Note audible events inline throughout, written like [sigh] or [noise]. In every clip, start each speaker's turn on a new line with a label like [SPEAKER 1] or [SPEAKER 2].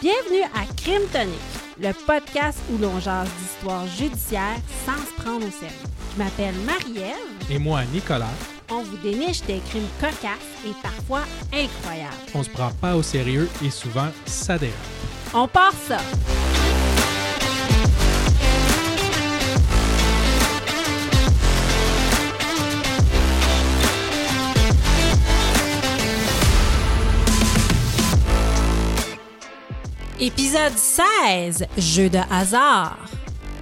[SPEAKER 1] Bienvenue à Crime Tonic, le podcast où l'on jase d'histoires judiciaires sans se prendre au sérieux. Je m'appelle Marie-Ève,
[SPEAKER 2] Et moi, Nicolas,
[SPEAKER 1] on vous déniche des crimes cocasses et parfois incroyables.
[SPEAKER 2] on se prend pas au sérieux et souvent ça dérape.
[SPEAKER 1] On part ça! Épisode 16, Jeu de hasard.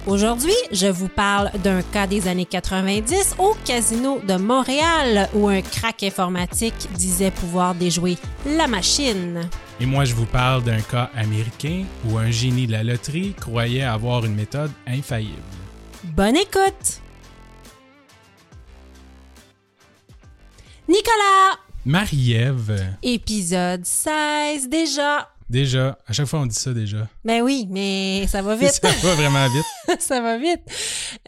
[SPEAKER 1] Aujourd'hui, je vous parle d'un cas des années 90 au Casino de Montréal où un crack informatique disait pouvoir déjouer la machine.
[SPEAKER 2] Et moi, je vous parle d'un cas américain où un génie de la loterie croyait avoir une méthode infaillible.
[SPEAKER 1] Bonne écoute! Nicolas!
[SPEAKER 2] Marie-Ève,
[SPEAKER 1] Épisode 16 déjà!
[SPEAKER 2] déjà, à chaque fois on dit ça déjà.
[SPEAKER 1] Ben oui, mais ça va vite.
[SPEAKER 2] [laughs] Ça va vraiment
[SPEAKER 1] [laughs]
[SPEAKER 2] vite.
[SPEAKER 1] ça va vite.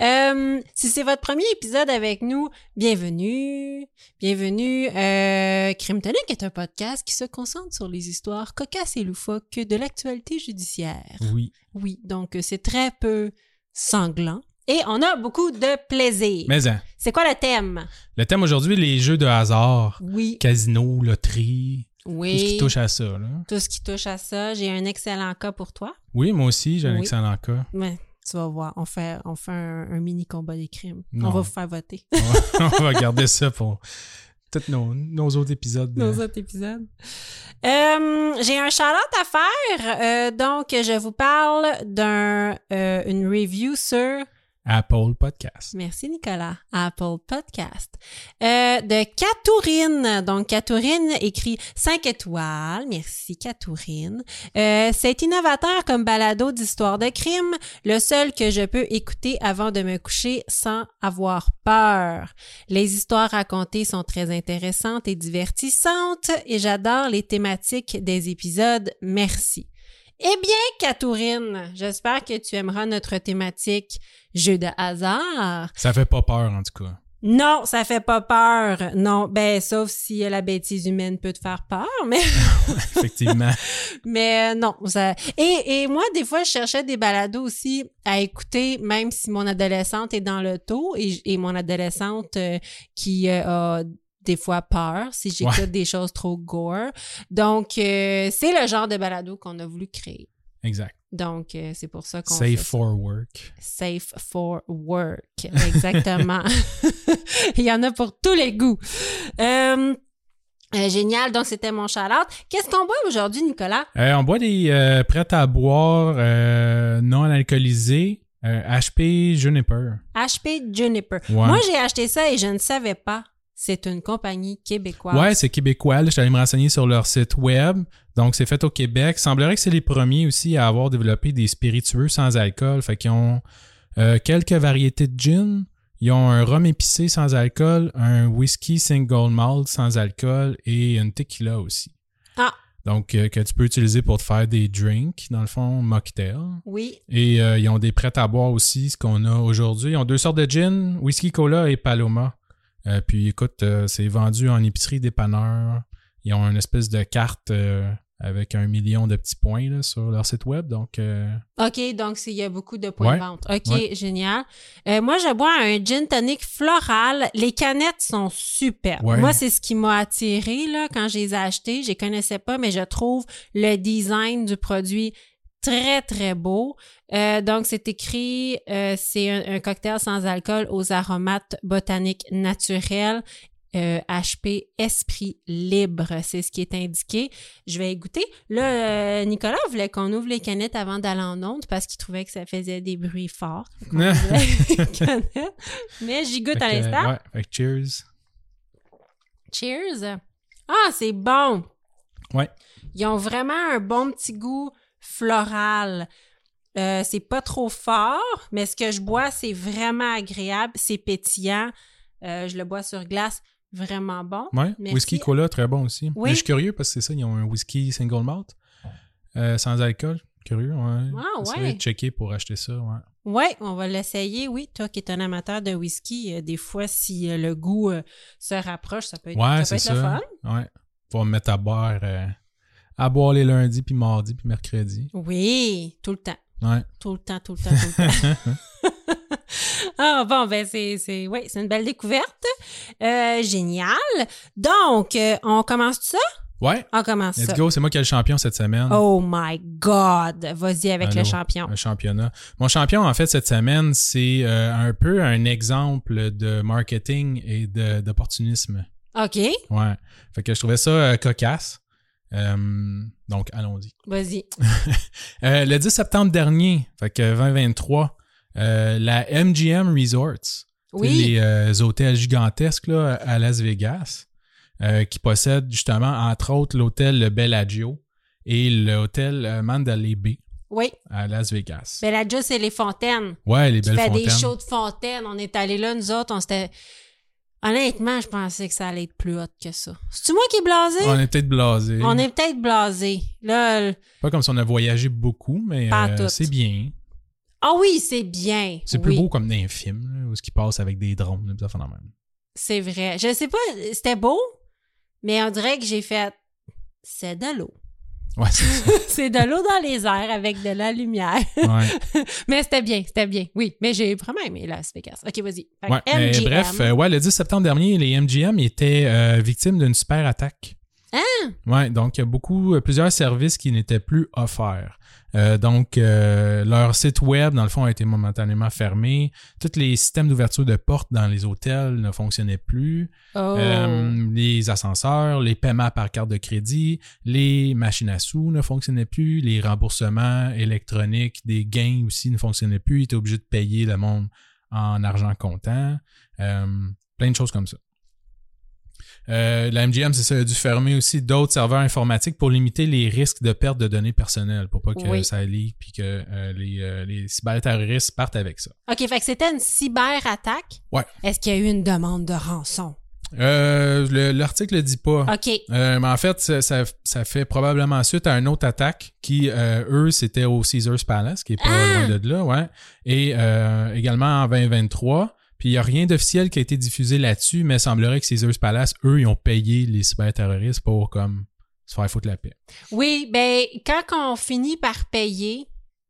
[SPEAKER 1] Euh, si c'est votre premier épisode avec nous, bienvenue. Bienvenue. Euh, Crime Tonic est un podcast qui se concentre sur les histoires cocasses et loufoques de l'actualité judiciaire.
[SPEAKER 2] Oui.
[SPEAKER 1] Oui, donc euh, c'est très peu sanglant. Et on a beaucoup de plaisir.
[SPEAKER 2] Mais hein,
[SPEAKER 1] C'est quoi le thème?
[SPEAKER 2] le thème aujourd'hui, les jeux de hasard,
[SPEAKER 1] Oui.
[SPEAKER 2] casino, loterie, tout ce qui
[SPEAKER 1] Oui.
[SPEAKER 2] touche à ça. là.
[SPEAKER 1] Tout ce qui touche à ça. J'ai un excellent cas pour toi.
[SPEAKER 2] Oui, moi aussi, j'ai un
[SPEAKER 1] Oui.
[SPEAKER 2] excellent cas.
[SPEAKER 1] Mais tu vas voir, on fait, on fait un, un mini combat des crimes.
[SPEAKER 2] Non.
[SPEAKER 1] On va vous faire
[SPEAKER 2] [laughs]
[SPEAKER 1] voter.
[SPEAKER 2] On va- on va garder ça pour tous nos, nos autres épisodes.
[SPEAKER 1] dans
[SPEAKER 2] euh,
[SPEAKER 1] cet épisode. Euh, J'ai un shout-out à faire. Euh, donc, je vous parle d'un euh, une review sur,
[SPEAKER 2] Apple Podcast.
[SPEAKER 1] merci Nicolas, Apple Podcast, euh, de Katourine. Donc, Katourine écrit 5 étoiles. Merci Katourine. Euh, C'est innovateur comme balado d'histoire de crime, le seul que je peux écouter avant de me coucher sans avoir peur. Les histoires racontées sont très intéressantes et divertissantes et j'adore les thématiques des épisodes. Merci. Eh bien, Catherine, j'espère que tu aimeras notre thématique jeu de hasard.
[SPEAKER 2] Ça fait pas peur en tout cas.
[SPEAKER 1] Non, ça fait pas peur. Non, ben sauf si euh, la bêtise humaine peut te faire peur, [laughs] mais
[SPEAKER 2] Effectivement.
[SPEAKER 1] mais euh, non, ça... Et, et moi, des fois, je cherchais des balados aussi à écouter, même si mon adolescente est dans le taux et, j- et mon adolescente euh, qui euh, a des fois peur si j'écoute
[SPEAKER 2] Ouais.
[SPEAKER 1] des choses trop gore. Donc, euh, c'est le genre de balado qu'on a voulu créer.
[SPEAKER 2] [laughs] exact.
[SPEAKER 1] Donc, euh, c'est pour ça qu'on fait
[SPEAKER 2] Safe
[SPEAKER 1] ça.
[SPEAKER 2] for work.
[SPEAKER 1] Safe for work. Exactement. [laughs] Il y en a pour tous les goûts. Euh, euh, génial. Donc, c'était mon shout-out. Qu'est-ce qu'on boit aujourd'hui, Nicolas?
[SPEAKER 2] Euh, on boit des euh, prêts à boire euh, non alcoolisés, euh, HP Juniper.
[SPEAKER 1] HP Juniper.
[SPEAKER 2] Ouais.
[SPEAKER 1] Moi, j'ai acheté ça et je ne savais pas. C'est une compagnie québécoise.
[SPEAKER 2] Ouais, c'est québécois. là, Je suis allé me renseigner sur leur site web. Donc, c'est fait au Québec. Semblerait que c'est les premiers aussi à avoir développé des spiritueux sans alcool. Fait qu'ils ont euh, quelques variétés de gin. Ils ont un rhum épicé sans alcool, un whisky single malt sans alcool et une tequila aussi.
[SPEAKER 1] Ah.
[SPEAKER 2] Donc, euh, que tu peux utiliser pour te faire des drinks, dans le fond, mocktail.
[SPEAKER 1] Oui.
[SPEAKER 2] Et euh, ils ont des prêts à boire aussi, ce qu'on a aujourd'hui. Ils ont deux sortes de gin, whisky cola et paloma. Euh, puis écoute, euh, c'est vendu en épicerie dépanneur. Ils ont une espèce de carte euh, avec un million de petits points là, sur leur site web. Donc, euh,
[SPEAKER 1] OK, donc c'est- il y a beaucoup de points
[SPEAKER 2] Ouais.
[SPEAKER 1] de vente. OK,
[SPEAKER 2] Ouais.
[SPEAKER 1] génial. Euh, moi, je bois un gin tonic floral. Les canettes sont super.
[SPEAKER 2] Ouais.
[SPEAKER 1] Moi, c'est ce qui m'a attiré là, quand je les ai achetées. Je les connaissais pas, mais je trouve le design du produit très, très beau. Euh, donc, c'est écrit, euh, c'est un, un cocktail sans alcool aux aromates botaniques naturels. euh, HP Esprit Libre, c'est ce qui est indiqué. Je vais y goûter. Là, euh, Nicolas voulait qu'on ouvre les canettes avant d'aller en onde parce qu'il trouvait que ça faisait des bruits
[SPEAKER 2] [laughs]
[SPEAKER 1] forts. [laughs] qu'on ouvrait les canettes. Mais j'y goûte à
[SPEAKER 2] fait que,
[SPEAKER 1] l'instant.
[SPEAKER 2] ouais, fait que cheers.
[SPEAKER 1] Cheers! Ah, c'est bon!
[SPEAKER 2] Ouais.
[SPEAKER 1] Ils ont vraiment un bon petit goût floral. Euh, c'est pas trop fort, mais ce que je bois, c'est vraiment agréable. C'est pétillant. Euh, je le bois sur glace. Vraiment bon.
[SPEAKER 2] Ouais,
[SPEAKER 1] Merci.
[SPEAKER 2] whisky cola, très bon aussi.
[SPEAKER 1] Oui.
[SPEAKER 2] Mais je suis curieux parce que c'est ça, ils ont un whisky single malt euh, sans alcool. Curieux, ouais.
[SPEAKER 1] Ah,
[SPEAKER 2] Ça,
[SPEAKER 1] ouais.
[SPEAKER 2] checker pour acheter ça, ouais.
[SPEAKER 1] Oui, on va l'essayer. Oui, toi qui es un amateur de whisky, euh, des fois, si euh, le goût euh, se rapproche, ça peut être,
[SPEAKER 2] Ouais,
[SPEAKER 1] ça
[SPEAKER 2] c'est
[SPEAKER 1] peut être le fun.
[SPEAKER 2] ça. Ouais. Faut me mettre à boire, euh, à boire les lundis, puis mardis, puis mercredis.
[SPEAKER 1] Oui, tout le temps.
[SPEAKER 2] Ouais.
[SPEAKER 1] Tout le temps, tout le temps, tout le temps.
[SPEAKER 2] [laughs]
[SPEAKER 1] Ah bon, ben c'est c'est ouais, c'est une belle découverte. Euh, génial. Donc, euh, on commence ça?
[SPEAKER 2] Ouais.
[SPEAKER 1] On commence
[SPEAKER 2] Let's
[SPEAKER 1] Ah, ça.
[SPEAKER 2] go, c'est moi qui ai le champion cette semaine.
[SPEAKER 1] Oh my God! Vas-y avec
[SPEAKER 2] Allô,
[SPEAKER 1] le champion.
[SPEAKER 2] Un championnat. Mon champion, en fait, cette semaine, c'est euh, un peu un exemple de marketing et de- d'opportunisme.
[SPEAKER 1] OK,
[SPEAKER 2] Ouais. Fait que je trouvais ça euh, cocasse. Euh, donc, allons-y. [laughs]
[SPEAKER 1] vas-y.
[SPEAKER 2] Euh, le 10 septembre dernier, fait que 2023, euh, la MGM Resorts, tu sais,
[SPEAKER 1] Oui,
[SPEAKER 2] les euh, hôtels gigantesques là, à Las Vegas, euh, qui possèdent justement, entre autres, l'hôtel Le Bellagio et l'hôtel euh, Mandalay Bay
[SPEAKER 1] oui.
[SPEAKER 2] à Las Vegas.
[SPEAKER 1] Ben la Just, c'est les fontaines.
[SPEAKER 2] ouais, les
[SPEAKER 1] Tu
[SPEAKER 2] belles
[SPEAKER 1] fais
[SPEAKER 2] fontaines.
[SPEAKER 1] des shows de fontaines. On est allés là, nous autres, on s'était... Honnêtement, je pensais que ça allait être plus haute que ça. C'est-tu moi qui est blasé?
[SPEAKER 2] On est peut-être blasé.
[SPEAKER 1] On est peut-être blasé. Là, le-
[SPEAKER 2] Pas comme si on a voyagé beaucoup, mais
[SPEAKER 1] Pas
[SPEAKER 2] euh,
[SPEAKER 1] toutes.
[SPEAKER 2] c'est bien.
[SPEAKER 1] ah oui, c'est bien.
[SPEAKER 2] C'est plus
[SPEAKER 1] oui.
[SPEAKER 2] beau comme dans les films, là, où ce qui passe avec des drones, des affaires de même.
[SPEAKER 1] C'est vrai. Je sais pas, c'était beau, mais on dirait que j'ai fait c'est de l'eau. [laughs]
[SPEAKER 2] Ouais, c'est ça.
[SPEAKER 1] c'est de l'eau dans les airs avec de la lumière.
[SPEAKER 2] [laughs]
[SPEAKER 1] [laughs]
[SPEAKER 2] Ouais.
[SPEAKER 1] mais c'était bien, c'était bien. Oui, mais j'ai vraiment aimé Las Vegas. OK, vas-y. Fait que
[SPEAKER 2] Ouais, mais
[SPEAKER 1] MGM.
[SPEAKER 2] bref, euh, ouais, le 10 septembre dernier, les MGM étaient euh, victimes d'une super attaque.
[SPEAKER 1] Hein?
[SPEAKER 2] Ouais, donc il y a beaucoup, euh, plusieurs services qui n'étaient plus offerts. Euh, donc, euh, leur site web, dans le fond, a été momentanément fermé. Tous les systèmes d'ouverture de portes dans les hôtels ne fonctionnaient plus.
[SPEAKER 1] Oh.
[SPEAKER 2] Euh, les ascenseurs, les paiements par carte de crédit, les machines à sous ne fonctionnaient plus, les remboursements électroniques des gains aussi ne fonctionnaient plus. Ils étaient obligés de payer le monde en argent comptant. Euh, plein de choses comme ça. Euh, la MGM, c'est ça, a dû fermer aussi d'autres serveurs informatiques pour limiter les risques de perte de données personnelles, pour pas que
[SPEAKER 1] Oui.
[SPEAKER 2] ça leak puis que euh, les, euh, les cyberterroristes partent avec ça.
[SPEAKER 1] OK, fait que c'était une cyberattaque.
[SPEAKER 2] Ouais.
[SPEAKER 1] Est-ce qu'il y a eu une demande de rançon?
[SPEAKER 2] Euh, le- L'article ne dit pas.
[SPEAKER 1] OK.
[SPEAKER 2] Euh, mais en fait, ça, ça- ça fait probablement suite à une autre attaque qui, euh, eux, c'était au Caesars Palace, qui est pas
[SPEAKER 1] Ah!
[SPEAKER 2] loin de là, ouais. Et euh, également en 2023. Puis il n'y a rien d'officiel qui a été diffusé là-dessus, mais il semblerait que Caesars Palace, eux, ils ont payé les cyberterroristes pour comme se faire foutre la paix.
[SPEAKER 1] Oui, ben quand on finit par payer,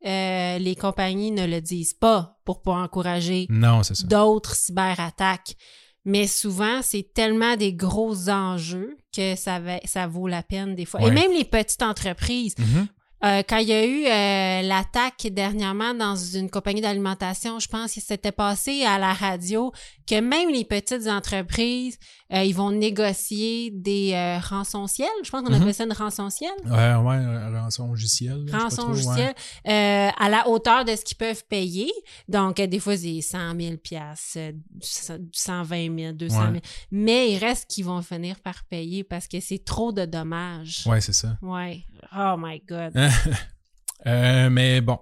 [SPEAKER 1] euh, les compagnies ne le disent pas pour pas encourager
[SPEAKER 2] Non, c'est ça.
[SPEAKER 1] d'autres cyberattaques. Mais souvent, c'est tellement des gros enjeux que ça, va- ça vaut la peine des fois. Et
[SPEAKER 2] Ouais.
[SPEAKER 1] même les petites entreprises.
[SPEAKER 2] Mhm.
[SPEAKER 1] Euh, quand il y a eu euh, l'attaque dernièrement dans une compagnie d'alimentation, je pense que s'était passé à la radio que même les petites entreprises, euh, ils vont négocier des euh, rançons ciel. Je pense qu'on
[SPEAKER 2] Mhm.
[SPEAKER 1] appelle ça une rançon ciel.
[SPEAKER 2] Ouais, ouais, euh, rançon logiciel. je sais pas
[SPEAKER 1] Rançon
[SPEAKER 2] trop, ouais.
[SPEAKER 1] judiciaire euh, à la hauteur de ce qu'ils peuvent payer. Donc, euh, des fois, c'est 100 000 piastres, euh, 120 000, 200 000.
[SPEAKER 2] Ouais.
[SPEAKER 1] Mais il reste qu'ils vont finir par payer parce que c'est trop de dommages.
[SPEAKER 2] Ouais, c'est ça. [laughs]
[SPEAKER 1] Ouais. Oh my God.
[SPEAKER 2] Euh, mais bon,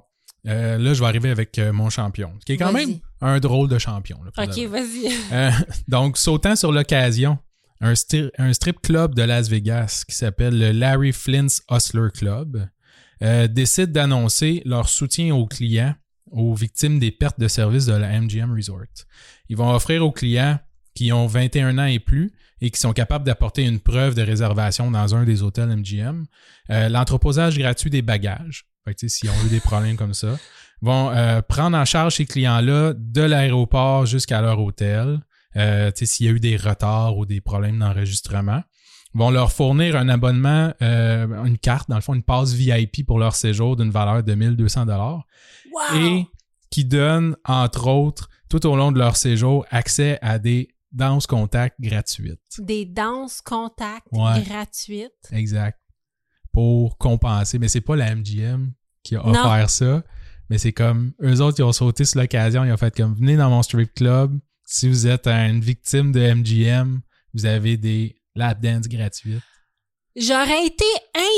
[SPEAKER 2] Euh, là, je vais arriver avec euh, mon champion, ce qui est quand
[SPEAKER 1] Vas-y.
[SPEAKER 2] même un drôle de champion. là, pour de
[SPEAKER 1] OK,
[SPEAKER 2] vrai.
[SPEAKER 1] vas-y.
[SPEAKER 2] Euh, donc, sautant sur l'occasion, un, sti- un strip club de Las Vegas qui s'appelle le Larry Flint's Hustler Club euh, décide d'annoncer leur soutien aux clients, aux victimes des pertes de services de la MGM Resort. Ils vont offrir aux clients qui ont 21 ans et plus et qui sont capables d'apporter une preuve de réservation dans un des hôtels MGM. Euh, L'entreposage gratuit des bagages. Fait que, tu sais, s'ils ont eu des problèmes comme ça, vont euh, prendre en charge ces clients-là de l'aéroport jusqu'à leur hôtel. Euh, tu sais, s'il y a eu des retards ou des problèmes d'enregistrement, vont leur fournir un abonnement, euh, une carte, dans le fond, une passe VIP pour leur séjour d'une valeur de 1200 dollars
[SPEAKER 1] Wow!
[SPEAKER 2] et qui donnent, entre autres, tout au long de leur séjour, accès à des danses contacts gratuites.
[SPEAKER 1] Des danses contacts
[SPEAKER 2] Ouais.
[SPEAKER 1] gratuites.
[SPEAKER 2] Exact. Pour compenser. Mais c'est pas la MGM qui a
[SPEAKER 1] Non.
[SPEAKER 2] offert ça. Mais c'est comme eux autres, ils ont sauté sur l'occasion. Ils ont fait comme venez dans mon strip club. Si vous êtes une victime de MGM, vous avez des lap dance gratuites.
[SPEAKER 1] J'aurais été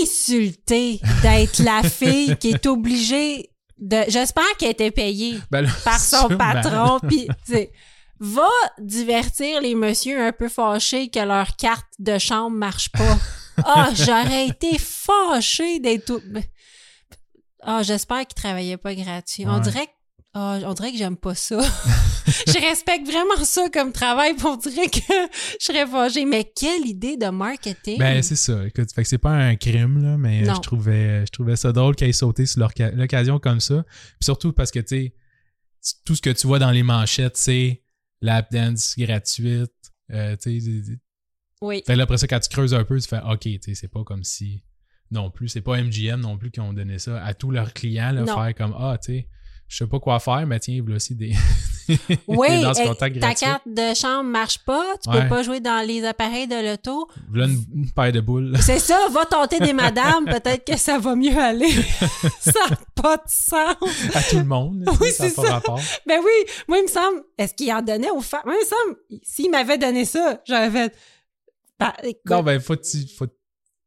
[SPEAKER 1] insultée d'être la fille qui est obligée de. J'espère qu'elle était payée
[SPEAKER 2] Ben là, [laughs]
[SPEAKER 1] par son
[SPEAKER 2] sûrement.
[SPEAKER 1] patron. Puis, tu sais, va divertir les messieurs un peu fâchés que leur carte de chambre marche
[SPEAKER 2] [laughs]
[SPEAKER 1] pas. Ah, j'aurais été fâchée d'être. au- Ah, j'espère qu'ils travaillaient pas gratuit. On
[SPEAKER 2] Ouais.
[SPEAKER 1] dirait que. ah, on dirait que j'aime pas ça. [laughs] je respecte vraiment ça comme travail, puis on dirait que je serais fâchée. Mais quelle idée de marketing!
[SPEAKER 2] Ben, c'est ça. Écoute, fait que c'est pas un crime, là, mais
[SPEAKER 1] Non.
[SPEAKER 2] je trouvais, je trouvais ça drôle qu'ils aient sauté sur leur ca- l'occasion comme ça. Puis surtout parce que, tu sais, t- tout ce que tu vois dans les manchettes, c'est lap dance gratuite. euh, tu sais, des- des-
[SPEAKER 1] oui.
[SPEAKER 2] fait que là, après ça, quand tu creuses un peu, tu fais OK, tu sais, c'est pas comme si non plus, c'est pas MGM non plus qui ont donné ça à tous leurs clients, là,
[SPEAKER 1] Non.
[SPEAKER 2] faire comme Ah, tu sais, je sais pas quoi faire, mais tiens, voilà aussi des. [laughs]
[SPEAKER 1] Oui,
[SPEAKER 2] des danses
[SPEAKER 1] eh,
[SPEAKER 2] contacts
[SPEAKER 1] ta
[SPEAKER 2] gratuites.
[SPEAKER 1] carte de chambre marche pas, tu
[SPEAKER 2] Ouais.
[SPEAKER 1] peux pas jouer dans les appareils de l'auto.
[SPEAKER 2] Voilà une, une paire de boules.
[SPEAKER 1] C'est ça, va tenter des madames, peut-être que ça va mieux
[SPEAKER 2] [laughs]
[SPEAKER 1] aller. ça n'a pas de sens.
[SPEAKER 2] [laughs] à tout le monde. là,
[SPEAKER 1] Oui,
[SPEAKER 2] a
[SPEAKER 1] c'est
[SPEAKER 2] pas
[SPEAKER 1] ça.
[SPEAKER 2] rapport.
[SPEAKER 1] Ben oui, moi, il me semble, est-ce qu'il en donnait aux femmes? Moi, il me semble, s'il m'avait donné ça, j'aurais fait. Ben, écoute,
[SPEAKER 2] Non, ben, faut tu. Faut,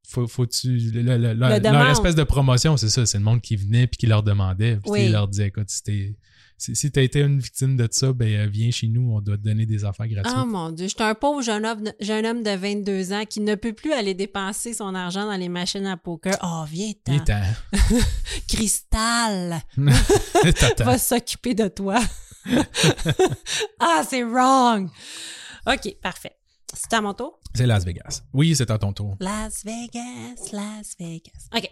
[SPEAKER 2] faut, faut tu le- le- le- leur,
[SPEAKER 1] demande.
[SPEAKER 2] espèce de promotion, c'est ça. C'est le monde qui venait puis qui leur demandait. Puis
[SPEAKER 1] Oui.
[SPEAKER 2] ils leur disaient, écoute, si t'es- Si, si t'as été une victime de ça, ben euh, viens chez nous, on doit te donner des affaires gratuites.
[SPEAKER 1] Oh mon Dieu, je suis un pauvre jeune homme, de- jeune homme de 22 ans qui ne peut plus aller dépenser son argent dans les machines à poker. Oh,
[SPEAKER 2] Il est
[SPEAKER 1] viens-t'en.
[SPEAKER 2] temps.
[SPEAKER 1] [laughs]
[SPEAKER 2] [laughs]
[SPEAKER 1] Cristal
[SPEAKER 2] T'attends.
[SPEAKER 1] va s'occuper de
[SPEAKER 2] [laughs]
[SPEAKER 1] toi. [laughs] ah, c'est wrong. OK, parfait. C'est à mon tour?
[SPEAKER 2] C'est Las Vegas. Oui, c'est à ton tour.
[SPEAKER 1] Las Vegas, Las Vegas. OK.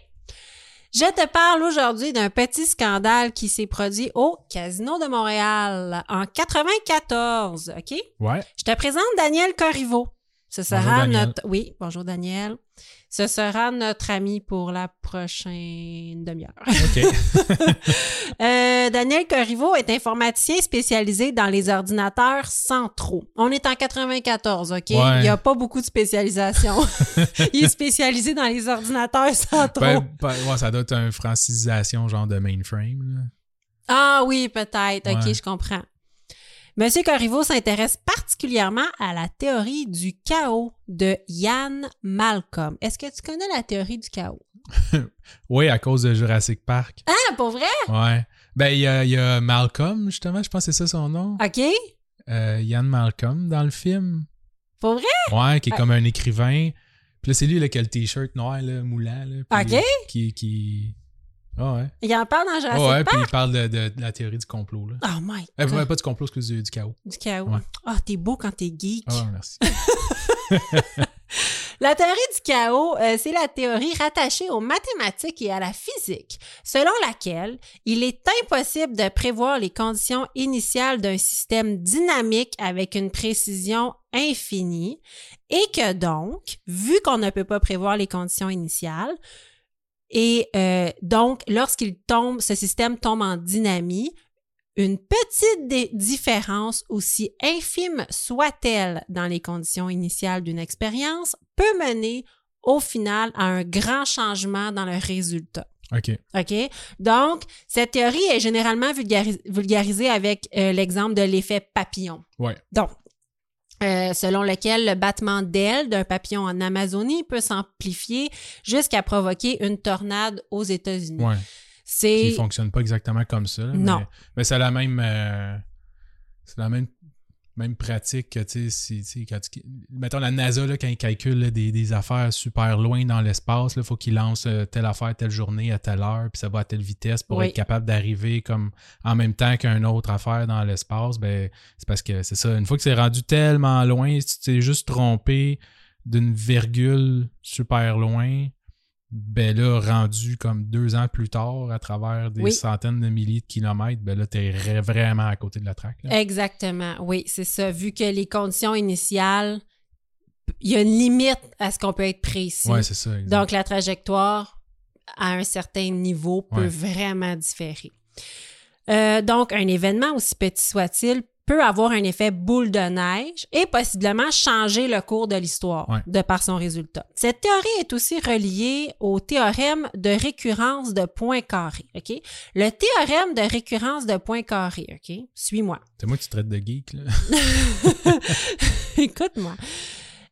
[SPEAKER 1] Je te parle aujourd'hui d'un petit scandale qui s'est produit au Casino de Montréal en 94, OK?
[SPEAKER 2] Ouais.
[SPEAKER 1] Je te présente Daniel Corriveau. Ce sera
[SPEAKER 2] Bonjour, Daniel.
[SPEAKER 1] notre oui, bonjour Daniel. Ce sera notre ami pour la prochaine demi-heure. [laughs]
[SPEAKER 2] OK.
[SPEAKER 1] Euh, Daniel Corriveau est informaticien spécialisé dans les ordinateurs centraux. On est en 94, OK?
[SPEAKER 2] Ouais.
[SPEAKER 1] Il n'y a pas beaucoup de
[SPEAKER 2] [laughs]
[SPEAKER 1] spécialisation. Il est spécialisé dans les ordinateurs centraux.
[SPEAKER 2] Ben, ben, ouais, ça doit être une francisation genre de mainframe. là.
[SPEAKER 1] Ah oui, peut-être. OK,
[SPEAKER 2] Ouais.
[SPEAKER 1] je comprends. Monsieur Corriveau s'intéresse particulièrement à la théorie du chaos de Yann Malcolm. Est-ce que tu connais la théorie du chaos?
[SPEAKER 2] Oui, à cause de Jurassic Park.
[SPEAKER 1] Ah, pour vrai?
[SPEAKER 2] Ouais. Ben, il y a, il y a Malcolm, justement, je pense que c'est ça son nom.
[SPEAKER 1] OK?
[SPEAKER 2] Euh, Yann Malcolm dans le film.
[SPEAKER 1] Pour vrai?
[SPEAKER 2] Ouais,
[SPEAKER 1] Ah!
[SPEAKER 2] qui est comme un écrivain. Puis là, c'est lui là, qui a le t-shirt noir, là, moulant. Là, puis,
[SPEAKER 1] Ok.
[SPEAKER 2] Qui. qui... Ah ouais.
[SPEAKER 1] Il en parle dans Jurassic
[SPEAKER 2] Ah ouais,
[SPEAKER 1] Park?
[SPEAKER 2] puis il parle de, de- de la théorie du complot. Là.
[SPEAKER 1] Oh my
[SPEAKER 2] Euh,
[SPEAKER 1] God.
[SPEAKER 2] pas du complot, excuse du, du chaos.
[SPEAKER 1] Du chaos. Ah,
[SPEAKER 2] Ouais.
[SPEAKER 1] t'es beau quand t'es geek. [laughs]
[SPEAKER 2] Ah, merci.
[SPEAKER 1] La théorie du chaos, euh, c'est la théorie rattachée aux mathématiques et à la physique, selon laquelle il est impossible de prévoir les conditions initiales d'un système dynamique avec une précision infinie et que donc, vu qu'on ne peut pas prévoir les conditions initiales, et euh, donc, lorsqu'il tombe, ce système tombe en dynamie, une petite dé- différence, aussi infime soit-elle dans les conditions initiales d'une expérience, peut mener au final à un grand changement dans le résultat.
[SPEAKER 2] OK.
[SPEAKER 1] OK? Donc, cette théorie est généralement vulgaris- vulgarisée avec euh, l'exemple de l'effet papillon.
[SPEAKER 2] Ouais.
[SPEAKER 1] Donc, euh, selon lequel le battement d'aile d'un papillon en Amazonie peut s'amplifier jusqu'à provoquer une tornade aux États-Unis.
[SPEAKER 2] Ouais. Qui
[SPEAKER 1] C'est
[SPEAKER 2] fonctionne pas exactement comme ça. là,
[SPEAKER 1] Non.
[SPEAKER 2] Mais, mais c'est la même. euh, c'est la même même pratique que, tu sais, si- tu sais, quand tu- mettons la NASA, là, quand ils calculent là, des, des affaires super loin dans l'espace, il faut qu'ils lancent euh, telle affaire telle journée à telle heure, puis ça va à telle vitesse pour
[SPEAKER 1] Oui.
[SPEAKER 2] être capable d'arriver comme en même temps qu'une autre affaire dans l'espace. Ben, c'est parce que c'est ça. Une fois que c'est rendu tellement loin, si tu t'es juste trompé d'une virgule super loin, ben là, rendu comme deux ans plus tard, à travers des
[SPEAKER 1] Oui.
[SPEAKER 2] centaines de milliers de kilomètres, ben là, t'es ra- vraiment à côté de la traque.
[SPEAKER 1] Eh,
[SPEAKER 2] là.
[SPEAKER 1] Exactement, oui, c'est ça. Vu que les conditions initiales, il y a une limite à ce qu'on peut être précis.
[SPEAKER 2] Ouais, c'est ça. exact.
[SPEAKER 1] Donc, la trajectoire à un certain niveau peut
[SPEAKER 2] Ouais.
[SPEAKER 1] vraiment différer. Euh, donc, un événement, aussi petit soit-il, peut avoir un effet boule de neige et possiblement changer le cours de l'histoire
[SPEAKER 2] Ouais.
[SPEAKER 1] de par son résultat. Cette théorie est aussi reliée au théorème de récurrence de Poincaré. OK? Le théorème de récurrence de Poincaré, OK? Suis-moi.
[SPEAKER 2] C'est moi qui te traite de geek, là. [laughs]
[SPEAKER 1] [laughs] Écoute-moi.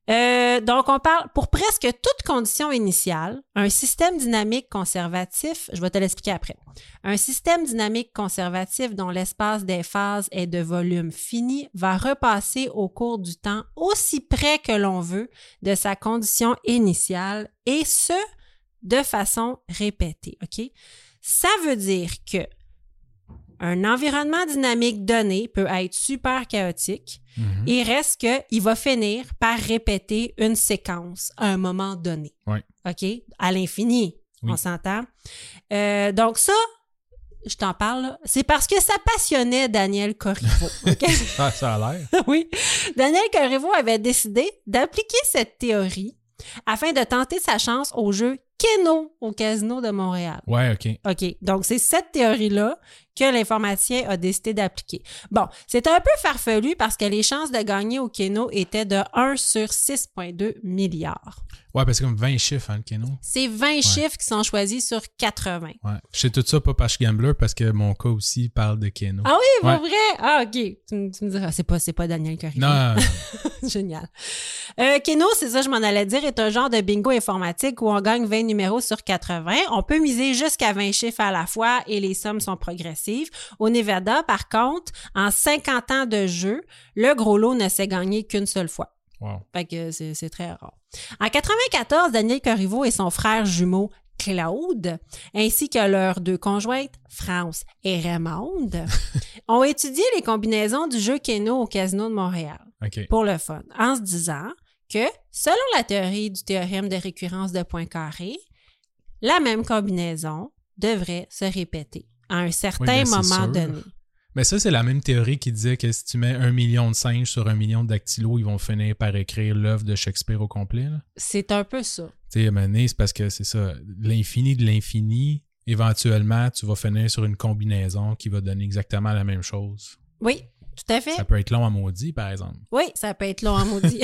[SPEAKER 1] Euh, donc, on parle pour presque toute condition initiale, un système dynamique conservatif, je vais te l'expliquer après. Un système dynamique conservatif dont l'espace des phases est de volume fini va repasser au cours du temps aussi près que l'on veut de sa condition initiale et ce, de façon répétée. OK? Ça veut dire que un environnement dynamique donné peut être super chaotique.
[SPEAKER 2] Mhm.
[SPEAKER 1] Il reste que il va finir par répéter une séquence à un moment donné.
[SPEAKER 2] Ouais.
[SPEAKER 1] OK? À l'infini.
[SPEAKER 2] Oui.
[SPEAKER 1] On s'entend? Euh, donc, ça, je t'en parle, là. c'est parce que ça passionnait Daniel
[SPEAKER 2] [laughs]
[SPEAKER 1] Corriveau. OK? [laughs]
[SPEAKER 2] ça, Ah, ça a l'air.
[SPEAKER 1] oui. Daniel Corriveau avait décidé d'appliquer cette théorie afin de tenter sa chance au jeu Keno au Casino de Montréal.
[SPEAKER 2] Ouais, OK.
[SPEAKER 1] OK. Donc, c'est cette théorie-là que l'informaticien a décidé d'appliquer. Bon, c'est un peu farfelu parce que les chances de gagner au Keno étaient de 1 sur 6,2 milliards.
[SPEAKER 2] Ouais, parce que c'est comme 20 chiffres, hein, le Keno.
[SPEAKER 1] C'est 20 chiffres qui sont choisis sur 80.
[SPEAKER 2] Ouais. Je sais tout ça pas parce que je suis gambler, parce que mon cas aussi parle de Keno.
[SPEAKER 1] Ah oui, pour
[SPEAKER 2] Ouais.
[SPEAKER 1] vrai? Ah, OK. Tu, me- tu me diras, c'est pas, c'est pas Daniel Curry.
[SPEAKER 2] Non, non,
[SPEAKER 1] [laughs]
[SPEAKER 2] non.
[SPEAKER 1] Génial. Euh, Keno, c'est ça, je m'en allais dire, est un genre de bingo informatique où on gagne 20 numéros sur 80. On peut miser jusqu'à 20 chiffres à la fois et les sommes sont progressives. Au Nevada, par contre, en 50 ans de jeu, le gros lot ne s'est gagné qu'une seule fois.
[SPEAKER 2] Wow.
[SPEAKER 1] Fait que c'est c'est très rare. En 94, Daniel Corriveau et son frère jumeau Claude, ainsi que leurs deux conjointes, France et Raymonde, ont étudié les combinaisons du jeu Keno au Casino de Montréal
[SPEAKER 2] OK.
[SPEAKER 1] pour le fun, en se disant que, selon la théorie du théorème de récurrence de Poincaré, la même combinaison devrait se répéter à un certain
[SPEAKER 2] Oui, ben, c'est
[SPEAKER 1] moment
[SPEAKER 2] sûr.
[SPEAKER 1] donné.
[SPEAKER 2] Mais ça, c'est la même théorie qui disait que si tu mets un million de singes sur un million de dactylos, ils vont finir par écrire l'œuvre de Shakespeare au complet, là.
[SPEAKER 1] C'est un peu ça.
[SPEAKER 2] Tu sais, à un moment donné, c'est parce que c'est ça, l'infini de l'infini, éventuellement, tu vas finir sur une combinaison qui va donner exactement la même chose.
[SPEAKER 1] Oui, tout à fait.
[SPEAKER 2] Ça peut être long à maudit, par exemple.
[SPEAKER 1] Oui, ça peut être long en
[SPEAKER 2] [laughs]
[SPEAKER 1] maudit.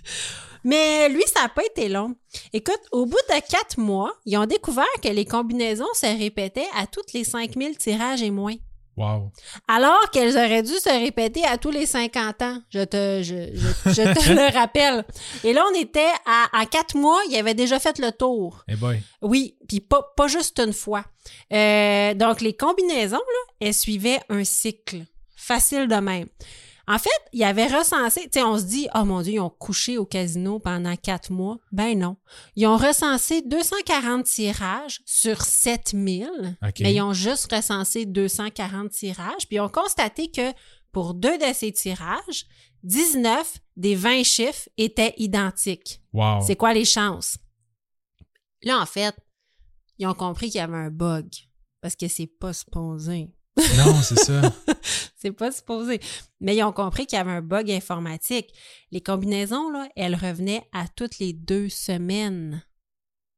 [SPEAKER 1] [laughs] Mais lui, ça n'a pas été long. Écoute, au bout de quatre mois, ils ont découvert que les combinaisons se répétaient à toutes les 5000 tirages et moins.
[SPEAKER 2] Wow.
[SPEAKER 1] Alors qu'elles auraient dû se répéter à tous les 50 ans. Je te, je, je- je te le rappelle. Et là, on était à, à quatre mois, il avait déjà fait le tour.
[SPEAKER 2] Eh boy.
[SPEAKER 1] Oui, puis pas, pas juste une fois. Euh, donc, les combinaisons, là, elles suivaient un cycle. Facile de même. En fait, il avait recensé, tu sais, on se dit, oh mon Dieu, ils ont couché au casino pendant quatre mois. Ben non. Ils ont recensé 240 tirages sur 7000.
[SPEAKER 2] OK.
[SPEAKER 1] Mais ils ont juste recensé 240 tirages, puis ils ont constaté que pour deux de ces tirages, 19 des 20 chiffres étaient identiques.
[SPEAKER 2] Wow.
[SPEAKER 1] C'est quoi les chances? Là, en fait, ils ont compris qu'il y avait un bug parce que c'est pas supposé.
[SPEAKER 2] Non, c'est ça.
[SPEAKER 1] C'est pas supposé. Mais ils ont compris qu'il y avait un bug informatique. Les combinaisons, là, elles revenaient à toutes les deux semaines.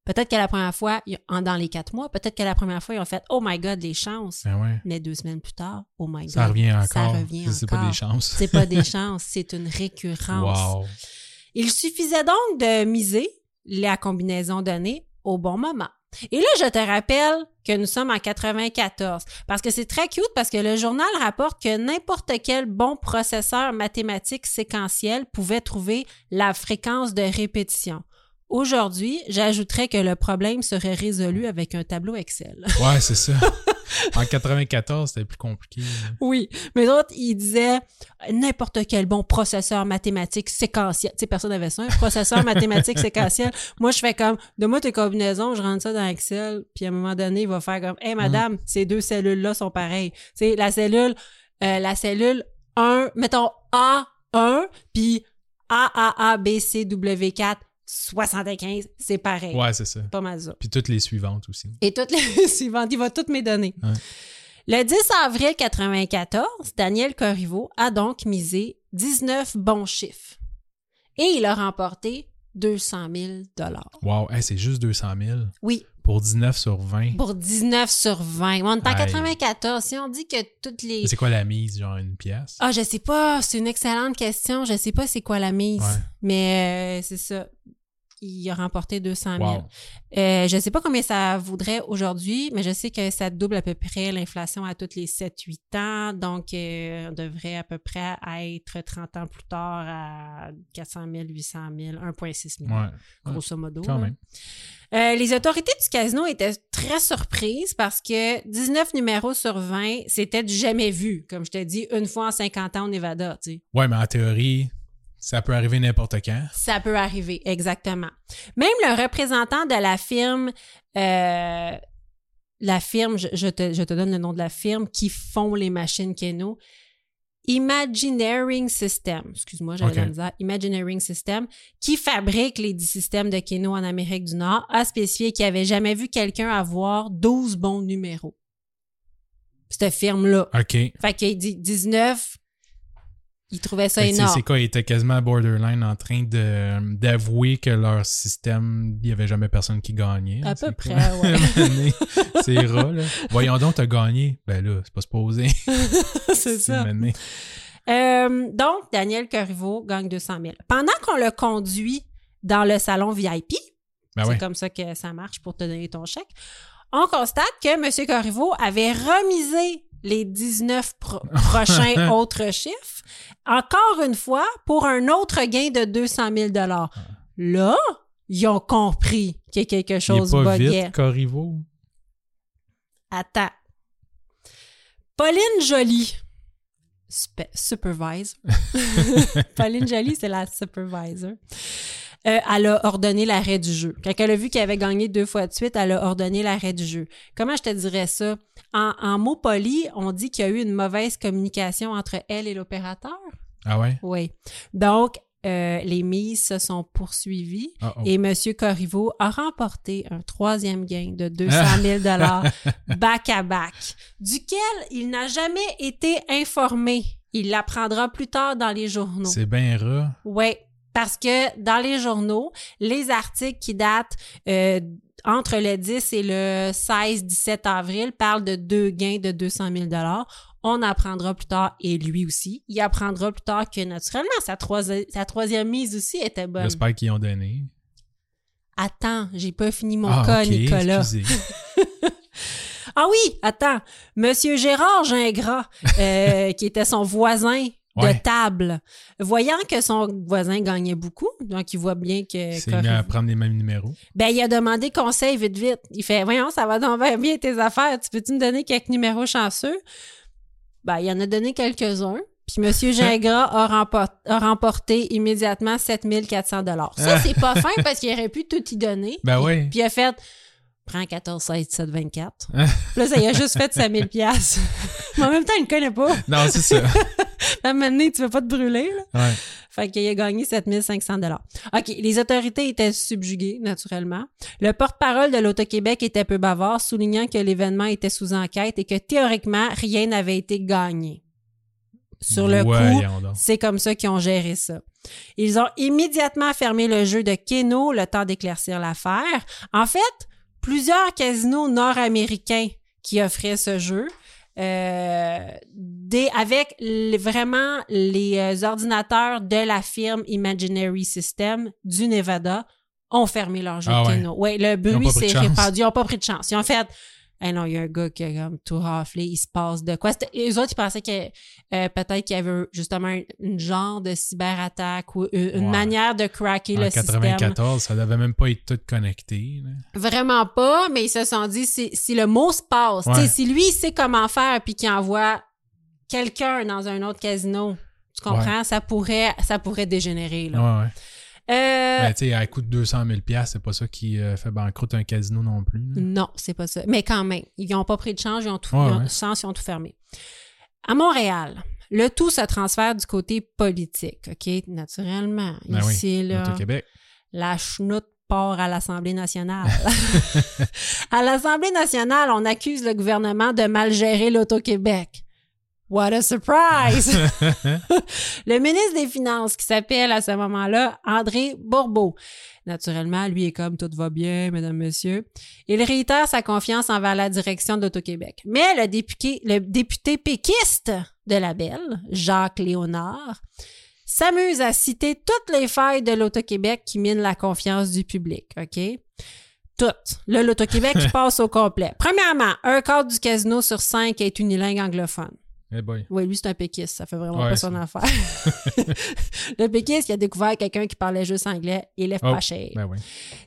[SPEAKER 1] Peut-être que la première fois, ils- en- dans les quatre mois, peut-être que la première fois, ils ont fait Oh my God, les chances.
[SPEAKER 2] Ben ouais.
[SPEAKER 1] Mais deux semaines plus tard, Oh my God.
[SPEAKER 2] Ça revient encore.
[SPEAKER 1] Ça revient
[SPEAKER 2] C'est
[SPEAKER 1] encore.
[SPEAKER 2] pas des chances.
[SPEAKER 1] C'est pas
[SPEAKER 2] [laughs]
[SPEAKER 1] des chances, c'est une récurrence.
[SPEAKER 2] Wow.
[SPEAKER 1] Il suffisait donc de miser la combinaison donnée au bon moment. Et là, je te rappelle que nous sommes en 94, parce que c'est très cute, parce que le journal rapporte que n'importe quel bon processeur mathématique séquentiel pouvait trouver la fréquence de répétition. Aujourd'hui, j'ajouterais que le problème serait résolu avec un tableau Excel.
[SPEAKER 2] Ouais, c'est ça. En 94, c'était plus compliqué. là.
[SPEAKER 1] Oui, mais l'autre, il disait n'importe quel bon processeur mathématique séquentiel. Tu sais, personne n'avait ça, un processeur mathématique séquentiel. Moi, je fais comme, de moi tes combinaisons, je rentre ça dans Excel, puis à un moment donné, il va faire comme, hé madame, ces deux cellules-là sont pareilles. Tu sais, la cellule, euh, la cellule 1, mettons A1, puis A, A, A, B, C, W, 4, 75, c'est pareil.
[SPEAKER 2] Ouais, c'est ça.
[SPEAKER 1] Pas mal ça.
[SPEAKER 2] Puis toutes les suivantes aussi.
[SPEAKER 1] Et toutes les [laughs] suivantes, il va toutes mes données.
[SPEAKER 2] Ouais.
[SPEAKER 1] Le 10 avril 94, Daniel Corriveau a donc misé 19 bons chiffres. Et il a remporté 200 000
[SPEAKER 2] Wow, hey, c'est juste 200 000
[SPEAKER 1] Oui,
[SPEAKER 2] pour 19 sur 20.
[SPEAKER 1] pour 19 sur 20. On est en
[SPEAKER 2] Aïe.
[SPEAKER 1] 94. Si on dit que toutes les...
[SPEAKER 2] Mais C'est quoi la mise, genre une pièce?
[SPEAKER 1] Ah, je sais pas. C'est une excellente question. Je sais pas c'est quoi la mise.
[SPEAKER 2] Ouais.
[SPEAKER 1] Mais euh, c'est ça. Il a remporté 200 000.
[SPEAKER 2] wow.
[SPEAKER 1] Euh, je sais pas combien ça vaudrait aujourd'hui, mais je sais que ça double à peu près l'inflation à tous les 7-8 ans. Donc, euh, on devrait à peu près être 30 ans plus tard à 400 000, 800 000, 1,6 million,
[SPEAKER 2] Ouais,
[SPEAKER 1] grosso modo.
[SPEAKER 2] quand
[SPEAKER 1] là.
[SPEAKER 2] même.
[SPEAKER 1] Euh, les autorités du casino étaient très surprises parce que 19 numéros sur 20, c'était du jamais vu, comme je t'ai dit, une fois en 50 ans au Nevada. Tu sais.
[SPEAKER 2] Ouais, mais en théorie, ça peut arriver n'importe quand.
[SPEAKER 1] Ça peut arriver, exactement. Même le représentant de la firme, euh, la firme, je, je te, je te donne le nom de la firme, qui font les machines Keno, Imagineering System, excuse-moi, j'avais
[SPEAKER 2] Ok.
[SPEAKER 1] la misère, Imagineering System, qui fabrique les 10 systèmes de Keno en Amérique du Nord, a spécifié qu'il n'avait jamais vu quelqu'un avoir 12 bons numéros. Cette firme-là.
[SPEAKER 2] OK. Fait
[SPEAKER 1] Fait qu'il dit 19, il trouvait ça
[SPEAKER 2] que, Ben, tu sais,
[SPEAKER 1] énorme.
[SPEAKER 2] C'est quoi? Ils étaient quasiment borderline en train de- d'avouer que leur système, il n'y avait jamais personne qui gagnait.
[SPEAKER 1] À
[SPEAKER 2] C'est
[SPEAKER 1] peu
[SPEAKER 2] quoi?
[SPEAKER 1] près, ouais.
[SPEAKER 2] À [laughs] un moment donné, c'est rare, là. Voyons donc, t'as gagné. Ben là, c'est pas supposé.
[SPEAKER 1] [laughs] C'est
[SPEAKER 2] [laughs] C'est mené.
[SPEAKER 1] Euh, donc, Daniel Corriveau gagne 200 000. Pendant qu'on le conduit dans le salon VIP,
[SPEAKER 2] Ben
[SPEAKER 1] c'est
[SPEAKER 2] ouais.
[SPEAKER 1] comme ça que ça marche pour te donner ton chèque, on constate que M. Corriveau avait remisé les 19
[SPEAKER 2] [laughs]
[SPEAKER 1] pro- prochains autres chiffres, encore une fois, pour un autre gain de 200 000 Là, ils ont compris qu'il y a quelque
[SPEAKER 2] Ah. Il est
[SPEAKER 1] chose
[SPEAKER 2] pas
[SPEAKER 1] buguait.
[SPEAKER 2] vite, Corriveau.
[SPEAKER 1] Attends. Pauline Jolie, spe- supervisor. Pauline Jolie, c'est la supervisor. Euh, elle a ordonné l'arrêt du jeu. Quand elle a vu qu'il avait gagné deux fois de suite, elle a ordonné l'arrêt du jeu. Comment je te dirais ça? En, en mots polis, on dit qu'il y a eu une mauvaise communication entre elle et l'opérateur.
[SPEAKER 2] Ah ouais?
[SPEAKER 1] Oui. Donc, euh, les mises se sont poursuivies
[SPEAKER 2] Ah, oh.
[SPEAKER 1] et M. Corriveau a remporté un troisième gain de 200
[SPEAKER 2] [laughs]
[SPEAKER 1] 000 back-à-back, duquel il n'a jamais été informé. Il l'apprendra plus tard dans les journaux.
[SPEAKER 2] C'est bien rare.
[SPEAKER 1] Oui, parce que dans les journaux, les articles qui datent euh, entre le 10 et le 16-17 avril parlent de deux gains de 200 000 On apprendra plus tard, et lui aussi, il apprendra plus tard que naturellement, sa, troisi- sa troisième mise aussi était bonne.
[SPEAKER 2] J'espère qu'ils ont donné.
[SPEAKER 1] Attends, j'ai pas fini mon
[SPEAKER 2] Ah,
[SPEAKER 1] cas,
[SPEAKER 2] ok,
[SPEAKER 1] Nicolas. [laughs]
[SPEAKER 2] excusez.
[SPEAKER 1] Ah oui, attends. Monsieur Gérard Gingras, euh, [laughs] qui était son voisin de
[SPEAKER 2] Ouais.
[SPEAKER 1] table, voyant que son voisin gagnait beaucoup, donc il voit bien
[SPEAKER 2] Il
[SPEAKER 1] que...
[SPEAKER 2] s'est mis
[SPEAKER 1] Corriveau-
[SPEAKER 2] à prendre les mêmes numéros.
[SPEAKER 1] Ben, il a demandé conseil vite, vite. Il fait, voyons, ça va donc bien, bien tes affaires. Tu peux-tu me donner quelques numéros chanceux? Ben, il en a donné quelques-uns. Puis Monsieur
[SPEAKER 2] Hein?
[SPEAKER 1] Gingras a, rempo- a remporté immédiatement 7400 Ça, c'est pas
[SPEAKER 2] [laughs]
[SPEAKER 1] fin parce qu'il aurait pu tout y donner.
[SPEAKER 2] Hein? Ben oui. Hein?
[SPEAKER 1] Puis il a fait, prends 14, 16, 17, 24. Puis là, ça, il a juste fait sa 1000
[SPEAKER 2] [laughs]
[SPEAKER 1] piastres. Mais en même temps, il ne connaît pas.
[SPEAKER 2] Non, c'est ça.
[SPEAKER 1] À un moment donné, tu veux pas te brûler, là.
[SPEAKER 2] Ouais.
[SPEAKER 1] Fait qu'il a gagné 7500 OK, les autorités étaient subjuguées, naturellement. Le porte-parole de l'Auto-Québec était peu bavard, soulignant que l'événement était sous enquête et que théoriquement, rien n'avait été gagné. Sur le coup,
[SPEAKER 2] Voyons donc.
[SPEAKER 1] c'est comme ça qu'ils ont géré ça. Ils ont immédiatement fermé le jeu de Keno, le temps d'éclaircir l'affaire. En fait, plusieurs casinos nord-américains qui offraient ce jeu, euh, des, avec les- vraiment les euh, ordinateurs de la firme Imaginary System du Nevada, ont fermé leur jeu
[SPEAKER 2] Ah
[SPEAKER 1] de
[SPEAKER 2] ouais.
[SPEAKER 1] Keno. Ouais, le
[SPEAKER 2] ont
[SPEAKER 1] bruit
[SPEAKER 2] pas pris de
[SPEAKER 1] s'est
[SPEAKER 2] chance.
[SPEAKER 1] répandu. Ils n'ont pas pris de chance. Ils ont fait Hey non, il y a un gars qui a comme tout raflé, il se passe de quoi. C'était- Eux autres, ils pensaient que euh, peut-être qu'il y avait justement un- une genre de cyberattaque ou une, une
[SPEAKER 2] Ouais.
[SPEAKER 1] manière de cracker
[SPEAKER 2] en
[SPEAKER 1] le système.
[SPEAKER 2] 94, ça devait même pas être tout connecté. là.
[SPEAKER 1] Vraiment pas, mais ils se sont dit si, si le mot se passe,
[SPEAKER 2] Ouais.
[SPEAKER 1] tu sais, si lui il sait comment faire puis qu'il envoie quelqu'un dans un autre casino, tu comprends, ça pourrait ça pourrait dégénérer là.
[SPEAKER 2] Ouais, ouais.
[SPEAKER 1] Euh,
[SPEAKER 2] Mais tu sais, à coût de 200 000 c'est pas ça qui euh, fait banqueroute un casino non plus. là.
[SPEAKER 1] Non, c'est pas ça. Mais quand même, ils n'ont pas pris de change, ils ont tout,
[SPEAKER 2] Mm. Ouais,
[SPEAKER 1] ils ont-
[SPEAKER 2] ouais.
[SPEAKER 1] sens, ils ont tout fermé. À Montréal, le tout se transfère du côté politique, OK? Naturellement.
[SPEAKER 2] Ben oui,
[SPEAKER 1] Ici, là,
[SPEAKER 2] Au Québec.
[SPEAKER 1] la chenoute part à l'Assemblée nationale. [laughs] à l'Assemblée nationale, on accuse le gouvernement de mal gérer l'Auto-Québec. What a surprise! le ministre des Finances, qui s'appelle à ce moment-là André Bourbeau. Naturellement, lui est comme tout va bien, mesdames, messieurs. Il réitère sa confiance envers la direction d'Auto-Québec. Mais le député, le député péquiste de la Belle, Jacques Léonard, s'amuse à citer toutes les failles de l'Auto-Québec qui minent la confiance du public, OK? Toutes. Là,
[SPEAKER 2] [laughs]
[SPEAKER 1] l'Auto-Québec qui passe au complet. Premièrement, un quart du casino sur cinq est unilingue anglophone.
[SPEAKER 2] Eh boy.
[SPEAKER 1] Oui, lui, c'est un péquiste. Ça fait vraiment
[SPEAKER 2] Ouais,
[SPEAKER 1] pas son
[SPEAKER 2] c'est-
[SPEAKER 1] affaire. [laughs] le péquiste, il a découvert quelqu'un qui parlait juste anglais. Il lève
[SPEAKER 2] Oh,
[SPEAKER 1] pas cher.
[SPEAKER 2] Ben oui.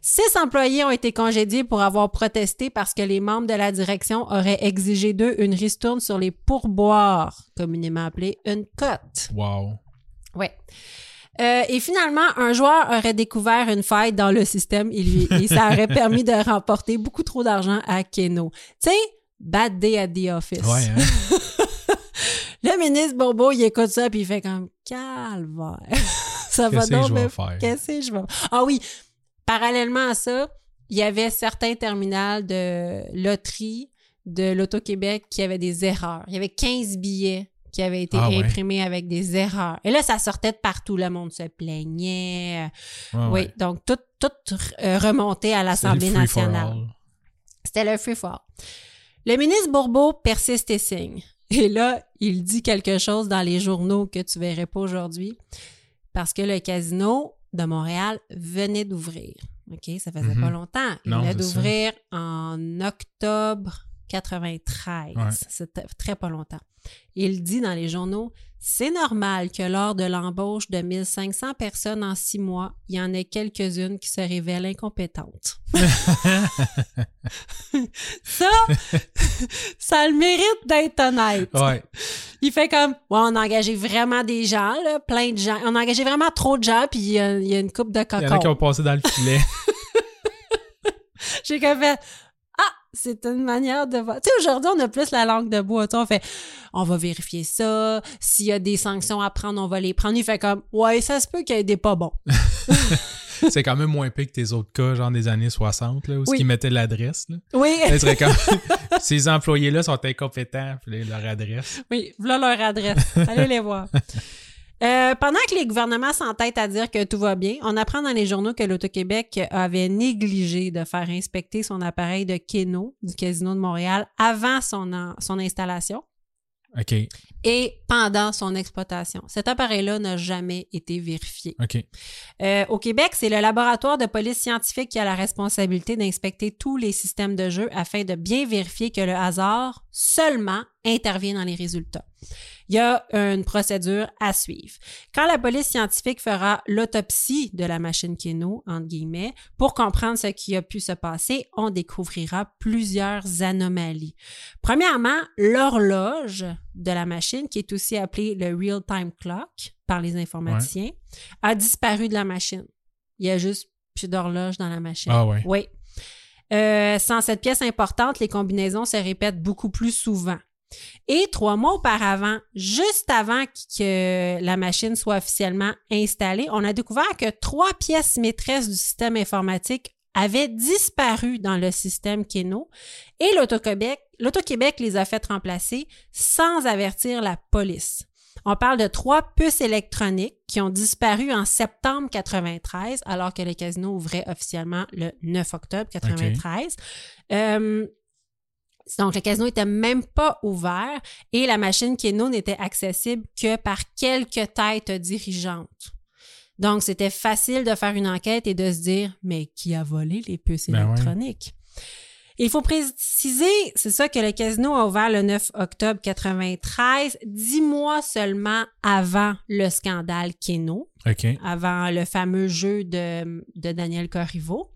[SPEAKER 1] Six employés ont été congédiés pour avoir protesté parce que les membres de la direction auraient exigé d'eux une ristourne sur les pourboires, communément appelée une cote.
[SPEAKER 2] Wow.
[SPEAKER 1] Ouais. Euh, et finalement, un joueur aurait découvert une faille dans le système et, lui, et ça
[SPEAKER 2] [laughs]
[SPEAKER 1] aurait permis de remporter beaucoup trop d'argent à Keno. Tu sais, bad day at the office.
[SPEAKER 2] Ouais, hein?
[SPEAKER 1] [laughs] Le ministre Bobo, il écoute ça puis il fait comme calvaire. [laughs] ça va
[SPEAKER 2] Qu'est-ce que
[SPEAKER 1] donc
[SPEAKER 2] je vais
[SPEAKER 1] me-
[SPEAKER 2] faire?
[SPEAKER 1] Qu'est-ce que je vais Ah oui, parallèlement à ça, il y avait certains terminals de loterie de l'Auto-Québec qui avaient des erreurs. Il y avait 15 billets qui avaient été
[SPEAKER 2] Ah ouais.
[SPEAKER 1] imprimés avec des erreurs. Et là, ça sortait de partout. Le monde se plaignait. oui,
[SPEAKER 2] Ouais, Ah ouais.
[SPEAKER 1] donc tout, tout euh, remontait à
[SPEAKER 2] C'est le
[SPEAKER 1] l'Assemblée
[SPEAKER 2] free for
[SPEAKER 1] nationale.
[SPEAKER 2] all.
[SPEAKER 1] C'était le free fall. Le ministre Bourbeau persiste et signe. Et là, il dit quelque chose dans les journaux que tu verrais pas aujourd'hui parce que le casino de Montréal venait d'ouvrir. OK, ça faisait
[SPEAKER 2] Mhm.
[SPEAKER 1] pas longtemps. Il
[SPEAKER 2] Non,
[SPEAKER 1] venait
[SPEAKER 2] c'est ça.
[SPEAKER 1] d'ouvrir en octobre 93.
[SPEAKER 2] Ouais.
[SPEAKER 1] C'était très pas longtemps. Il dit dans les journaux c'est normal que lors de l'embauche de 1500 personnes en six mois, il y en ait quelques-unes qui se révèlent
[SPEAKER 2] [laughs]
[SPEAKER 1] incompétentes. ça, [laughs] ça a le mérite d'être honnête.
[SPEAKER 2] Ouais.
[SPEAKER 1] Il fait comme, ouais, on a engagé vraiment des gens, là, plein de gens. On a engagé vraiment trop de gens, puis il y a, il y a une coupe de
[SPEAKER 2] Il y en a qui ont
[SPEAKER 1] cocons.
[SPEAKER 2] passé dans le filet. [laughs]
[SPEAKER 1] J'ai comme fait, ah, c'est une manière de voir. Tu sais, aujourd'hui, on a plus la langue de bois. Tu sais, on fait, on va vérifier ça. S'il y a des sanctions à prendre, on va les prendre. Il fait comme, ouais, ça se peut qu'il y ait des pas bons.
[SPEAKER 2] C'est quand même moins pire que tes autres cas, genre des années 60, là, où
[SPEAKER 1] Oui.
[SPEAKER 2] ils mettaient l'adresse. Là.
[SPEAKER 1] Oui.
[SPEAKER 2] Là, ils seraient comme- [laughs] Ces employés-là sont incompétents, puis là, leur adresse.
[SPEAKER 1] Oui, voilà leur adresse. Allez les voir. Euh, pendant que les gouvernements s'entêtent à dire que tout va bien, on apprend dans les journaux que l'Auto-Québec avait négligé de faire inspecter son appareil de Keno du Casino de Montréal avant son, en- son installation
[SPEAKER 2] OK,
[SPEAKER 1] et pendant son exploitation. Cet appareil-là n'a jamais été vérifié.
[SPEAKER 2] OK.
[SPEAKER 1] Euh, au Québec, c'est le laboratoire de police scientifique qui a la responsabilité d'inspecter tous les systèmes de jeu afin de bien vérifier que le hasard seulement intervient dans les résultats. Il y a une procédure à suivre. Quand la police scientifique fera l'autopsie de la machine Keno, entre guillemets, pour comprendre ce qui a pu se passer, on découvrira plusieurs anomalies. Premièrement, l'horloge de la machine, qui est aussi appelée le real-time clock par les informaticiens, a disparu de la machine. Il y a juste plus d'horloge dans la machine.
[SPEAKER 2] Ah ouais.
[SPEAKER 1] Oui. Euh, sans cette pièce importante, les combinaisons se répètent beaucoup plus souvent. Et trois mois auparavant, juste avant que la machine soit officiellement installée, on a découvert que trois pièces maîtresses du système informatique avaient disparu dans le système Keno et l'Auto-Québec l'Auto-Québec les a fait remplacer sans avertir la police. On parle de trois puces électroniques qui ont disparu en septembre 93, alors que le casino ouvrait officiellement le 9 octobre 93. Euh, donc, le casino n'était même pas ouvert et la machine Keno n'était accessible que par quelques têtes dirigeantes. Donc, c'était facile de faire une enquête et de se dire, mais qui a volé les puces
[SPEAKER 2] Ben ouais.
[SPEAKER 1] électroniques? Il faut préciser, c'est ça, que le casino a ouvert le 9 octobre 93, dix mois seulement avant le scandale Keno,
[SPEAKER 2] OK.
[SPEAKER 1] avant le fameux jeu de, de Daniel Corriveau.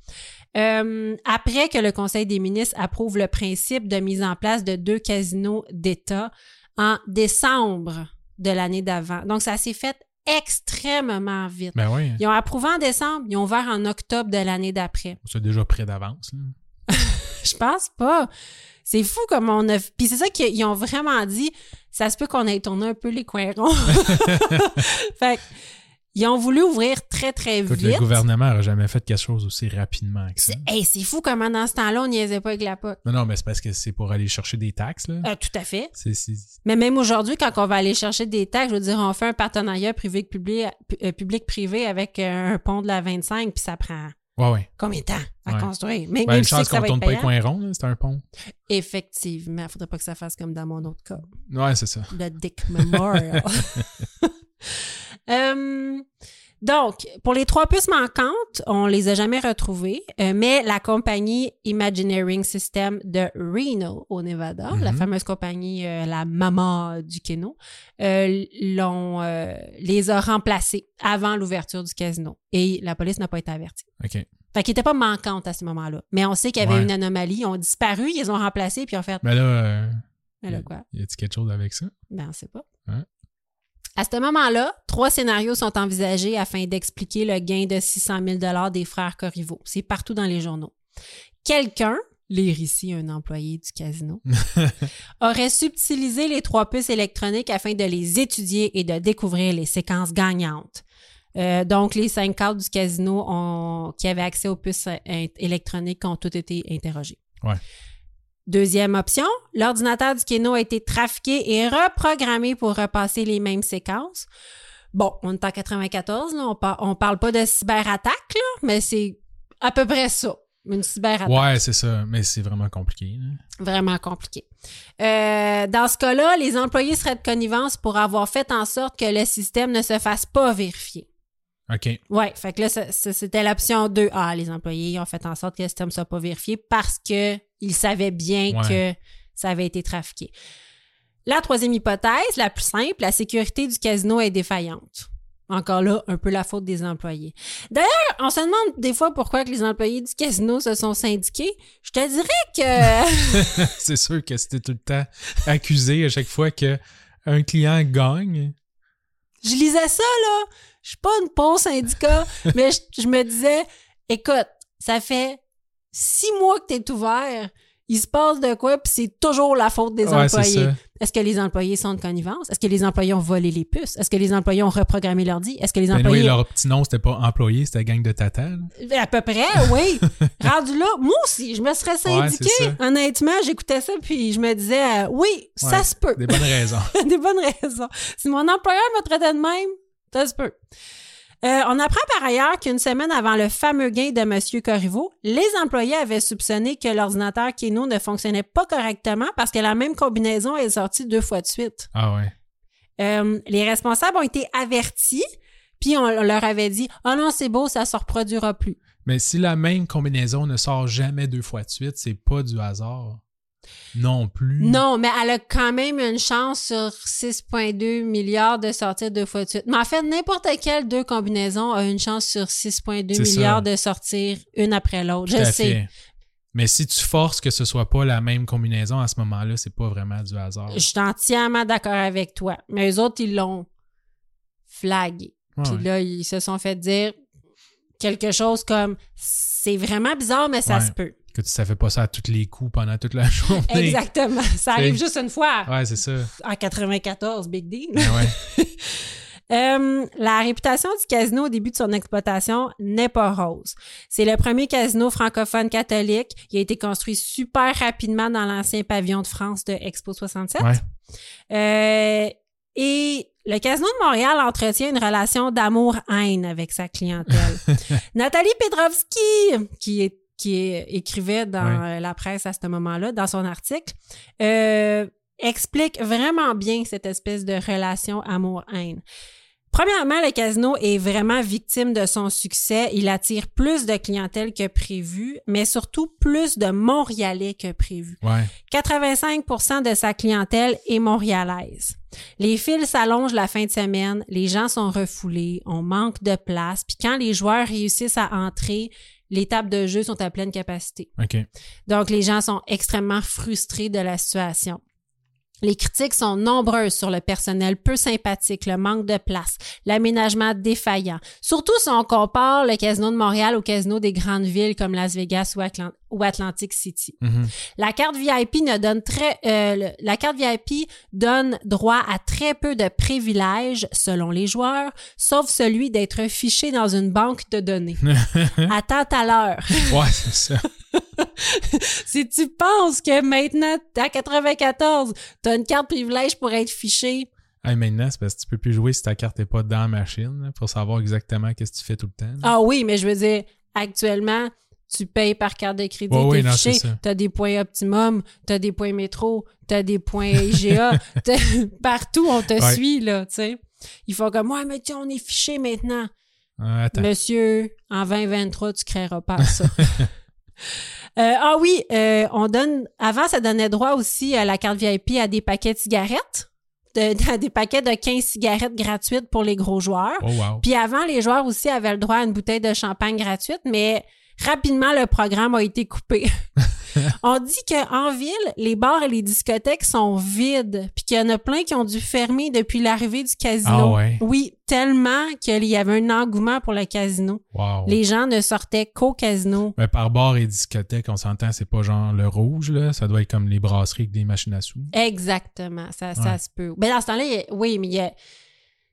[SPEAKER 1] Euh, après que le Conseil des ministres approuve le principe de mise en place de deux casinos d'État en décembre de l'année d'avant. Donc, ça s'est fait extrêmement vite.
[SPEAKER 2] Ben oui,
[SPEAKER 1] Ils ont approuvé en décembre, ils ont ouvert en octobre de l'année d'après.
[SPEAKER 2] on s'est déjà prêt d'avance. là.
[SPEAKER 1] Je pense pas. C'est fou comme on a. Puis c'est ça qu'ils ont vraiment dit. Ça se peut qu'on ait tourné un peu les coins
[SPEAKER 2] [laughs]
[SPEAKER 1] ronds. [laughs] fait que, ils ont voulu ouvrir très, très
[SPEAKER 2] Écoute,
[SPEAKER 1] vite.
[SPEAKER 2] le gouvernement n'aurait jamais fait quelque chose aussi rapidement que ça.
[SPEAKER 1] Hey, c'est fou comment dans ce temps-là, on niaisait pas avec la POC.
[SPEAKER 2] Non, non, mais c'est parce que c'est pour aller chercher des taxes. Là.
[SPEAKER 1] Euh, tout à fait.
[SPEAKER 2] C'est- c'est-
[SPEAKER 1] Mais même aujourd'hui, quand on va aller chercher des taxes, je veux dire, on fait un partenariat public-privé public-privé euh, avec euh, un pont de la 25, puis ça prend
[SPEAKER 2] Ouais, ouais.
[SPEAKER 1] combien de temps à
[SPEAKER 2] Ouais.
[SPEAKER 1] construire? Même,
[SPEAKER 2] Ben,
[SPEAKER 1] même
[SPEAKER 2] une
[SPEAKER 1] si tu sais
[SPEAKER 2] chance
[SPEAKER 1] que ça
[SPEAKER 2] qu'on
[SPEAKER 1] va être
[SPEAKER 2] tourne pas les
[SPEAKER 1] payant.
[SPEAKER 2] coins ronds, là, c'est un pont.
[SPEAKER 1] Effectivement, faudrait pas que ça fasse comme dans mon autre cas.
[SPEAKER 2] Ouais, c'est ça.
[SPEAKER 1] le Dick
[SPEAKER 2] [laughs]
[SPEAKER 1] Memorial. [laughs] Euh, donc, pour les trois puces manquantes, on les a jamais retrouvées, euh, mais la compagnie Imagineering System de Reno, au Nevada, la
[SPEAKER 2] Mhm.
[SPEAKER 1] fameuse compagnie, euh, la maman du Keno, euh, l'ont, euh, les a remplacées avant l'ouverture du casino. Et la police n'a pas été avertie.
[SPEAKER 2] OK.
[SPEAKER 1] Fait qu'ils n'étaient pas manquantes à ce moment-là. Mais on sait qu'il y avait
[SPEAKER 2] Ouais.
[SPEAKER 1] une anomalie. Ils ont disparu, ils les ont remplacées, puis ils ont fait.
[SPEAKER 2] Mais là, euh,
[SPEAKER 1] Mais là, quoi?
[SPEAKER 2] y a-t-il quelque chose avec ça?
[SPEAKER 1] Ben, on sait pas.
[SPEAKER 2] Ouais.
[SPEAKER 1] À ce moment-là, trois scénarios sont envisagés afin d'expliquer le gain de 600 000 des frères Corriveau. C'est partout dans les journaux. Quelqu'un, l'héritier, un employé du casino, aurait subtilisé les trois puces électroniques afin de les étudier et de découvrir les séquences gagnantes. Euh, donc, les cinq cadres du casino ont- qui avaient accès aux puces euh, in- électroniques ont toutes été interrogés.
[SPEAKER 2] Ouais.
[SPEAKER 1] Deuxième option, l'ordinateur du Keno a été trafiqué et reprogrammé pour repasser les mêmes séquences. Bon, on est en 94, là, on, par- on parle pas de cyberattaque, là, mais c'est à peu près ça, une cyberattaque
[SPEAKER 2] Ouais, c'est ça. Mais c'est vraiment compliqué. là.
[SPEAKER 1] vraiment compliqué. Euh, dans ce cas-là, les employés seraient de connivence pour avoir fait en sorte que le système ne se fasse pas vérifier.
[SPEAKER 2] OK. [laughs]
[SPEAKER 1] Ouais, fait que là, ça- ça, c'était l'option 2A. Les employés ont fait en sorte que le système ne soit pas vérifié parce que ils savaient bien
[SPEAKER 2] Ouais.
[SPEAKER 1] que ça avait été trafiqué. La troisième hypothèse, la plus simple, la sécurité du casino est défaillante. Encore là, un peu la faute des employés. D'ailleurs, on se demande des fois pourquoi que les employés du casino se sont syndiqués. Je te dirais que...
[SPEAKER 2] c'est sûr que c'était tout le temps accusé à chaque fois que un client gagne.
[SPEAKER 1] Je lisais ça, là. Je suis pas une pauvre
[SPEAKER 2] [laughs]
[SPEAKER 1] syndicat, mais je, je me disais, écoute, ça fait six mois que t'es ouvert. Il se passe de quoi, puis c'est toujours la faute des
[SPEAKER 2] Ouais, c'est
[SPEAKER 1] employés.
[SPEAKER 2] ça.
[SPEAKER 1] Est-ce que les employés sont de connivence? Est-ce que les employés ont volé les puces? Est-ce que les employés ont reprogrammé l'ordi? Est-ce que les
[SPEAKER 2] Ben
[SPEAKER 1] employés...
[SPEAKER 2] oui, leur petit nom, c'était pas employé, c'était gang de tata. là.
[SPEAKER 1] À peu près, oui.
[SPEAKER 2] [laughs]
[SPEAKER 1] Rendu là, moi aussi, je me serais syndiquée.
[SPEAKER 2] c'est ça.
[SPEAKER 1] Honnêtement, j'écoutais ça, puis je me disais, euh, oui, ça
[SPEAKER 2] Ouais,
[SPEAKER 1] se peut.
[SPEAKER 2] Des bonnes
[SPEAKER 1] [laughs]
[SPEAKER 2] raisons.
[SPEAKER 1] des bonnes raisons. Si mon employeur me traitait de même, ça se peut. Euh, on apprend par ailleurs qu'une semaine avant le fameux gain de M. Corriveau, les employés avaient soupçonné que l'ordinateur Keno ne fonctionnait pas correctement parce que la même combinaison est sortie deux fois de suite.
[SPEAKER 2] Ah ouais.
[SPEAKER 1] Euh, les responsables ont été avertis, puis on leur avait dit « Oh non, c'est beau, ça se reproduira plus.
[SPEAKER 2] Mais si la même combinaison ne sort jamais deux fois de suite, c'est pas du hasard. Non plus.
[SPEAKER 1] Non, mais elle a quand même une chance sur 6,2 milliards de sortir deux fois de suite. Mais en fait, n'importe quelle deux combinaisons a une chance sur 6,2
[SPEAKER 2] C'est ça.
[SPEAKER 1] milliards de sortir une après l'autre.
[SPEAKER 2] Tout
[SPEAKER 1] Je
[SPEAKER 2] à
[SPEAKER 1] sais.
[SPEAKER 2] fait. Mais si tu forces que ce soit pas la même combinaison à ce moment-là, c'est pas vraiment du hasard.
[SPEAKER 1] Je suis entièrement d'accord avec toi. Mais eux autres, ils l'ont flagué.
[SPEAKER 2] Ouais,
[SPEAKER 1] Puis
[SPEAKER 2] ouais.
[SPEAKER 1] là, ils se sont fait dire quelque chose comme c'est vraiment bizarre, mais ça
[SPEAKER 2] Ouais.
[SPEAKER 1] se peut.
[SPEAKER 2] Que tu ne fait pas ça à tous les coups pendant toute la [laughs] journée.
[SPEAKER 1] Exactement. Ça arrive juste une fois.
[SPEAKER 2] Ouais, c'est ça.
[SPEAKER 1] En 94, big deal.
[SPEAKER 2] Ben ouais.
[SPEAKER 1] Euh, la réputation du casino au début de son exploitation n'est pas rose. C'est le premier casino francophone catholique. Il a été construit super rapidement dans l'ancien pavillon de France de Expo 67.
[SPEAKER 2] Ouais.
[SPEAKER 1] Euh, et le Casino de Montréal entretient une relation d'amour-haine avec sa clientèle. Nathalie Pedrovski, qui, est, qui est- écrivait dans euh, la presse à ce moment-là, dans son article, euh, explique vraiment bien cette espèce de relation amour-haine. Premièrement, le casino est vraiment victime de son succès. Il attire plus de clientèle que prévu, mais surtout plus de Montréalais que prévu.
[SPEAKER 2] Ouais.
[SPEAKER 1] 85 de sa clientèle est montréalaise. Les fils s'allongent la fin de semaine, les gens sont refoulés, on manque de place, puis quand les joueurs réussissent à entrer, les tables de jeu sont à pleine capacité.
[SPEAKER 2] OK.
[SPEAKER 1] Donc, les gens sont extrêmement frustrés de la situation. Les critiques sont nombreuses sur le personnel peu sympathique, le manque de place, l'aménagement défaillant. Surtout si on compare le casino de Montréal au casino des grandes villes comme Las Vegas ou, Atlan- ou Atlantic City.
[SPEAKER 2] Mhm.
[SPEAKER 1] La carte VIP ne donne très, euh, le- la carte VIP donne droit à très peu de privilèges selon les joueurs, sauf celui d'être fiché dans une banque de données. Attends à l'heure.
[SPEAKER 2] Ouais, c'est ça.
[SPEAKER 1] [laughs] si tu penses que maintenant, à 94, t'as une carte privilège pour être fiché,
[SPEAKER 2] Hey, maintenant, c'est parce que tu peux plus jouer si ta carte n'est pas dans la machine là, pour savoir exactement qu'est-ce que tu fais tout le temps. là.
[SPEAKER 1] ah oui, mais je veux dire, actuellement, tu payes par carte de crédit,
[SPEAKER 2] Ouais,
[SPEAKER 1] t'es
[SPEAKER 2] ouais, non,
[SPEAKER 1] fiché,
[SPEAKER 2] c'est ça.
[SPEAKER 1] t'as des points optimum, t'as des points métro, t'as des points
[SPEAKER 2] [laughs]
[SPEAKER 1] IGA, t'as- partout on te
[SPEAKER 2] Ouais.
[SPEAKER 1] suit, là, tu sais. Ils font comme, ouais, mais tu sais, on est fiché maintenant.
[SPEAKER 2] Ah, attends.
[SPEAKER 1] Monsieur, en 2023, tu créeras pas ça. Euh, ah oui, euh, on donne. Avant, ça donnait droit aussi à la carte VIP à des paquets de cigarettes, de- [laughs] à des paquets de 15 cigarettes gratuites pour les gros joueurs.
[SPEAKER 2] Oh, wow.
[SPEAKER 1] Puis avant, les joueurs aussi avaient le droit à une bouteille de champagne gratuite, mais rapidement, le programme a été
[SPEAKER 2] [laughs]
[SPEAKER 1] coupé. On dit qu'en ville, les bars et les discothèques sont vides, puis qu'il y en a plein qui ont dû fermer depuis l'arrivée du casino.
[SPEAKER 2] Ah ouais?
[SPEAKER 1] Oui, tellement qu'il y avait un engouement pour le casino.
[SPEAKER 2] Wow.
[SPEAKER 1] Les gens ne sortaient qu'au casino.
[SPEAKER 2] Mais par bar et discothèque, on s'entend, c'est pas genre le rouge, là. Ça doit être comme les brasseries avec des machines à sous.
[SPEAKER 1] Exactement, ça, ça
[SPEAKER 2] Ouais.
[SPEAKER 1] se peut. Mais dans ce temps-là, il y a- oui, mais il y a-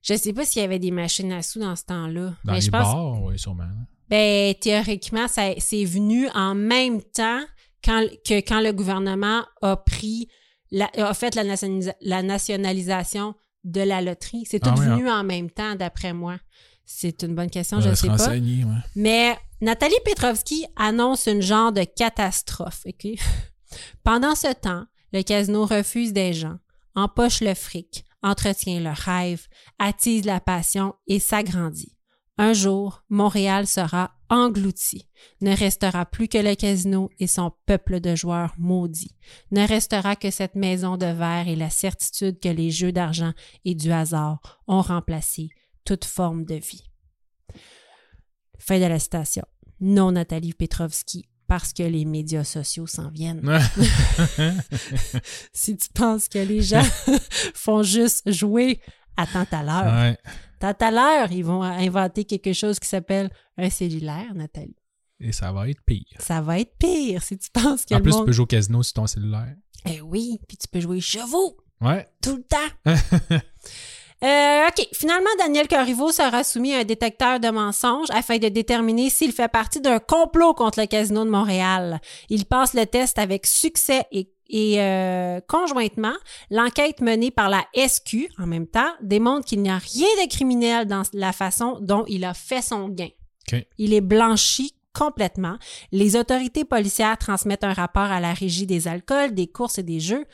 [SPEAKER 1] je sais pas s'il y avait des machines à sous dans ce temps-là.
[SPEAKER 2] Dans
[SPEAKER 1] mais
[SPEAKER 2] les
[SPEAKER 1] je pense
[SPEAKER 2] bars, oui, sûrement.
[SPEAKER 1] Ben, théoriquement, ça, c'est venu en même temps quand, que quand le gouvernement a pris, la, a fait la, nationalisa- la nationalisation de la loterie. C'est tout
[SPEAKER 2] Ah oui, hein. Euh,
[SPEAKER 1] venu en même temps, d'après moi. C'est une bonne question, je
[SPEAKER 2] Faudrait
[SPEAKER 1] ne
[SPEAKER 2] se
[SPEAKER 1] sais pas. [laughs]
[SPEAKER 2] renseigner, ouais.
[SPEAKER 1] Mais Nathalie Petrovski annonce une genre de catastrophe. ok? [laughs] Pendant ce temps, le casino refuse des gens, empoche le fric, entretient le rêve, attise la passion et s'agrandit. Un jour, Montréal sera englouti. Ne restera plus que le casino et son peuple de joueurs maudits. Ne restera que cette maison de verre et la certitude que les jeux d'argent et du hasard ont remplacé toute forme de vie. Fin de la citation. Non, Nathalie Petrovski, parce que les médias sociaux s'en viennent. Si tu penses que les
[SPEAKER 2] [laughs]
[SPEAKER 1] gens font juste jouer, attends à l'heure.
[SPEAKER 2] ouais.
[SPEAKER 1] Attends à l'heure, ils vont inventer quelque chose qui s'appelle un cellulaire, Nathalie.
[SPEAKER 2] Et ça va être pire.
[SPEAKER 1] Ça va être pire si tu penses que
[SPEAKER 2] en
[SPEAKER 1] le
[SPEAKER 2] plus, tu
[SPEAKER 1] monde...
[SPEAKER 2] peux jouer au casino sur ton cellulaire.
[SPEAKER 1] Eh oui, puis tu peux jouer chevaux
[SPEAKER 2] Ouais.
[SPEAKER 1] tout le temps. [laughs] Euh, OK. Finalement, Daniel Corriveau sera soumis à un détecteur de mensonges afin de déterminer s'il fait partie d'un complot contre le Casino de Montréal. Il passe le test avec succès et, et, euh, conjointement, l'enquête menée par la SQ en même temps démontre qu'il n'y a rien de criminel dans la façon dont il a fait son gain.
[SPEAKER 2] OK.
[SPEAKER 1] Il est blanchi complètement. Les autorités policières transmettent un rapport à la régie des alcools, des courses et des jeux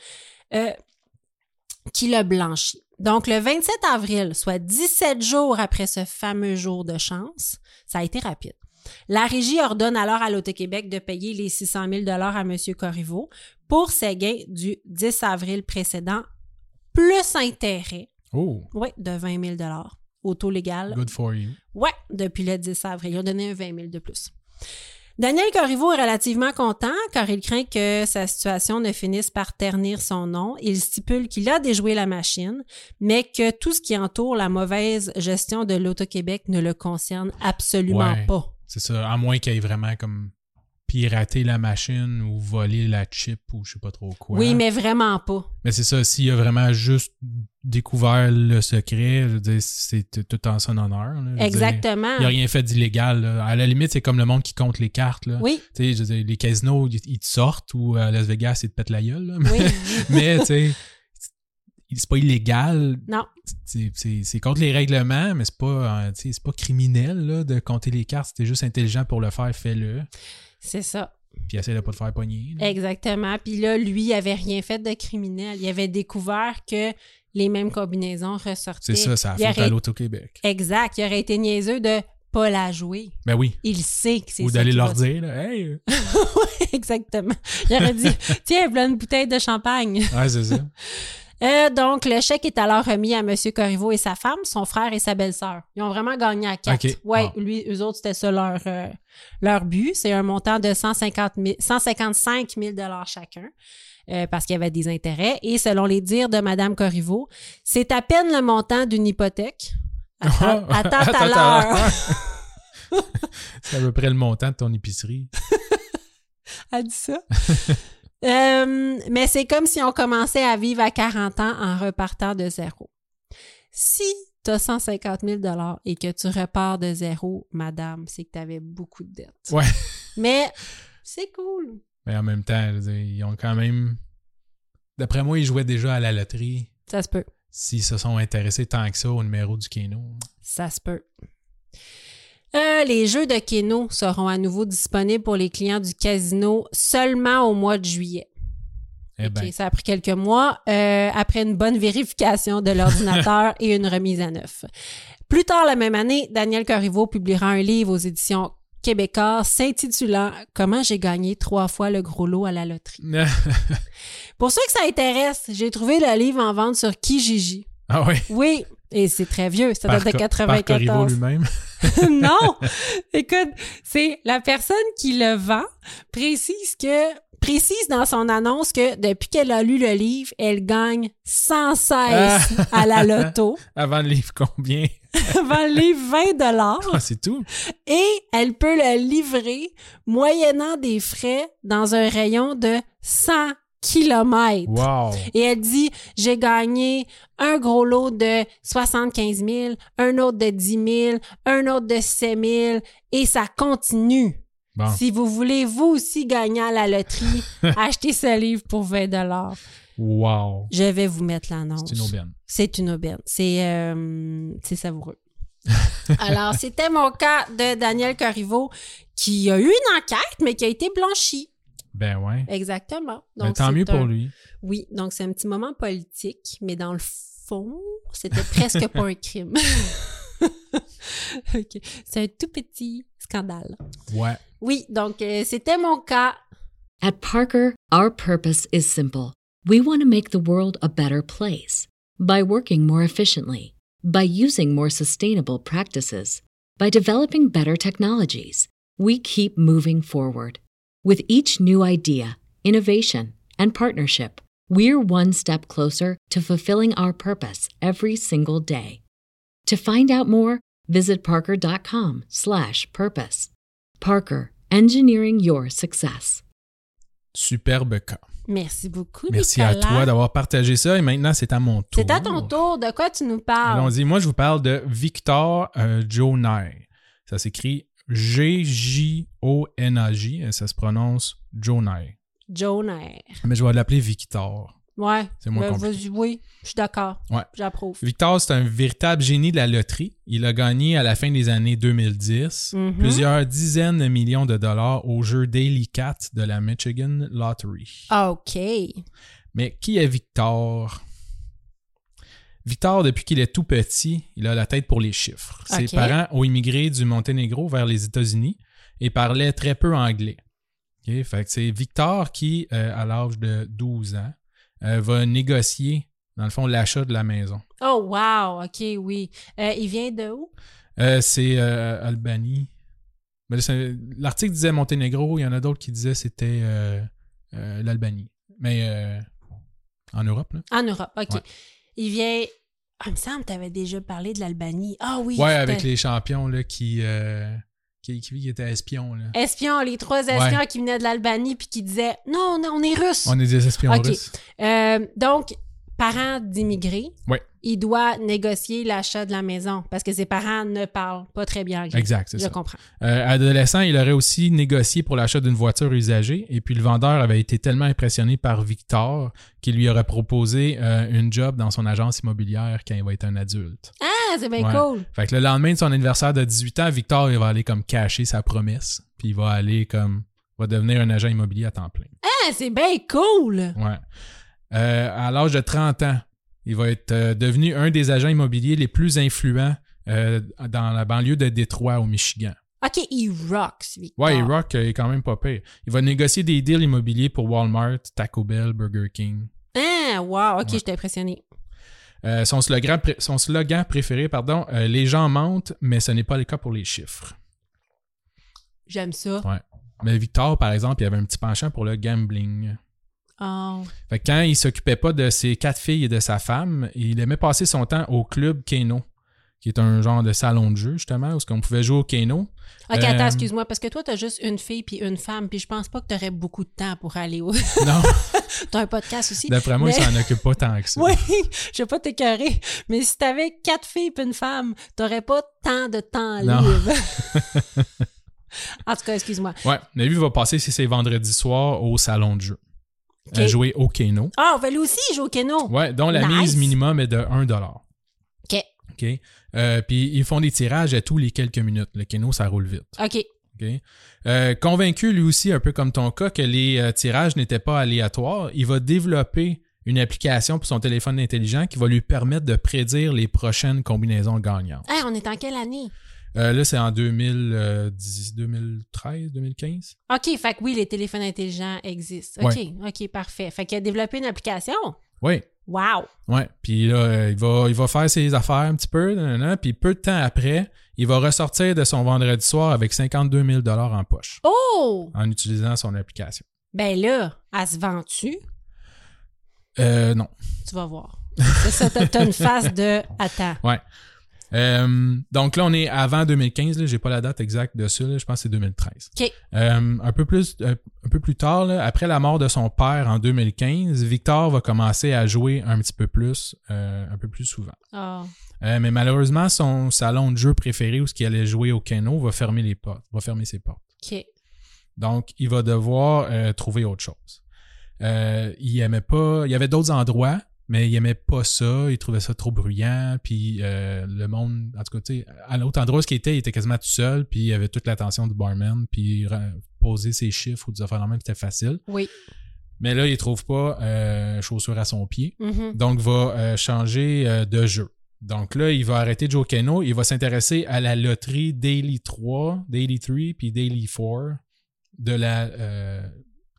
[SPEAKER 1] euh, qui le blanchit. Donc, le 27 avril, soit 17 jours après ce fameux jour de chance, ça a été rapide. La régie ordonne alors à l'Auto-Québec de payer les 600 000 à M. Corriveau pour ses gains du 10 avril précédent, plus intérêt,
[SPEAKER 2] Oh,
[SPEAKER 1] oui, de 20 000 au taux légal
[SPEAKER 2] good for you.
[SPEAKER 1] Ouais, depuis le 10 avril. Ils ont donné un 20 000 de plus. Daniel Corriveau est relativement content car il craint que sa situation ne finisse par ternir son nom. Il stipule qu'il a déjoué la machine, mais que tout ce qui entoure la mauvaise gestion de l'Auto-Québec ne le concerne absolument
[SPEAKER 2] Ouais.
[SPEAKER 1] pas.
[SPEAKER 2] C'est ça. À moins qu'il ait vraiment comme piraté la machine ou volé la chip ou je sais pas trop quoi.
[SPEAKER 1] Oui, mais vraiment pas.
[SPEAKER 2] Mais c'est ça, s'il a vraiment juste découvert le secret, je veux dire, c'est t- tout en son honneur. là. Je veux dire,
[SPEAKER 1] Exactement.
[SPEAKER 2] il n'a rien fait d'illégal. là. À la limite, c'est comme le monde qui compte les cartes. Là.
[SPEAKER 1] Oui.
[SPEAKER 2] Tu sais, je veux dire, les casinos, ils ils te sortent ou à Las Vegas, ils te pètent la gueule. là.
[SPEAKER 1] Oui.
[SPEAKER 2] [laughs] Mais, tu sais, c'est pas illégal.
[SPEAKER 1] Non.
[SPEAKER 2] C'est- C'est c'est contre les règlements, mais c'est pas, euh, tu sais, c'est pas criminel là, de compter les cartes. Si t'es juste intelligent pour le faire, fais-le.
[SPEAKER 1] C'est ça.
[SPEAKER 2] Puis essaie de pas te faire pogner. là.
[SPEAKER 1] Exactement. Puis là, lui, il avait rien fait de criminel. Il avait découvert que les mêmes combinaisons ressortaient.
[SPEAKER 2] C'est ça, ça a
[SPEAKER 1] Il
[SPEAKER 2] fait
[SPEAKER 1] aurait-
[SPEAKER 2] à l'Auto-Québec.
[SPEAKER 1] Exact. Il aurait été niaiseux de pas la jouer.
[SPEAKER 2] Ben oui.
[SPEAKER 1] Il sait que c'est
[SPEAKER 2] Ou
[SPEAKER 1] ça
[SPEAKER 2] d'aller
[SPEAKER 1] qui
[SPEAKER 2] leur
[SPEAKER 1] va se
[SPEAKER 2] dire, là, hey, euh,
[SPEAKER 1] [laughs] Ouais, Exactement. J'aurais
[SPEAKER 2] [laughs]
[SPEAKER 1] dit, tiens, voilà une bouteille de champagne.
[SPEAKER 2] ouais, c'est ça.
[SPEAKER 1] Euh, donc, le chèque est alors remis à M. Corriveau et sa femme, son frère et sa belle-sœur. Ils ont vraiment gagné à quatre.
[SPEAKER 2] Ok.
[SPEAKER 1] Ouais,
[SPEAKER 2] Wow.
[SPEAKER 1] lui, eux autres, c'était ça leur, euh, leur but. C'est un montant de 150 000 155 000 chacun. euh, parce qu'il y avait des intérêts. Et selon les dires de Mme Corriveau, c'est à peine le montant d'une
[SPEAKER 2] [laughs]
[SPEAKER 1] hypothèque.
[SPEAKER 2] Ah,
[SPEAKER 1] Attends, attends à l'heure.
[SPEAKER 2] [laughs] c'est à peu près le montant de ton
[SPEAKER 1] [laughs]
[SPEAKER 2] épicerie.
[SPEAKER 1] Elle dit ça. [laughs] Euh, mais c'est comme si on commençait à vivre à 40 ans en repartant de zéro. Si tu as 150 000 et que tu repars de zéro, madame, c'est que tu avais beaucoup de dettes.
[SPEAKER 2] Ouais.
[SPEAKER 1] Mais c'est cool.
[SPEAKER 2] Mais en même temps, je veux dire, ils ont quand même. D'après moi, ils jouaient déjà à la loterie
[SPEAKER 1] Ça se peut.
[SPEAKER 2] s'ils se sont intéressés tant que ça au numéro du Keno.
[SPEAKER 1] Ça se peut. Euh, les jeux de Keno seront à nouveau disponibles pour les clients du casino seulement au mois de juillet.
[SPEAKER 2] Eh ben,
[SPEAKER 1] Ok, ça a pris quelques mois euh, après une bonne vérification de
[SPEAKER 2] [laughs]
[SPEAKER 1] l'ordinateur et une remise à neuf. Plus tard la même année, Daniel Corriveau publiera un livre aux éditions Québécois s'intitulant Comment j'ai gagné trois fois le gros lot à la loterie.
[SPEAKER 2] ben.
[SPEAKER 1] Pour ceux que ça intéresse, j'ai trouvé le livre en vente sur Kijiji.
[SPEAKER 2] [laughs] ah ouais.
[SPEAKER 1] Oui, et c'est très vieux, ça
[SPEAKER 2] Par
[SPEAKER 1] date de
[SPEAKER 2] Co- par Corriveau
[SPEAKER 1] 94.
[SPEAKER 2] lui-même. [laughs]
[SPEAKER 1] [laughs] non! Écoute, c'est la personne qui le vend précise que précise dans son annonce que depuis qu'elle a lu le livre, elle gagne sans cesse à la loto,
[SPEAKER 2] Avant le livre,
[SPEAKER 1] [laughs]
[SPEAKER 2] combien
[SPEAKER 1] vend les 20 dollars
[SPEAKER 2] Ah, C'est tout.
[SPEAKER 1] et elle peut le livrer moyennant des frais dans un rayon de 100 kilomètres.
[SPEAKER 2] Wow.
[SPEAKER 1] Et elle dit, j'ai gagné un gros lot de 75 000, un autre de 10 000, un autre de 7 000, et ça continue.
[SPEAKER 2] Bon.
[SPEAKER 1] Si vous voulez, vous aussi, gagner à la
[SPEAKER 2] [laughs]
[SPEAKER 1] loterie, achetez ce livre pour 20
[SPEAKER 2] Wow.
[SPEAKER 1] Je vais vous mettre l'annonce.
[SPEAKER 2] C'est une aubaine.
[SPEAKER 1] C'est une aubaine. C'est euh, c'est
[SPEAKER 2] [laughs]
[SPEAKER 1] savoureux. Alors, c'était mon cas de Daniel Corriveau qui a eu une enquête, mais qui a été blanchie.
[SPEAKER 2] Ben ouais.
[SPEAKER 1] Exactement.
[SPEAKER 2] Ben, tant
[SPEAKER 1] c'est
[SPEAKER 2] mieux
[SPEAKER 1] un-
[SPEAKER 2] pour lui.
[SPEAKER 1] oui, donc c'est un petit moment politique, mais dans le fond, c'était presque pas un crime. [laughs] OK. C'est un tout petit scandale.
[SPEAKER 2] Ouais.
[SPEAKER 1] Oui, donc euh, c'était mon cas.
[SPEAKER 3] At Parker, our purpose is simple. We want to make the world a better place by working more efficiently, by using more sustainable practices, by developing better technologies. We keep moving forward. With each new idea, innovation, and partnership, we're one step closer to fulfilling our purpose every single day. To find out more, visit parker.com/purpose. slash purpose. Parker, engineering your success.
[SPEAKER 2] Superbe cas.
[SPEAKER 1] Merci beaucoup.
[SPEAKER 2] Merci
[SPEAKER 1] Nicolas.
[SPEAKER 2] à toi d'avoir partagé ça. Et maintenant, c'est à mon tour.
[SPEAKER 1] C'est à ton tour. De quoi tu nous parles?
[SPEAKER 2] Allons-y. Moi, je vous parle de Victor euh, Jonay. Ça s'écrit G-J-O-N-A-J. et euh, Ça se prononce Jonay.
[SPEAKER 1] Joner.
[SPEAKER 2] Mais je vais l'appeler Victor.
[SPEAKER 1] Ouais.
[SPEAKER 2] C'est moins
[SPEAKER 1] Ben,
[SPEAKER 2] compliqué.
[SPEAKER 1] vas-y, oui, je suis d'accord.
[SPEAKER 2] Ouais.
[SPEAKER 1] J'approuve.
[SPEAKER 2] Victor, c'est un véritable génie de la loterie. Il a gagné à la fin des années 2010
[SPEAKER 1] Mhm.
[SPEAKER 2] plusieurs dizaines de millions de dollars au jeu Daily Cat de la Michigan Lottery.
[SPEAKER 1] Ah, OK.
[SPEAKER 2] Mais qui est Victor? Victor, depuis qu'il est tout petit, il a la tête pour les chiffres.
[SPEAKER 1] Ok.
[SPEAKER 2] Ses parents ont immigré du Monténégro vers les États-Unis et parlaient très peu anglais. Ok, fait que c'est Victor qui, euh, à l'âge de 12 ans, euh, va négocier, dans le fond, l'achat de la maison.
[SPEAKER 1] Oh, wow. OK, oui. Euh, il vient de où?
[SPEAKER 2] Euh, c'est euh, Albanie. Mais là, c'est- L'article disait Monténégro, il y en a d'autres qui disaient c'était euh, euh, l'Albanie. Mais euh, en Europe, là.
[SPEAKER 1] En Europe, OK.
[SPEAKER 2] Ouais.
[SPEAKER 1] Il vient. Ah, il me semble que tu avais déjà parlé de l'Albanie. Ah oui.
[SPEAKER 2] Ouais,
[SPEAKER 1] c'était-
[SPEAKER 2] avec les champions là, qui, euh, qui, qui, qui étaient espions. Là.
[SPEAKER 1] Espions, les trois espions
[SPEAKER 2] Ouais.
[SPEAKER 1] qui venaient de l'Albanie puis qui disaient Non, non, on est russes.
[SPEAKER 2] On est des espions
[SPEAKER 1] Ok.
[SPEAKER 2] russes.
[SPEAKER 1] Euh, donc, parents d'immigrés,
[SPEAKER 2] Ouais.
[SPEAKER 1] il doit négocier l'achat de la maison parce que ses parents ne parlent pas très bien anglais.
[SPEAKER 2] Exact, c'est
[SPEAKER 1] Je
[SPEAKER 2] ça.
[SPEAKER 1] comprends.
[SPEAKER 2] Euh, adolescent, il aurait aussi négocié pour l'achat d'une voiture usagée. Et puis le vendeur avait été tellement impressionné par Victor qu'il lui aurait proposé euh, une job dans son agence immobilière quand il va être un adulte.
[SPEAKER 1] Ah, c'est bien
[SPEAKER 2] Ouais.
[SPEAKER 1] cool.
[SPEAKER 2] Fait que le lendemain de son anniversaire de 18 ans, Victor, il va aller comme cacher sa promesse. Puis il va aller comme va devenir un agent immobilier à temps plein.
[SPEAKER 1] Ah, c'est bien cool!
[SPEAKER 2] Ouais. Euh, à l'âge de 30 ans, il va être euh, devenu un des agents immobiliers les plus influents euh, dans la banlieue de Détroit, au Michigan.
[SPEAKER 1] OK, il rock, ce Victor.
[SPEAKER 2] Ouais, et Rock euh, est quand même pas pire. Il va négocier des deals immobiliers pour Walmart, Taco Bell, Burger King.
[SPEAKER 1] Ah, wow, OK, j'étais impressionné.
[SPEAKER 2] Euh, son, slogan, pré- son slogan préféré, pardon, euh, les gens mentent, mais ce n'est pas le cas pour les chiffres.
[SPEAKER 1] J'aime ça.
[SPEAKER 2] Ouais. Mais Victor, par exemple, il avait un petit penchant pour le gambling.
[SPEAKER 1] Oh.
[SPEAKER 2] Fait que quand il s'occupait pas de ses quatre filles et de sa femme, il aimait passer son temps au club Keno, qui est un genre de salon de jeu, justement, où on pouvait jouer
[SPEAKER 1] [laughs]
[SPEAKER 2] au Keno.
[SPEAKER 1] OK,
[SPEAKER 2] Euh,
[SPEAKER 1] attends, excuse-moi, parce que toi, t'as juste une fille puis une femme, puis je pense pas que t'aurais beaucoup de temps pour aller au... [laughs]
[SPEAKER 2] Non,
[SPEAKER 1] T'as un podcast aussi.
[SPEAKER 2] d'après moi,
[SPEAKER 1] mais-
[SPEAKER 2] il s'en occupe pas tant que
[SPEAKER 1] [laughs]
[SPEAKER 2] ça.
[SPEAKER 1] Oui, je vais pas t'écœurer, mais si t'avais quatre filles puis une femme, t'aurais pas tant de temps
[SPEAKER 2] Non. [laughs]
[SPEAKER 1] libre. [laughs] en tout cas, excuse-moi.
[SPEAKER 2] Ouais, mais lui, il va passer ses, ses vendredis soirs au salon de jeu.
[SPEAKER 1] Ok.
[SPEAKER 2] À jouer au Keno.
[SPEAKER 1] Ah, on va lui aussi jouer au keno.
[SPEAKER 2] Ouais, dont la
[SPEAKER 1] Nice.
[SPEAKER 2] mise minimum est de 1 OK.
[SPEAKER 1] OK,
[SPEAKER 2] Euh, Puis ils font des tirages à tous les quelques minutes. Le Keno, ça roule vite.
[SPEAKER 1] OK.
[SPEAKER 2] OK? Euh, convaincu, lui aussi, un peu comme ton cas, que les euh, tirages n'étaient pas aléatoires, il va développer une application pour son téléphone intelligent qui va lui permettre de prédire les prochaines combinaisons gagnantes.
[SPEAKER 1] Ah, on est en quelle année?
[SPEAKER 2] Euh, là, c'est en euh, 2010, 2013, 2015.
[SPEAKER 1] OK, fait que oui, les téléphones intelligents existent. OK, OK, parfait. Fait qu'il a développé une application.
[SPEAKER 2] Oui,
[SPEAKER 1] Wow!
[SPEAKER 2] Ouais, puis là, euh, il va, il va faire ses affaires un petit peu, nanana, puis peu de temps après, il va ressortir de son vendredi soir avec 52 000 en poche
[SPEAKER 1] Oh!
[SPEAKER 2] en utilisant son application.
[SPEAKER 1] Ben là, elle se vend-tu?
[SPEAKER 2] Euh, non.
[SPEAKER 1] Tu vas voir. C'est ça, t'as t'as une face de attends.
[SPEAKER 2] Ouais. Euh, donc là, on est avant 2015, là, j'ai pas la date exacte de ça, là, je pense que c'est 2013.
[SPEAKER 1] OK.
[SPEAKER 2] Euh, un, peu plus, euh, un peu plus tard, là, après la mort de son père en 2015, Victor va commencer à jouer un petit peu plus, euh, un peu plus souvent.
[SPEAKER 1] Ah.
[SPEAKER 2] Euh, mais malheureusement, son salon de jeu préféré où ce qu'il allait jouer au keno va fermer les portes, va fermer ses portes.
[SPEAKER 1] OK.
[SPEAKER 2] Donc, il va devoir euh, trouver autre chose. Euh, il aimait pas. Il y avait d'autres endroits, mais il aimait pas ça. Il trouvait ça trop bruyant. Puis euh, le monde, en tout cas, tu sais, à l'autre endroit où ce qu'il était, il était quasiment tout seul. Puis il avait toute l'attention du barman. Puis il ra- poser ses chiffres ou des affaires de même, c'était facile.
[SPEAKER 1] Oui.
[SPEAKER 2] Mais là, il trouve pas euh, chaussures à son pied.
[SPEAKER 1] Mhm.
[SPEAKER 2] Donc, va euh, changer euh, de jeu. Donc là, il va arrêter de jouer au keno. Il va s'intéresser à la loterie Daily 3, Daily 3, puis Daily 4 de la euh,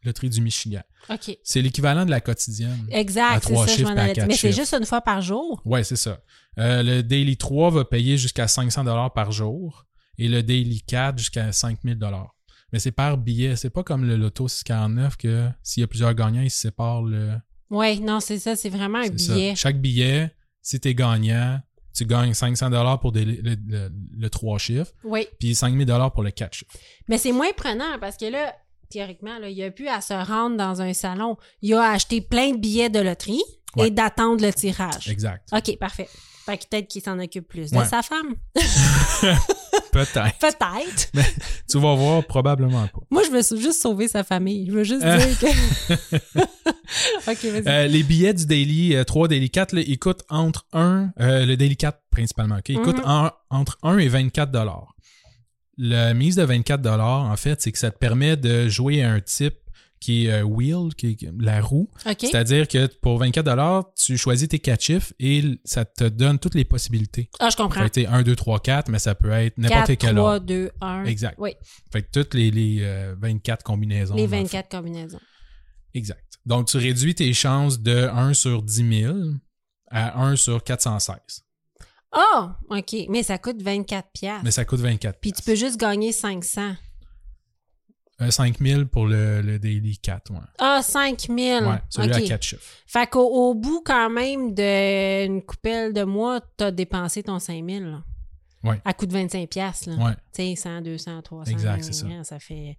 [SPEAKER 2] loterie du Michigan.
[SPEAKER 1] OK.
[SPEAKER 2] C'est l'équivalent de la quotidienne. À
[SPEAKER 1] Exact, c'est
[SPEAKER 2] trois
[SPEAKER 1] ça, je
[SPEAKER 2] chiffres
[SPEAKER 1] m'en
[SPEAKER 2] puis à
[SPEAKER 1] allais.
[SPEAKER 2] quatre
[SPEAKER 1] Mais c'est
[SPEAKER 2] chiffres.
[SPEAKER 1] juste une fois par jour.
[SPEAKER 2] Ouais, c'est ça. Euh, le Daily 3 va payer jusqu'à 500 dollars par jour et le Daily 4 jusqu'à 5000 dollars. Mais c'est par billet. C'est pas comme le Loto 649 que s'il y a plusieurs gagnants, ils se séparent le,
[SPEAKER 1] Oui, non, c'est ça, c'est vraiment un
[SPEAKER 2] C'est ça.
[SPEAKER 1] billet.
[SPEAKER 2] Chaque billet, si tu es gagnant, tu gagnes 500 dollars pour des- le, le- le trois chiffres,
[SPEAKER 1] Oui.
[SPEAKER 2] puis 5000 dollars pour le quatre chiffres.
[SPEAKER 1] Mais c'est moins prenant parce que là, théoriquement, là, il a pu à se rendre dans un salon. Il a acheté plein de billets de loterie
[SPEAKER 2] Ouais.
[SPEAKER 1] et d'attendre le tirage.
[SPEAKER 2] Exact.
[SPEAKER 1] OK, parfait. Fait que peut-être qu'il s'en occupe plus de
[SPEAKER 2] Ouais.
[SPEAKER 1] sa femme. [laughs]
[SPEAKER 2] Peut-être.
[SPEAKER 1] Peut-être.
[SPEAKER 2] Mais tu vas voir, probablement pas.
[SPEAKER 1] Moi, je veux sou- juste sauver sa famille. Je veux juste
[SPEAKER 2] Euh.
[SPEAKER 1] dire que.
[SPEAKER 2] [laughs]
[SPEAKER 1] [laughs] OK, vas-y.
[SPEAKER 2] Euh, les billets du Daily euh, 3, Daily 4, là, ils coûtent entre 1, euh, le Daily 4 principalement, ok? ils
[SPEAKER 1] Mhm.
[SPEAKER 2] coûtent en- entre 1 et 24 dollars. La mise de 24 dollars, en fait, c'est que ça te permet de jouer à un type qui est euh, wheel, qui est la roue.
[SPEAKER 1] OK.
[SPEAKER 2] C'est-à-dire que pour 24 tu choisis tes quatre chiffres et l- ça te donne toutes les possibilités.
[SPEAKER 1] Ah, je
[SPEAKER 2] Ça peut
[SPEAKER 1] comprends.
[SPEAKER 2] être 1, 2, 3, 4, mais ça peut être n'importe
[SPEAKER 1] 4,
[SPEAKER 2] quel
[SPEAKER 1] 3,
[SPEAKER 2] ordre.
[SPEAKER 1] 2, 1.
[SPEAKER 2] Exact.
[SPEAKER 1] Oui,
[SPEAKER 2] Fait que toutes les, les, euh, 24 combinaisons.
[SPEAKER 1] les
[SPEAKER 2] dans le fond.
[SPEAKER 1] 24 combinaisons.
[SPEAKER 2] Exact. Donc, tu réduis tes chances de 1 sur 10 000 à 1 sur 416.
[SPEAKER 1] Ah, OK. Mais ça coûte 24 piastres.
[SPEAKER 2] Mais ça coûte 24
[SPEAKER 1] Ah. Puis tu peux juste gagner 500.
[SPEAKER 2] Euh, 5 000 pour le, le Daily 4, ouais.
[SPEAKER 1] Ah, 5000.
[SPEAKER 2] Ouais, celui
[SPEAKER 1] OK.
[SPEAKER 2] à 4 chiffres.
[SPEAKER 1] Fait qu'au au bout, quand même, d'une coupelle de mois, t'as dépensé ton 5000, là.
[SPEAKER 2] Ouais.
[SPEAKER 1] À coût de 25 piastres, là.
[SPEAKER 2] Ouais.
[SPEAKER 1] Tu sais, 100, 200, 300.
[SPEAKER 2] Exact, c'est ça.
[SPEAKER 1] hein, Ça fait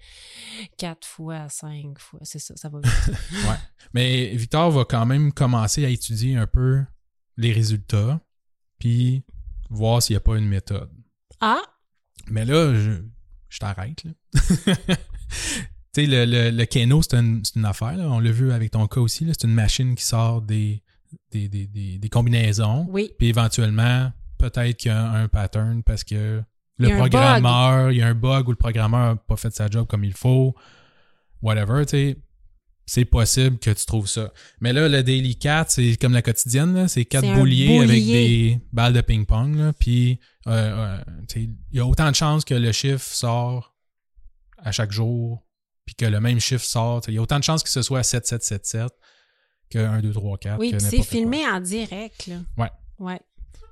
[SPEAKER 1] 4 fois, 5 fois. C'est ça, ça va vite.
[SPEAKER 2] [laughs] Ouais. Mais Victor va quand même commencer à étudier un peu les résultats, puis voir s'il n'y a pas une méthode.
[SPEAKER 1] ah,
[SPEAKER 2] Mais là, je, je t'arrête. là. [laughs] tu sais, le, le, le Keno, c'est une, c'est une affaire. là. On l'a vu avec ton cas aussi. là. C'est une machine qui sort des, des, des, des, des combinaisons.
[SPEAKER 1] oui.
[SPEAKER 2] Puis éventuellement, peut-être qu'il y a un pattern parce que
[SPEAKER 1] Il y a
[SPEAKER 2] le
[SPEAKER 1] un
[SPEAKER 2] programmeur, il y a un bug où le programmeur n'a pas fait sa job comme il faut. whatever, tu sais, c'est possible que tu trouves ça. Mais là, le Daily Cat, c'est comme la quotidienne, là, c'est quatre
[SPEAKER 1] C'est un
[SPEAKER 2] bouliers avec
[SPEAKER 1] boulier.
[SPEAKER 2] des balles de ping-pong, là, puis euh, euh, tu sais, il y a autant de chances que le chiffre sort à chaque jour, puis que le même chiffre sort. tu sais, Il y a autant de chances que ce soit 7777 que 1, 2, 3, 4.
[SPEAKER 1] Oui,
[SPEAKER 2] que
[SPEAKER 1] puis c'est
[SPEAKER 2] n'importe quoi.
[SPEAKER 1] filmé en direct, là.
[SPEAKER 2] Ouais.
[SPEAKER 1] Ouais.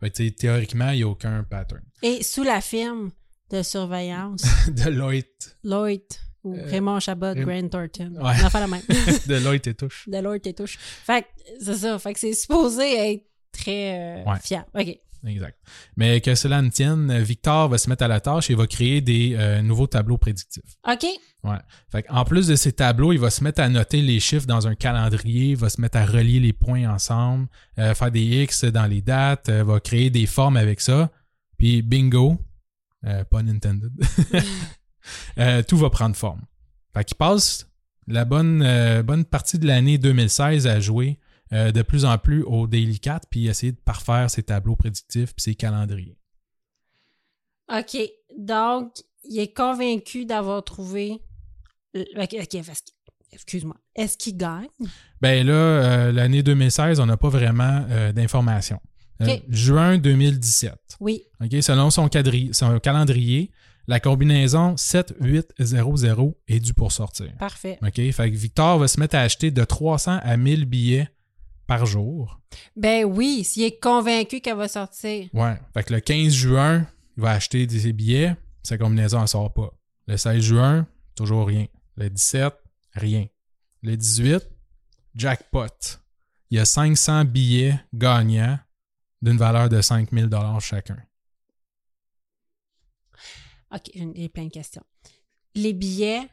[SPEAKER 2] Fait que, tu sais, théoriquement, il n'y a aucun pattern. [laughs]
[SPEAKER 1] Et sous la firme de surveillance,
[SPEAKER 2] Deloitte.
[SPEAKER 1] Lloyd ou
[SPEAKER 2] Euh,
[SPEAKER 1] Raymond Chabot,
[SPEAKER 2] Raym-
[SPEAKER 1] Grant Thornton.
[SPEAKER 2] Ouais.
[SPEAKER 1] On va faire la
[SPEAKER 2] [laughs]
[SPEAKER 1] même.
[SPEAKER 2] Deloitte et touche.
[SPEAKER 1] de Lloyd et touche. Fait que c'est ça. Fait que c'est supposé être très euh,
[SPEAKER 2] Ouais.
[SPEAKER 1] fiable. OK.
[SPEAKER 2] Exact. Mais que cela ne tienne, Victor va se mettre à la tâche et va créer des euh, nouveaux tableaux prédictifs.
[SPEAKER 1] OK.
[SPEAKER 2] Ouais. Fait en plus de ces tableaux, il va se mettre à noter les chiffres dans un calendrier, il va se mettre à relier les points ensemble, euh, faire des X dans les dates, euh, va créer des formes avec ça. Puis bingo, euh, pas intended, [laughs] euh, tout va prendre forme. Fait qu'il passe la bonne, euh, bonne partie de l'année 2016 à jouer euh, de plus en plus au Daily 4 puis essayer de parfaire ses tableaux prédictifs puis ses calendriers.
[SPEAKER 1] OK. Donc, il est convaincu d'avoir trouvé. le- OK. ok, parce que- Excuse-moi. Est-ce qu'il gagne?
[SPEAKER 2] Ben là, euh, l'année 2016, on n'a pas vraiment euh, d'informations. Euh,
[SPEAKER 1] OK.
[SPEAKER 2] Juin 2017.
[SPEAKER 1] Oui.
[SPEAKER 2] OK? Selon son, cadri- son calendrier, la combinaison 7800 est due pour sortir.
[SPEAKER 1] Parfait.
[SPEAKER 2] OK? Fait que Victor va se mettre à acheter de 300 à 1000 billets par jour.
[SPEAKER 1] Ben oui, s'il est convaincu qu'elle va sortir.
[SPEAKER 2] Ouais. Fait que le 15 juin, il va acheter des- ses billets. Sa combinaison, elle sort pas. Le 16 juin, toujours rien. Le 17, rien. Le 18, jackpot. Il y a 500 billets gagnants d'une valeur de 5000 chacun.
[SPEAKER 1] OK, j'ai j'ai plein de questions. Les billets,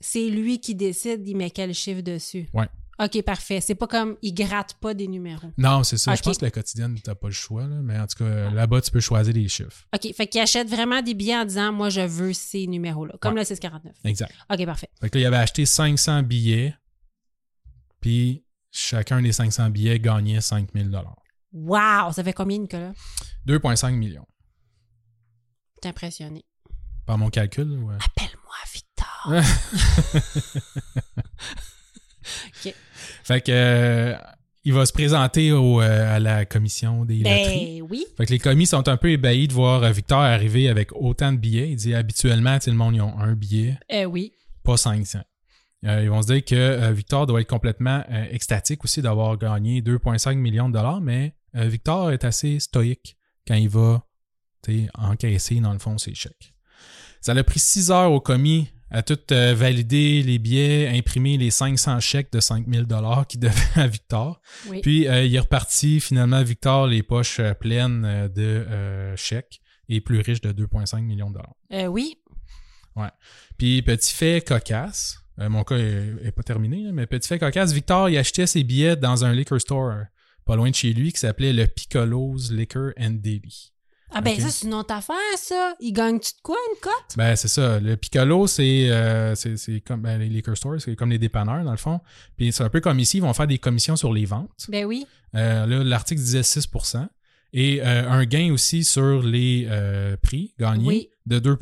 [SPEAKER 1] c'est lui qui décide, il met quel chiffre dessus.
[SPEAKER 2] Ouais.
[SPEAKER 1] OK, parfait. C'est pas comme il gratte pas des numéros.
[SPEAKER 2] Non, c'est ça. Je
[SPEAKER 1] Ok.
[SPEAKER 2] pense que la quotidienne, t'as pas le choix, là. mais en tout cas, là-bas, tu peux choisir les chiffres.
[SPEAKER 1] OK, fait qu'il achète vraiment des billets en disant moi je veux ces numéros-là, comme
[SPEAKER 2] Ouais.
[SPEAKER 1] le 649.
[SPEAKER 2] Exact.
[SPEAKER 1] OK, parfait.
[SPEAKER 2] Fait que là, il avait acheté 500 billets, puis chacun des 500 billets gagnait 5000
[SPEAKER 1] Wow! Ça fait combien, Nicolas?
[SPEAKER 2] 2,5 millions,
[SPEAKER 1] T'es impressionné.
[SPEAKER 2] par mon calcul. euh, Ouais.
[SPEAKER 1] Appelle-moi Victor.
[SPEAKER 2] Ah, Fait que euh, il va se présenter au, euh, à la commission des loteries.
[SPEAKER 1] Ben oui.
[SPEAKER 2] Fait que les commis sont un peu ébahis de voir euh, Victor arriver avec autant de billets. Il dit habituellement, tu sais, le monde, ils ont un billet,
[SPEAKER 1] Euh, oui.
[SPEAKER 2] pas 500. Euh, ils vont se dire que euh, Victor doit être complètement euh, extatique aussi d'avoir gagné 2,5 millions de dollars, mais euh, Victor est assez stoïque quand il va tu sais, encaisser, dans le fond, ses chèques. Ça a pris 6 heures au commis à tout euh, valider les billets, imprimer les 500 chèques de 5000 dollars qu'il [laughs] devait à Victor.
[SPEAKER 1] Oui.
[SPEAKER 2] Puis euh, il est reparti finalement Victor les poches euh, pleines euh, de euh, chèques et plus riche de 2,5 millions de dollars.
[SPEAKER 1] Euh, oui.
[SPEAKER 2] Puis petit fait cocasse, euh, mon cas est, est pas terminé, là, mais petit fait cocasse, Victor il achetait ses billets dans un liquor store euh, pas loin de chez lui qui s'appelait le Piccolo's Liquor and Deli.
[SPEAKER 1] Ah ben
[SPEAKER 2] OK.
[SPEAKER 1] ça, c'est une autre affaire, ça. Il gagne-tu de quoi, une cote?
[SPEAKER 2] Ben c'est ça, le Piccolo c'est euh, c'est- c'est comme ben, les liquor stores, c'est comme les dépanneurs dans le fond. Puis c'est un peu comme ici, ils vont faire des commissions sur les ventes.
[SPEAKER 1] Ben oui.
[SPEAKER 2] Euh, là, l'article disait 6 et euh, un gain aussi sur les euh, prix gagnés
[SPEAKER 1] Oui.
[SPEAKER 2] de 2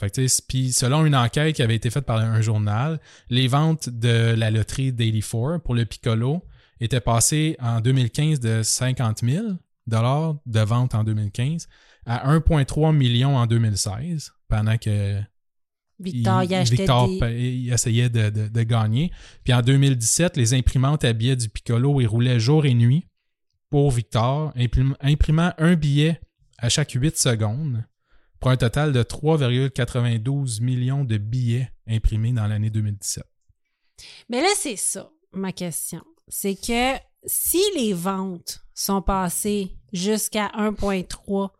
[SPEAKER 2] Fait que, tu sais, puis selon une enquête qui avait été faite par un journal, les ventes de la loterie Daily 4 pour le Piccolo étaient passées en 2015 de 50 000 de ventes en 2015 à 1,3 million en 2016, pendant que
[SPEAKER 1] Victor, il, achetait
[SPEAKER 2] Victor
[SPEAKER 1] des...
[SPEAKER 2] pa- il essayait de, de- de gagner. Puis en 2017, les imprimantes à billets du Piccolo, ils roulaient jour et nuit pour Victor, imprim- imprimant un billet à chaque 8 secondes pour un total de 3,92 millions de billets imprimés dans l'année 2017.
[SPEAKER 1] Mais là, c'est ça, ma question. C'est que si les ventes sont passées jusqu'à 1,3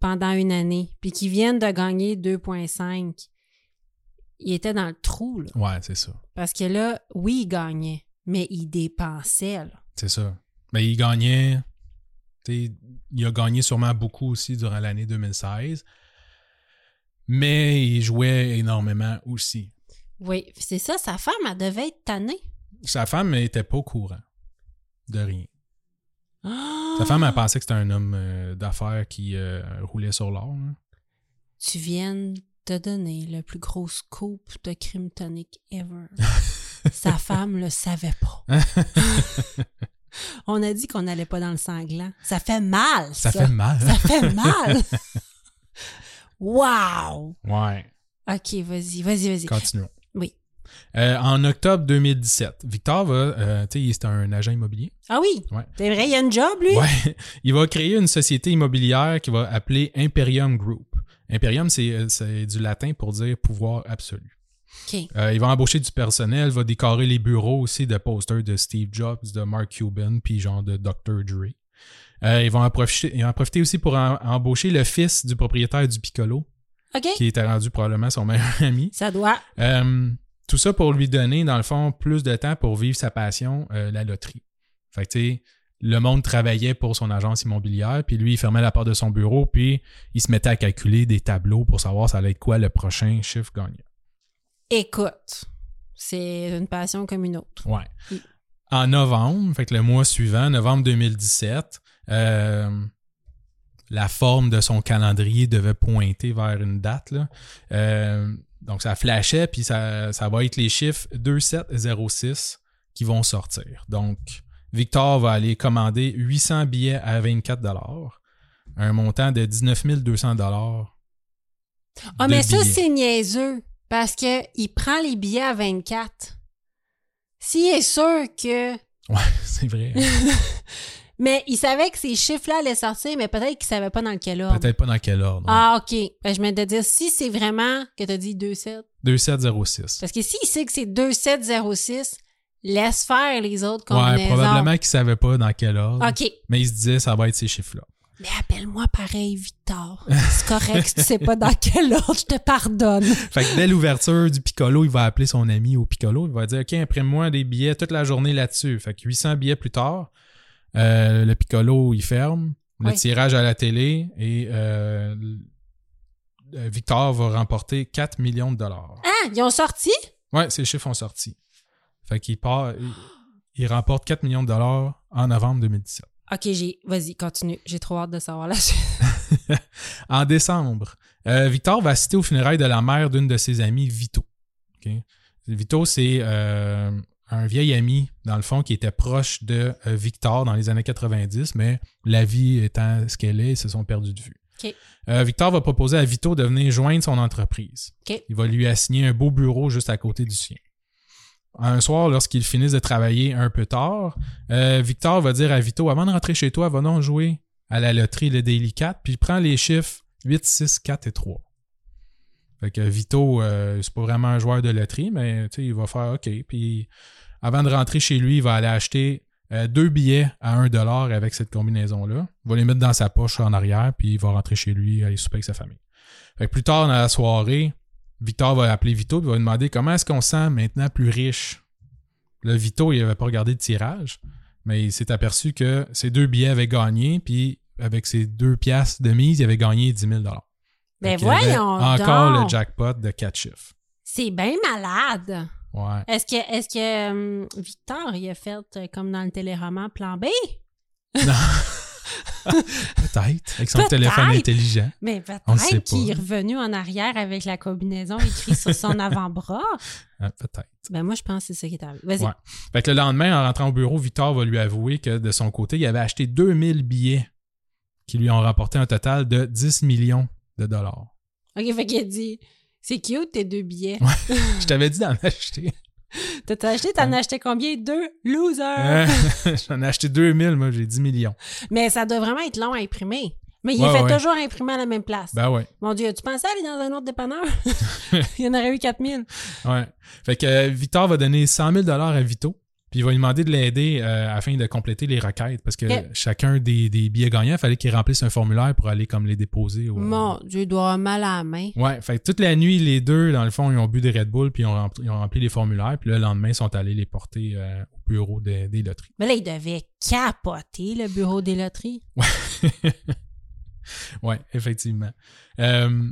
[SPEAKER 1] pendant une année, puis qu'ils viennent de gagner 2,5, ils étaient dans le trou, là.
[SPEAKER 2] Ouais, c'est ça.
[SPEAKER 1] Parce que là, oui, ils gagnaient, mais ils dépensaient, là.
[SPEAKER 2] C'est ça. Mais il gagnait. tu sais, Il a gagné sûrement beaucoup aussi durant l'année 2016. Mais il jouait énormément aussi.
[SPEAKER 1] Oui, c'est ça, sa femme, elle devait être tannée.
[SPEAKER 2] Sa femme n'était pas au courant de rien.
[SPEAKER 1] Ah!
[SPEAKER 2] Sa femme, elle hein. pensait que c'était un homme euh, d'affaires qui euh, roulait sur l'or. là.
[SPEAKER 1] Tu viens te donner le plus gros scoop de crime tonic
[SPEAKER 2] [laughs]
[SPEAKER 1] ever. Sa femme le savait pas. On a dit qu'on n'allait pas dans le sanglant. Ça fait mal.
[SPEAKER 2] Ça
[SPEAKER 1] Ça,
[SPEAKER 2] fait mal.
[SPEAKER 1] Ça fait mal. wow.
[SPEAKER 2] [laughs] ouais.
[SPEAKER 1] OK, vas-y, vas-y, vas-y.
[SPEAKER 2] Continuons.
[SPEAKER 1] Oui.
[SPEAKER 2] Euh, en octobre 2017, Victor va, euh, tu sais, c'est un agent immobilier.
[SPEAKER 1] Ah oui.
[SPEAKER 2] Ouais.
[SPEAKER 1] C'est vrai, il a une job, lui?
[SPEAKER 2] Ouais. [laughs] Il va créer une société immobilière qu'il va appeler Imperium Group. Imperium, c'est euh, c'est du latin pour dire pouvoir absolu.
[SPEAKER 1] OK.
[SPEAKER 2] Euh, il va embaucher du personnel, va décorer les bureaux aussi de posters de Steve Jobs, de Mark Cuban, puis genre de Dr. Dre. Euh, ils, vont en profiter, ils vont en profiter aussi pour en- embaucher le fils du propriétaire du Piccolo,
[SPEAKER 1] OK.
[SPEAKER 2] qui était rendu probablement son [laughs] meilleur ami.
[SPEAKER 1] Ça doit.
[SPEAKER 2] Euh, tout ça pour lui donner, dans le fond, plus de temps pour vivre sa passion, euh, la loterie. Fait que, tu sais, le monde travaillait pour son agence immobilière, puis lui, il fermait la porte de son bureau, puis il se mettait à calculer des tableaux pour savoir ça allait être quoi le prochain chiffre gagnant.
[SPEAKER 1] Écoute, c'est une passion comme une autre.
[SPEAKER 2] Ouais.
[SPEAKER 1] Oui.
[SPEAKER 2] En novembre, fait que le mois suivant, novembre 2017, euh, la forme de son calendrier devait pointer vers une date. là. Euh, donc, ça flashait, puis ça, ça va être les chiffres 2706 qui vont sortir. Donc, Victor va aller commander 800 billets à 24 un montant de 19 200
[SPEAKER 1] Ah,
[SPEAKER 2] de
[SPEAKER 1] mais ça,
[SPEAKER 2] billets.
[SPEAKER 1] c'est niaiseux. Parce que il prend les billets à 24. S'il est sûr que.
[SPEAKER 2] Ouais, [laughs]
[SPEAKER 1] [laughs]
[SPEAKER 2] c'est vrai.
[SPEAKER 1] Mais il savait que ces chiffres-là allaient sortir, mais peut-être qu'il savait pas dans lequel ordre.
[SPEAKER 2] Peut-être pas dans quel ordre.
[SPEAKER 1] Ah, OK. Ben, je me disais, dire, si c'est vraiment que tu as dit 2-7.
[SPEAKER 2] 2706.
[SPEAKER 1] Parce que s'il sait que c'est 2-7-0-6, laisse faire les autres
[SPEAKER 2] Ouais,
[SPEAKER 1] combinaisons.
[SPEAKER 2] probablement qu'il savait pas dans quel ordre.
[SPEAKER 1] OK.
[SPEAKER 2] Mais il se disait, ça va être ces chiffres-là.
[SPEAKER 1] Mais appelle-moi pareil, Victor. C'est correct si tu sais pas dans quel ordre, je te pardonne.
[SPEAKER 2] Fait que dès l'ouverture du Piccolo, il va appeler son ami au Piccolo. Il va dire, OK, imprime-moi des billets toute la journée là-dessus. Fait que 800 billets plus tard, euh, le Piccolo, il ferme. Le
[SPEAKER 1] Oui.
[SPEAKER 2] tirage à la télé et euh, l- euh, Victor va remporter 4 millions de dollars.
[SPEAKER 1] Hein? Ils ont sorti?
[SPEAKER 2] Ouais, ces chiffres ont sorti. Fait qu'il part, il, il remporte 4 millions de dollars en novembre 2017.
[SPEAKER 1] OK, j'ai. Vas-y, continue. J'ai trop hâte de savoir la suite.
[SPEAKER 2] [laughs] en décembre, euh, Victor va assister aux funérailles de la mère d'une de ses amies, Vito. OK? Vito, c'est euh, un vieil ami, dans le fond, qui était proche de euh, Victor dans les années 90, mais la vie étant ce qu'elle est, ils se sont perdus de vue.
[SPEAKER 1] OK.
[SPEAKER 2] Euh, Victor va proposer à Vito de venir joindre son entreprise.
[SPEAKER 1] OK.
[SPEAKER 2] Il va lui assigner un beau bureau juste à côté du sien. Un soir, lorsqu'ils finissent de travailler un peu tard, euh, Victor va dire à Vito Avant de rentrer chez toi, va donc jouer à la loterie le Daily 4, puis il prend les chiffres 8, 6, 4 et 3. Fait que Vito, euh, c'est pas vraiment un joueur de loterie, mais tu sais, il va faire OK. Puis avant de rentrer chez lui, il va aller acheter euh, deux billets à 1$ dollar avec cette combinaison-là. Il va les mettre dans sa poche en arrière, puis il va rentrer chez lui, aller souper avec sa famille. Fait que plus tard dans la soirée, Victor va appeler Vito et va lui demander comment est-ce qu'on se sent maintenant plus riche. Le Vito, il n'avait pas regardé le tirage, mais il s'est aperçu que ses deux billets avaient gagné, puis avec ses deux piastres de mise, il avait gagné 10 000
[SPEAKER 1] Ben
[SPEAKER 2] Fait qu'il avait
[SPEAKER 1] voyons.
[SPEAKER 2] Encore
[SPEAKER 1] donc.
[SPEAKER 2] le jackpot de 4 chiffres.
[SPEAKER 1] C'est bien malade.
[SPEAKER 2] Ouais.
[SPEAKER 1] Est-ce que, est-ce que hum, Victor, il a fait euh, comme dans le téléroman Plan B?
[SPEAKER 2] [laughs] Peut-être. Avec son
[SPEAKER 1] Euh. Peut-être.
[SPEAKER 2] téléphone intelligent.
[SPEAKER 1] Mais
[SPEAKER 2] On le sait
[SPEAKER 1] peut-être
[SPEAKER 2] pas.
[SPEAKER 1] qu'il est revenu en arrière avec la combinaison écrite sur
[SPEAKER 2] [laughs]
[SPEAKER 1] son avant-bras.
[SPEAKER 2] Ah, Peut-être.
[SPEAKER 1] Ben moi, je pense que c'est ça qui est arrivé. Vas-y.
[SPEAKER 2] Ouais. Fait que le lendemain, en rentrant au bureau, Victor va lui avouer que de son côté, il avait acheté 2000 billets qui lui ont rapporté un total de 10 millions de dollars.
[SPEAKER 1] OK, fait qu'il a dit, c'est cute tes deux billets.
[SPEAKER 2] Je t'avais dit d'en [laughs] acheter.
[SPEAKER 1] T'as acheté, t'en as acheté combien? Deux? Loser!
[SPEAKER 2] Hein? [laughs] J'en ai acheté 2000, moi, j'ai 10 millions.
[SPEAKER 1] [laughs] Mais ça doit vraiment être long à imprimer. Mais il
[SPEAKER 2] Ouais,
[SPEAKER 1] est fait
[SPEAKER 2] ouais.
[SPEAKER 1] toujours imprimer à la même place.
[SPEAKER 2] Ben ouais.
[SPEAKER 1] Mon Dieu, tu pensais aller dans un autre
[SPEAKER 2] [laughs]
[SPEAKER 1] dépanneur? [laughs] il y en aurait eu 4000.
[SPEAKER 2] ouais. Fait que euh, Victor va donner 100 000 dollars à Vito. Puis il va lui demander de l'aider euh, afin de compléter les requêtes parce que
[SPEAKER 1] Ok.
[SPEAKER 2] chacun des, des billets gagnants, il fallait qu'il remplisse un formulaire pour aller comme les déposer. Au...
[SPEAKER 1] Mon Dieu, il doit avoir mal à la main.
[SPEAKER 2] Ouais, fait que toute la nuit, les deux, dans le fond, ils ont bu des Red Bull, puis ils ont rempli, ils ont rempli les formulaires, puis le lendemain, ils sont allés les porter euh, au bureau des, des loteries.
[SPEAKER 1] Mais là, il devait capoter le bureau des loteries.
[SPEAKER 2] Ouais, [laughs] ouais effectivement. Euh,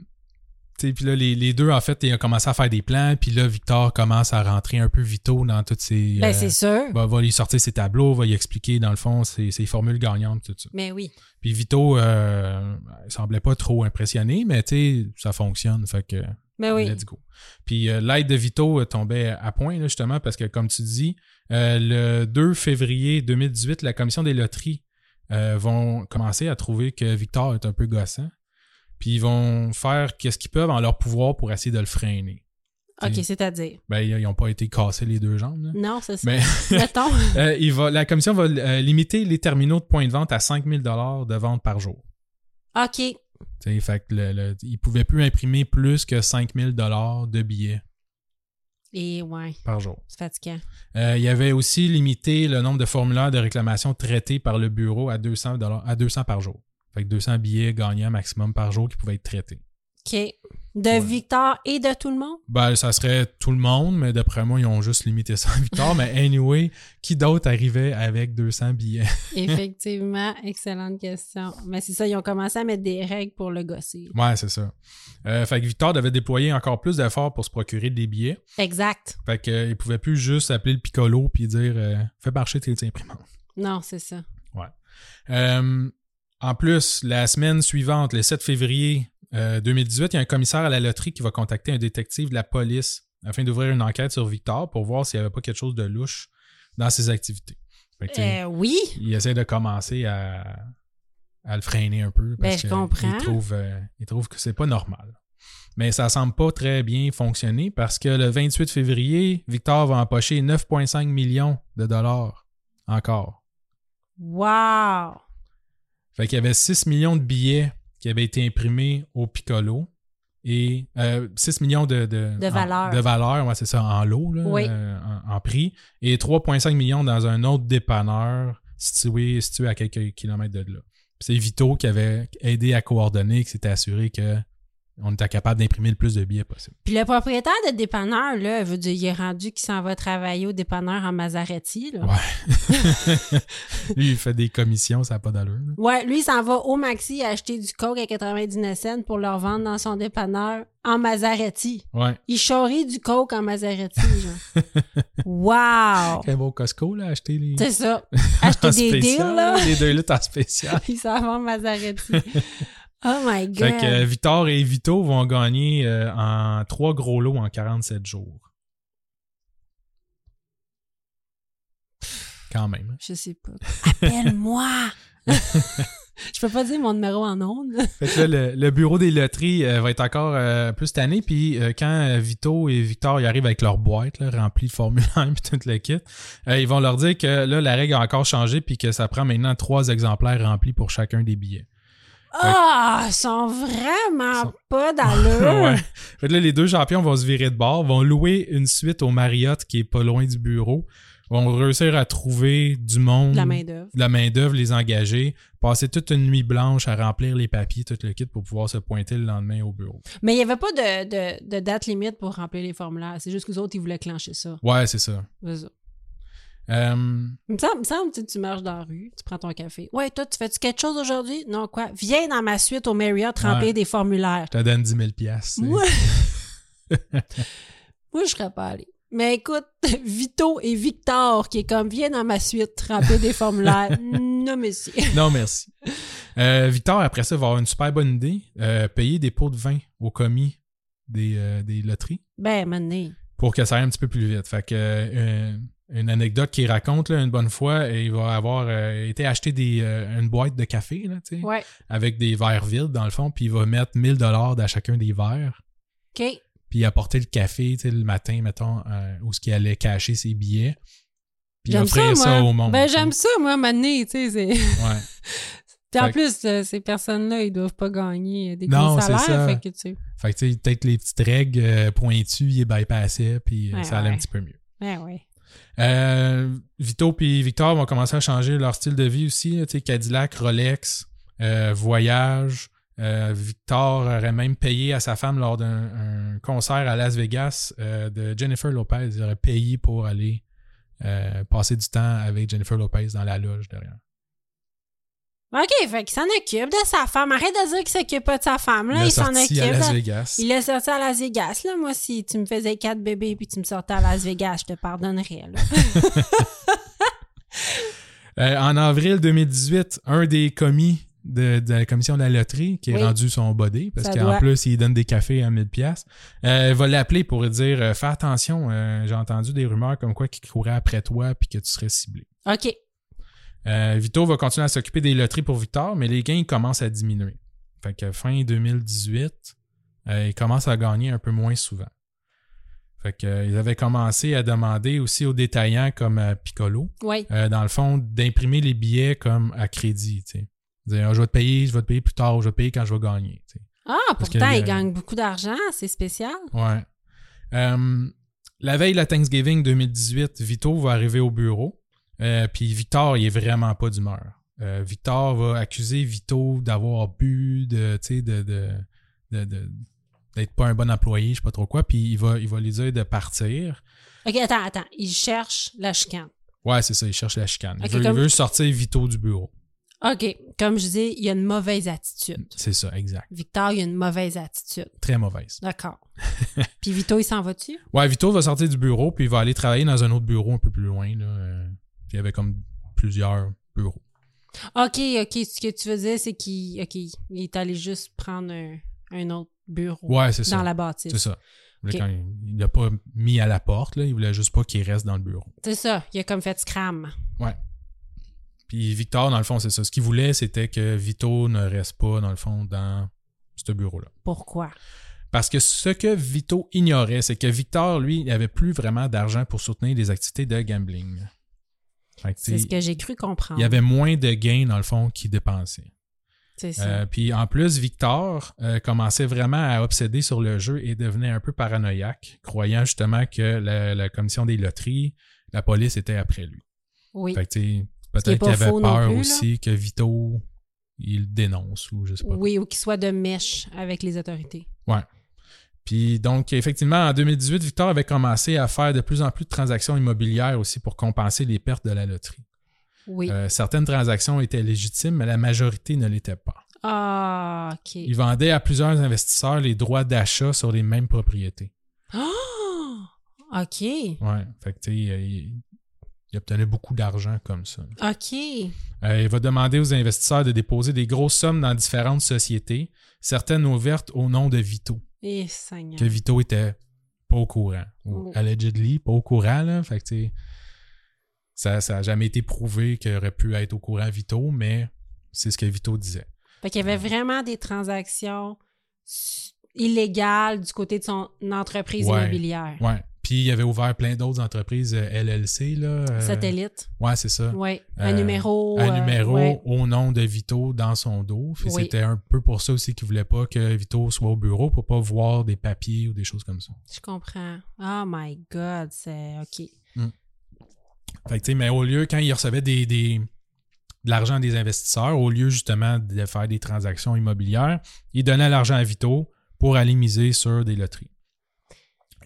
[SPEAKER 2] tu sais, puis là, les, les deux, en fait, ils ont commencé à faire des plans, puis là, Victor commence à rentrer un peu vito dans toutes ces...
[SPEAKER 1] Ben,
[SPEAKER 2] euh,
[SPEAKER 1] c'est sûr.
[SPEAKER 2] va- va lui sortir ses tableaux, va lui expliquer, dans le fond, ses, ses formules gagnantes, tout ça.
[SPEAKER 1] Mais oui.
[SPEAKER 2] Puis Vito, euh, il semblait pas trop impressionné, mais tu sais, ça fonctionne, fait que
[SPEAKER 1] Ben oui.
[SPEAKER 2] Let's go. Puis euh, l'aide de Vito euh, tombait à point, là, justement, parce que, comme tu dis, euh, le 2 février 2018, la commission des loteries euh, vont commencer à trouver que Victor est un peu gossant. Puis ils vont faire qu'est-ce qu'ils peuvent en leur pouvoir pour essayer de le freiner.
[SPEAKER 1] OK,
[SPEAKER 2] T'sais,
[SPEAKER 1] c'est-à-dire.
[SPEAKER 2] Ben, ils n'ont pas été cassés les deux jambes. là.
[SPEAKER 1] Non, c'est ça.
[SPEAKER 2] Mais
[SPEAKER 1] Mm. [laughs] Mettons.
[SPEAKER 2] [laughs] euh, il va, la commission va euh, limiter les terminaux de points de vente à 5000 de vente par jour.
[SPEAKER 1] OK.
[SPEAKER 2] T'sais, fait que le, le- ils ne pouvaient plus imprimer plus que 5000 de billets
[SPEAKER 1] Et ouais,
[SPEAKER 2] par jour.
[SPEAKER 1] c'est fatigant.
[SPEAKER 2] Euh, il y avait aussi limité le nombre de formulaires de réclamation traités par le bureau à 200, à 200 par jour. Fait que 200 billets gagnants maximum par jour qui pouvaient être traités.
[SPEAKER 1] OK. De Victor et de tout le
[SPEAKER 2] [laughs]
[SPEAKER 1] monde?
[SPEAKER 2] Ben, ça serait tout le monde, mais d'après moi, ils ont juste limité ça à Victor. mais anyway, qui d'autre arrivait avec 200 billets? [laughs]
[SPEAKER 1] Effectivement, excellente question. Mais c'est ça, ils ont commencé à mettre des règles pour le gosser.
[SPEAKER 2] ouais, c'est ça. Euh, fait que Victor devait déployer encore plus d'efforts pour se procurer des billets.
[SPEAKER 1] Exact.
[SPEAKER 2] Fait que, euh, il pouvait plus juste appeler le piccolo puis dire euh, Fais marcher tes imprimantes.
[SPEAKER 1] Non, c'est ça.
[SPEAKER 2] Ouais. Euh, en plus, la semaine suivante, le 7 février euh, 2018, il y a un commissaire à la loterie qui va contacter un détective de la police afin d'ouvrir une enquête sur Victor pour voir s'il n'y avait pas quelque chose de louche dans ses activités. Fait que, tu sais,
[SPEAKER 1] Euh, oui.
[SPEAKER 2] Il essaie de commencer à, à le freiner un peu
[SPEAKER 1] Ben,
[SPEAKER 2] parce
[SPEAKER 1] je
[SPEAKER 2] que
[SPEAKER 1] comprends.
[SPEAKER 2] Il, trouve, euh, il trouve que c'est pas normal. Mais ça semble pas très bien fonctionner parce que le 28 février, Victor va empocher 9,5 millions de dollars encore.
[SPEAKER 1] Wow.
[SPEAKER 2] Fait qu'il y avait 6 millions de billets qui avaient été imprimés au Piccolo et euh, 6 millions de, de,
[SPEAKER 1] De
[SPEAKER 2] en-
[SPEAKER 1] valeur.
[SPEAKER 2] de valeur, ouais, c'est ça, en lot, là,
[SPEAKER 1] Oui.
[SPEAKER 2] euh, en, en prix, et 3,5 millions dans un autre dépanneur situé, situé à quelques kilomètres de là. Puis C'est Vito qui avait aidé à coordonner, qui s'était assuré que on était capable d'imprimer le plus de billets possible.
[SPEAKER 1] Puis le propriétaire de dépanneur, là, veut dire, il est rendu qu'il s'en va travailler au dépanneur en Mazaretti. Là.
[SPEAKER 2] Ouais. [laughs] Lui, il fait des commissions, ça n'a pas d'allure. là.
[SPEAKER 1] Ouais, lui, il s'en va au maxi acheter du coke à 99 cents pour le revendre dans son dépanneur en Mazaretti.
[SPEAKER 2] Ouais.
[SPEAKER 1] Il chorait du coke en
[SPEAKER 2] [laughs]
[SPEAKER 1] Mazaretti, genre. wow!
[SPEAKER 2] Quand il va au Costco, là, acheter les.
[SPEAKER 1] C'est
[SPEAKER 2] [laughs]
[SPEAKER 1] ça. Acheter
[SPEAKER 2] en
[SPEAKER 1] des deals,
[SPEAKER 2] Ah, spécial,
[SPEAKER 1] là.
[SPEAKER 2] Les deux litres en spécial.
[SPEAKER 1] [laughs] Il s'en va en
[SPEAKER 2] [laughs]
[SPEAKER 1] Mazaretti. oh my God!
[SPEAKER 2] Fait que euh, Victor et Vito vont gagner euh, en trois gros lots en 47 jours. Quand même.
[SPEAKER 1] Je sais pas.
[SPEAKER 2] [laughs]
[SPEAKER 1] Appelle-moi! [laughs] Je peux pas dire mon numéro en ondes.
[SPEAKER 2] Fait que là, le, le bureau des loteries euh, va être encore euh, plus tanné. Puis euh, quand euh, Vito et Victor ils arrivent avec leur boîte là, remplie de Formule [laughs] 1 puis tout le kit, euh, ils vont leur dire que là, la règle a encore changé puis que ça prend maintenant trois exemplaires remplis pour chacun des billets.
[SPEAKER 1] Ah, ils sont vraiment
[SPEAKER 2] Sont- [laughs]
[SPEAKER 1] pas dans le.
[SPEAKER 2] ouais. Fait que là, les deux champions vont se virer de bord, vont louer une suite au Marriott qui est pas loin du bureau, vont réussir à trouver du monde.
[SPEAKER 1] De la main-d'œuvre.
[SPEAKER 2] de la main-d'œuvre, les engager, passer toute une nuit blanche à remplir les papiers, tout le kit pour pouvoir se pointer le lendemain au bureau.
[SPEAKER 1] Mais il n'y avait pas de, de- de date limite pour remplir les formulaires. C'est juste que les autres, ils voulaient clencher ça.
[SPEAKER 2] Ouais, c'est ça.
[SPEAKER 1] C'est ça.
[SPEAKER 2] Euh,
[SPEAKER 1] Il me semble, il me semble, tu sais, tu marches dans la rue, tu prends ton café. Ouais, toi, tu fais-tu quelque chose aujourd'hui? Non, quoi? Viens dans ma suite au Marriott remplir
[SPEAKER 2] Ouais.
[SPEAKER 1] des formulaires.
[SPEAKER 2] je te donne 10 000 piastres. [laughs] tu sais.
[SPEAKER 1] Moi, moi, je serais pas allé. Mais écoute, [laughs] Vito et Victor, qui est comme, viens dans ma suite remplir des
[SPEAKER 2] [laughs]
[SPEAKER 1] formulaires. non, monsieur.
[SPEAKER 2] Non, merci. Euh, Victor, après ça, va avoir une super bonne idée. euh, payer des pots de vin aux commis des, euh, des loteries.
[SPEAKER 1] Ben, mané.
[SPEAKER 2] pour que ça aille un petit peu plus vite. Fait que euh, une anecdote qu'il raconte là, une bonne fois, il va avoir euh, été acheter des, euh, une boîte de café là, tu sais,
[SPEAKER 1] Ouais.
[SPEAKER 2] avec des verres vides dans le fond, puis il va mettre 1000 dollars dans chacun des verres,
[SPEAKER 1] OK.
[SPEAKER 2] puis apporter le café tu sais, le matin, mettons, euh, où ce qu'il allait cacher ses billets, puis
[SPEAKER 1] J'aime ça,
[SPEAKER 2] offrir ça,
[SPEAKER 1] moi.
[SPEAKER 2] au monde.
[SPEAKER 1] Ben,
[SPEAKER 2] tu sais.
[SPEAKER 1] j'aime ça, moi, mané, tu sais. c'est- [laughs]
[SPEAKER 2] Ouais.
[SPEAKER 1] Puis en
[SPEAKER 2] Fait que-
[SPEAKER 1] plus, euh, ces personnes-là, ils doivent pas gagner euh, des
[SPEAKER 2] Non,
[SPEAKER 1] gros
[SPEAKER 2] c'est
[SPEAKER 1] salaires.
[SPEAKER 2] ça.
[SPEAKER 1] Fait que, tu sais.
[SPEAKER 2] Fait que tu sais, peut-être les petites règles euh, pointues, il est bypassé, puis euh,
[SPEAKER 1] Ouais,
[SPEAKER 2] ça allait
[SPEAKER 1] ouais.
[SPEAKER 2] un petit peu mieux.
[SPEAKER 1] Ben, ouais.
[SPEAKER 2] Euh, Vito puis Victor vont commencer à changer leur style de vie aussi. là, tu sais, Cadillac, Rolex, euh, voyage. Euh, Victor aurait même payé à sa femme lors d'un un concert à Las Vegas euh, de Jennifer Lopez. Il aurait payé pour aller euh, passer du temps avec Jennifer Lopez dans la loge derrière.
[SPEAKER 1] OK, fait qu'il s'en occupe de sa femme. Arrête de dire qu'il s'occupe pas de sa femme, là.
[SPEAKER 2] l'a
[SPEAKER 1] Il s'en
[SPEAKER 2] sorti à Las
[SPEAKER 1] occupe.
[SPEAKER 2] Vegas.
[SPEAKER 1] Il est sorti à Las Vegas, là. Moi, si tu me faisais quatre bébés puis tu me sortais à Las Vegas, je te pardonnerais, là. [laughs]
[SPEAKER 2] Euh, en avril 2018, un des commis de, de la commission de la loterie qui
[SPEAKER 1] Oui.
[SPEAKER 2] est rendu son body, parce
[SPEAKER 1] Ça
[SPEAKER 2] qu'en
[SPEAKER 1] doit.
[SPEAKER 2] plus, il donne des cafés à 1000$. piastres. Euh, elle va l'appeler pour lui dire euh, Fais attention, euh, j'ai entendu des rumeurs comme quoi qu'il courait après toi puis que tu serais ciblé.
[SPEAKER 1] OK.
[SPEAKER 2] Euh, Vito va continuer à s'occuper des loteries pour Victor, mais les gains ils commencent à diminuer. Fait que fin 2018, euh, ils commencent à gagner un peu moins souvent. Fait que, euh, ils avaient commencé à demander aussi aux détaillants comme euh, Piccolo,
[SPEAKER 1] Oui.
[SPEAKER 2] euh, dans le fond, d'imprimer les billets comme à crédit. tu sais. Dire, Ah, je vais te payer, je vais te payer plus tard, je vais te payer quand je vais gagner. tu sais.
[SPEAKER 1] Ah,
[SPEAKER 2] Parce
[SPEAKER 1] pourtant,
[SPEAKER 2] que,
[SPEAKER 1] il
[SPEAKER 2] euh,
[SPEAKER 1] gagne beaucoup d'argent. C'est spécial.
[SPEAKER 2] Ouais. Euh, la veille de la Thanksgiving 2018, Vito va arriver au bureau. Euh, Puis Victor, il est vraiment pas d'humeur. Euh, Victor va accuser Vito d'avoir bu, de, tu sais, de, de, de- de- d'être pas un bon employé, je sais pas trop quoi. Puis il va, il va lui dire de partir.
[SPEAKER 1] OK, attends, attends. Il cherche la chicane.
[SPEAKER 2] Ouais, c'est ça, il cherche la chicane. Il,
[SPEAKER 1] Ok,
[SPEAKER 2] veut, il
[SPEAKER 1] comme-
[SPEAKER 2] veut sortir Vito du bureau.
[SPEAKER 1] OK. Comme je dis, il a une mauvaise attitude.
[SPEAKER 2] C'est ça, exact.
[SPEAKER 1] Victor, il a une mauvaise attitude.
[SPEAKER 2] Très mauvaise.
[SPEAKER 1] [laughs] D'accord. Puis Vito, il s'en va-tu?
[SPEAKER 2] Ouais, Vito va sortir du bureau, puis il va aller travailler dans un autre bureau un peu plus loin. Là. euh, Puis il y avait comme plusieurs bureaux.
[SPEAKER 1] OK, OK. Ce que tu veux dire, c'est qu'il OK, il est allé juste prendre un, un autre bureau
[SPEAKER 2] Ouais, c'est ça.
[SPEAKER 1] dans la bâtisse.
[SPEAKER 2] C'est ça. Il voulait
[SPEAKER 1] Ok.
[SPEAKER 2] quand- il l'a pas mis à la porte, là. il voulait juste pas qu'il reste dans le bureau.
[SPEAKER 1] C'est ça. Il a comme fait scram.
[SPEAKER 2] Ouais. Puis Victor, dans le fond, c'est ça. Ce qu'il voulait, c'était que Vito ne reste pas, dans le fond, dans ce bureau-là.
[SPEAKER 1] Pourquoi?
[SPEAKER 2] Parce que ce que Vito ignorait, c'est que Victor, lui, il avait plus vraiment d'argent pour soutenir les activités de gambling. Fait que, tu
[SPEAKER 1] C'est
[SPEAKER 2] sais,
[SPEAKER 1] ce que j'ai cru comprendre.
[SPEAKER 2] il y avait moins de gains, dans le fond, qu'il dépensait.
[SPEAKER 1] C'est ça.
[SPEAKER 2] Euh, puis en plus, Victor euh, commençait vraiment à obséder sur le jeu et devenait un peu paranoïaque, croyant justement que la, la commission des loteries, la police était après lui.
[SPEAKER 1] oui.
[SPEAKER 2] Fait que, tu sais,
[SPEAKER 1] Ce qui est
[SPEAKER 2] peut-être
[SPEAKER 1] pas
[SPEAKER 2] qu'il avait
[SPEAKER 1] faux non
[SPEAKER 2] peur
[SPEAKER 1] plus, là.
[SPEAKER 2] aussi que Vito, il le dénonce ou je sais pas.
[SPEAKER 1] Oui, ou qu'il soit de mèche avec les autorités.
[SPEAKER 2] Ouais. Puis donc, effectivement, en 2018, Victor avait commencé à faire de plus en plus de transactions immobilières aussi pour compenser les pertes de la loterie.
[SPEAKER 1] Oui.
[SPEAKER 2] Euh, certaines transactions étaient légitimes, mais la majorité ne l'était pas.
[SPEAKER 1] Ah, OK.
[SPEAKER 2] Il vendait à plusieurs investisseurs les droits d'achat sur les mêmes propriétés.
[SPEAKER 1] [gasps] Ah! OK.
[SPEAKER 2] Ouais. Fait que, tu sais, euh, il, il obtenait beaucoup d'argent comme ça.
[SPEAKER 1] OK.
[SPEAKER 2] Euh, il va demander aux investisseurs de déposer des grosses sommes dans différentes sociétés, certaines ouvertes au nom de Vito,
[SPEAKER 1] Et Eh, Seigneur.
[SPEAKER 2] que Vito était pas au courant. Ou
[SPEAKER 1] Oh.
[SPEAKER 2] allegedly, pas au courant, là. Fait que, tu sais, ça, ça a jamais été prouvé qu'il aurait pu être au courant Vito, mais c'est ce que Vito disait.
[SPEAKER 1] Fait qu'il y avait vraiment des transactions s- illégales du côté de son entreprise
[SPEAKER 2] Ouais.
[SPEAKER 1] immobilière.
[SPEAKER 2] Ouais. Puis il avait ouvert plein d'autres entreprises euh, LLC, là. euh,
[SPEAKER 1] Satellite.
[SPEAKER 2] Ouais, c'est ça.
[SPEAKER 1] Oui. Un
[SPEAKER 2] Euh,
[SPEAKER 1] numéro.
[SPEAKER 2] un
[SPEAKER 1] euh,
[SPEAKER 2] numéro
[SPEAKER 1] ouais.
[SPEAKER 2] au nom de Vito dans son dos. Puis
[SPEAKER 1] Oui.
[SPEAKER 2] C'était un peu pour ça aussi qu'il voulait pas que Vito soit au bureau pour pas voir des papiers ou des choses comme ça.
[SPEAKER 1] Je comprends. Oh my God, c'est OK.
[SPEAKER 2] Fait que, tu sais, mais au lieu, quand il recevait des, des- de l'argent des investisseurs, au lieu justement de faire des transactions immobilières, il donnait l'argent à Vito pour aller miser sur des loteries.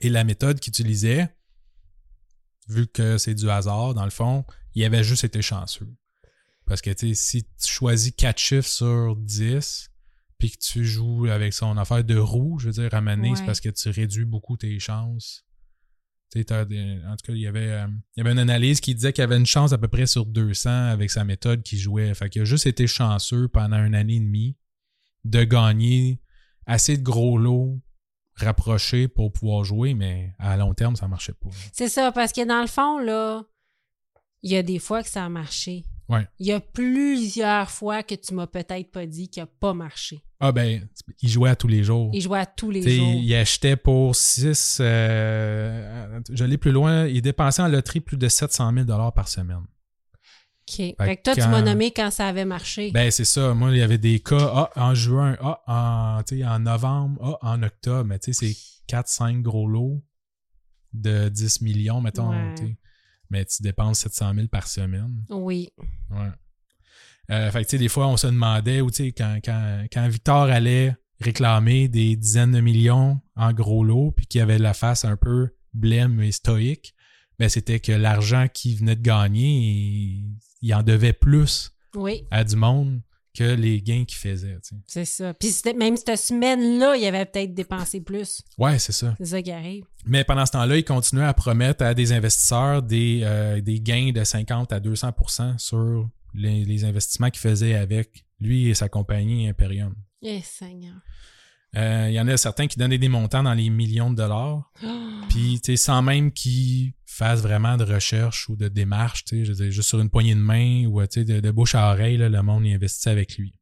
[SPEAKER 2] Et la méthode qu'il utilisait, vu que c'est du hasard, dans le fond, il avait juste été chanceux. Parce que, tu sais, si tu choisis 4 chiffres sur 10, puis que tu joues avec son affaire de roue, je veux dire, à Mané, c'est
[SPEAKER 1] Ouais.
[SPEAKER 2] parce que tu réduis beaucoup tes chances. Tu sais, t'as des- en tout cas, il y, avait, euh, il y avait une analyse qui disait qu'il avait une chance à peu près sur 200 avec sa méthode qu'il jouait. Fait qu'il a juste été chanceux pendant une année et demie de gagner assez de gros lots rapprochés pour pouvoir jouer, mais à long terme, ça marchait pas.
[SPEAKER 1] C'est ça, parce que dans le fond, là, il y a des fois que ça a marché.
[SPEAKER 2] Ouais.
[SPEAKER 1] Il y a plusieurs fois que tu m'as peut-être pas dit qu'il n'a pas marché.
[SPEAKER 2] Ah ben, il jouait à tous les jours.
[SPEAKER 1] Il jouait à tous les
[SPEAKER 2] T'sais,
[SPEAKER 1] jours.
[SPEAKER 2] il achetait pour 6... J'allais plus loin. Il dépensait en loterie plus de 700 000 par semaine.
[SPEAKER 1] OK. Fait, que toi,
[SPEAKER 2] quand-
[SPEAKER 1] tu m'as nommé quand ça avait marché.
[SPEAKER 2] Ben, c'est ça. Moi, il y avait des cas ah, en juin, ah, en, tu sais, en novembre, ah, en octobre. Mais tu sais, c'est 4-5 gros lots de 10 millions, mettons.
[SPEAKER 1] Ouais.
[SPEAKER 2] tu sais. Mais tu dépenses 700 000 par semaine.
[SPEAKER 1] oui.
[SPEAKER 2] Ouais. Euh, fait que, tu sais, des fois, on se demandait, ou tu sais, quand, quand, quand Victor allait réclamer des dizaines de millions en gros lot, puis qu'il avait la face un peu blême et stoïque, ben, c'était que l'argent qu'il venait de gagner, il, il en devait plus
[SPEAKER 1] Oui,
[SPEAKER 2] à du monde que les gains qu'il faisait. tu sais.
[SPEAKER 1] c'est ça. Puis c'était- même cette semaine-là, il avait peut-être dépensé plus.
[SPEAKER 2] Ouais, c'est ça.
[SPEAKER 1] C'est ça qui arrive.
[SPEAKER 2] Mais pendant ce temps-là, il continuait à promettre à des investisseurs des, euh, des gains de 50 à 200 sur les, les investissements qu'il faisait avec lui et sa compagnie Imperium.
[SPEAKER 1] Eh, Seigneur.
[SPEAKER 2] Euh, Il y en a certains qui donnaient des montants dans les millions de dollars, puis tu sais, sans même qu'ils fassent vraiment de recherche ou de démarche, tu sais, je veux dire, juste sur une poignée de main ou tu sais, de, de bouche à oreille, là, le monde y investissait avec lui.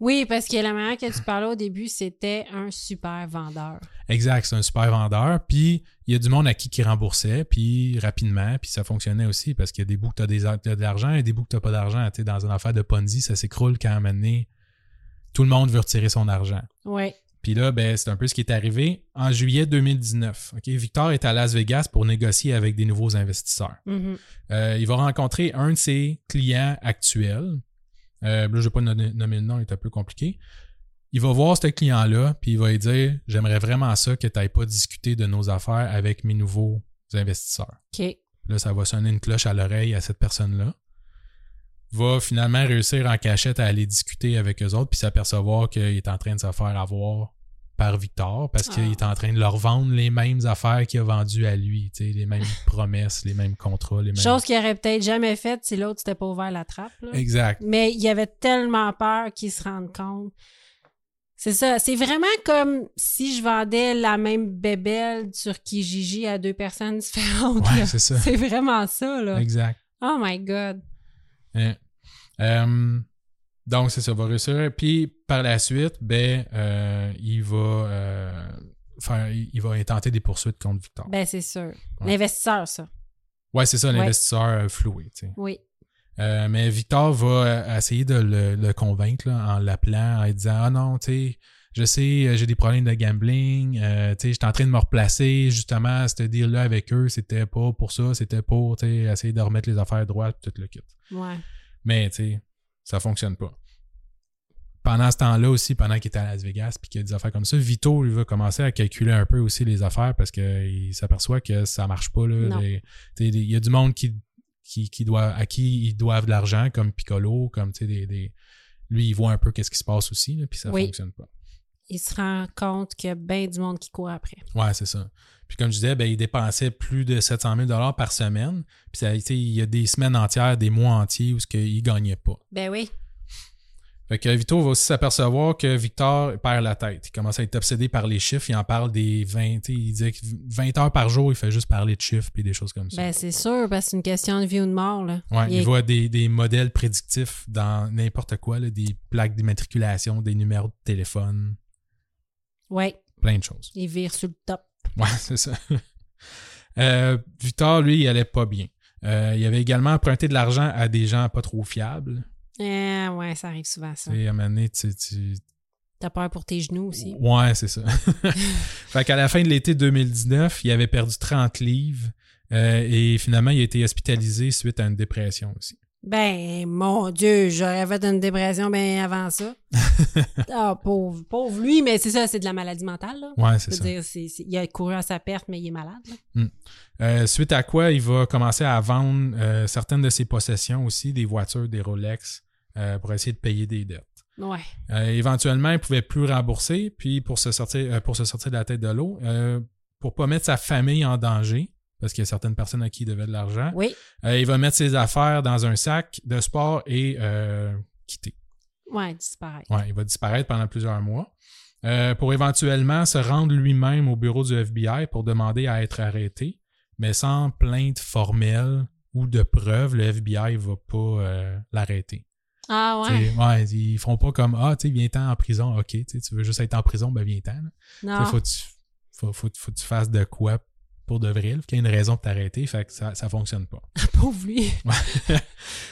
[SPEAKER 1] Oui, parce que la manière que tu parlais au début, c'était un super vendeur.
[SPEAKER 2] Exact, c'est un super vendeur. Puis il y a du monde à qui qui remboursait, puis rapidement, puis ça fonctionnait aussi parce qu'il y a des bouts que tu as, des, t'as de l'argent et des bouts que tu n'as pas d'argent. Tu sais, dans une affaire de Ponzi, ça s'écroule quand à un moment donné, tout le monde veut retirer son argent.
[SPEAKER 1] Oui.
[SPEAKER 2] Puis là, ben, c'est un peu ce qui est arrivé en juillet 2019. ok? Victor est à Las Vegas pour négocier avec des nouveaux investisseurs.
[SPEAKER 1] Mhm.
[SPEAKER 2] Euh, il va rencontrer un de ses clients actuels. Euh, là, je ne vais pas nommer, nommer le nom, il est un peu compliqué. Il va voir ce client-là, puis il va lui dire J'aimerais vraiment ça que tu n'ailles pas discuter de nos affaires avec mes nouveaux investisseurs.
[SPEAKER 1] OK.
[SPEAKER 2] Là, ça va sonner une cloche à l'oreille à cette personne-là. Va finalement réussir en cachette à aller discuter avec eux autres, puis s'apercevoir qu'il est en train de se faire avoir par Victor, parce qu'il
[SPEAKER 1] Ah.
[SPEAKER 2] est en train de leur vendre les mêmes affaires qu'il a vendues à lui, tu sais,
[SPEAKER 1] [laughs]
[SPEAKER 2] les mêmes promesses, les mêmes contrats, les mêmes.
[SPEAKER 1] Chose qu'il aurait peut-être jamais faite si l'autre s'était pas ouvert la trappe. là.
[SPEAKER 2] [laughs] Exact.
[SPEAKER 1] Mais il avait tellement peur qu'il se rende compte. C'est ça. C'est vraiment comme si je vendais la même bébelle sur Kijiji à deux personnes différentes.
[SPEAKER 2] Ouais,
[SPEAKER 1] là.
[SPEAKER 2] c'est ça.
[SPEAKER 1] C'est vraiment ça, là.
[SPEAKER 2] Exact.
[SPEAKER 1] Oh my God.
[SPEAKER 2] Hein. Euh, donc, c'est ça, va réussir. Puis, par la suite, ben, euh, il va euh, faire, il il va intenter des poursuites contre Victor.
[SPEAKER 1] Ben, c'est sûr.
[SPEAKER 2] Ouais.
[SPEAKER 1] L'investisseur, ça.
[SPEAKER 2] ouais, c'est ça,
[SPEAKER 1] Ouais.
[SPEAKER 2] l'investisseur euh, floué. tu sais.
[SPEAKER 1] Oui.
[SPEAKER 2] Euh, mais Victor va euh, essayer de le, le convaincre là, en l'appelant, en lui disant Ah non, tu sais, je sais, euh, j'ai des problèmes de gambling, euh, tu sais, j'étais en train de me replacer, justement, ce deal-là avec eux, c'était pas pour ça, c'était pour, tu sais, essayer de remettre les affaires droites, tout le kit.
[SPEAKER 1] Ouais.
[SPEAKER 2] Mais, tu sais, ça fonctionne pas. Pendant ce temps-là aussi, pendant qu'il était à Las Vegas puis qu'il y a des affaires comme ça, Vito, lui, va commencer à calculer un peu aussi les affaires parce qu'il s'aperçoit que ça marche pas.
[SPEAKER 1] Non.
[SPEAKER 2] là. Les- tu sais, les- Il y a du monde qui, qui, qui doit, à qui ils doivent de l'argent, comme Piccolo, comme, tu sais, des, des- lui, il voit un peu qu'est-ce qui se passe aussi, là, puis ça
[SPEAKER 1] Oui.
[SPEAKER 2] fonctionne pas.
[SPEAKER 1] Il se rend compte qu'il y a bien du monde qui court après.
[SPEAKER 2] Ouais, c'est ça. Puis comme je disais, ben, il dépensait plus de 700 000 par semaine. Puis ça, tu sais, il y a des semaines entières, des mois entiers où ce que il gagnait pas.
[SPEAKER 1] Ben oui.
[SPEAKER 2] Fait que Vito va aussi s'apercevoir que Victor perd la tête. Il commence à être obsédé par les chiffres. Il en parle des 20. tu sais, Il dit que 20 heures par jour, il fait juste parler de chiffres et des choses comme ça.
[SPEAKER 1] Ben, c'est sûr, parce que c'est une question de vie ou de mort, là.
[SPEAKER 2] Ouais, il,
[SPEAKER 1] est-
[SPEAKER 2] voit des, des modèles prédictifs dans n'importe quoi, là, des plaques d'immatriculation, des numéros de téléphone,
[SPEAKER 1] Ouais,
[SPEAKER 2] plein de choses.
[SPEAKER 1] il vire sur le top.
[SPEAKER 2] Ouais, [laughs] c'est ça. Euh, Victor, lui, il allait pas bien. Euh, il avait également emprunté de l'argent à des gens pas trop fiables.
[SPEAKER 1] Eh, ouais, ça arrive souvent, ça.
[SPEAKER 2] Tu sais, à un moment donné, tu- tu,
[SPEAKER 1] T'as peur pour tes genoux aussi.
[SPEAKER 2] Ouais, c'est ça. fait qu'à la fin de l'été 2019, il avait perdu 30 livres euh, et finalement, il a été hospitalisé suite à une dépression aussi.
[SPEAKER 1] Ben, mon Dieu, j'aurais fait une dépression bien avant
[SPEAKER 2] [laughs]
[SPEAKER 1] ça. Ah, pauvre, pauvre lui, mais c'est ça, c'est de la maladie mentale, là.
[SPEAKER 2] Ouais, c'est
[SPEAKER 1] Je
[SPEAKER 2] ça.
[SPEAKER 1] veux dire, c'est- c'est- il a couru à sa perte, mais il est malade. là.
[SPEAKER 2] Euh, suite à quoi, il va commencer à vendre euh, certaines de ses possessions aussi, des voitures, des Rolex, euh, pour essayer de payer des dettes.
[SPEAKER 1] Ouais.
[SPEAKER 2] Euh, éventuellement, il pouvait plus rembourser, puis pour se sortir, euh, pour se sortir de la tête de l'eau, euh, pour pas mettre sa famille en danger, parce qu'il y a certaines personnes à qui il devait de l'argent,
[SPEAKER 1] Oui.
[SPEAKER 2] Euh, il va mettre ses affaires dans un sac de sport et euh, quitter.
[SPEAKER 1] Ouais, disparaît.
[SPEAKER 2] Ouais, il va disparaître pendant plusieurs mois euh, pour éventuellement se rendre lui-même au bureau du FBI pour demander à être arrêté, mais sans plainte formelle ou de preuve, le FBI va pas euh, l'arrêter.
[SPEAKER 1] Ah
[SPEAKER 2] Tu
[SPEAKER 1] ouais.
[SPEAKER 2] sais, Ouais, ils feront pas comme ah tu sais viens-t'en en prison, ok, tu sais, tu veux juste être en prison, ben viens-t'en. là.
[SPEAKER 1] Non.
[SPEAKER 2] Tu sais, Faut, que tu- faut, faut, faut que tu fasses de quoi pour de vrai, là, qu'il y ait une raison de t'arrêter, fait que ça, ça fonctionne pas.
[SPEAKER 1] [laughs] Pauvre lui.
[SPEAKER 2] Ouais. [laughs]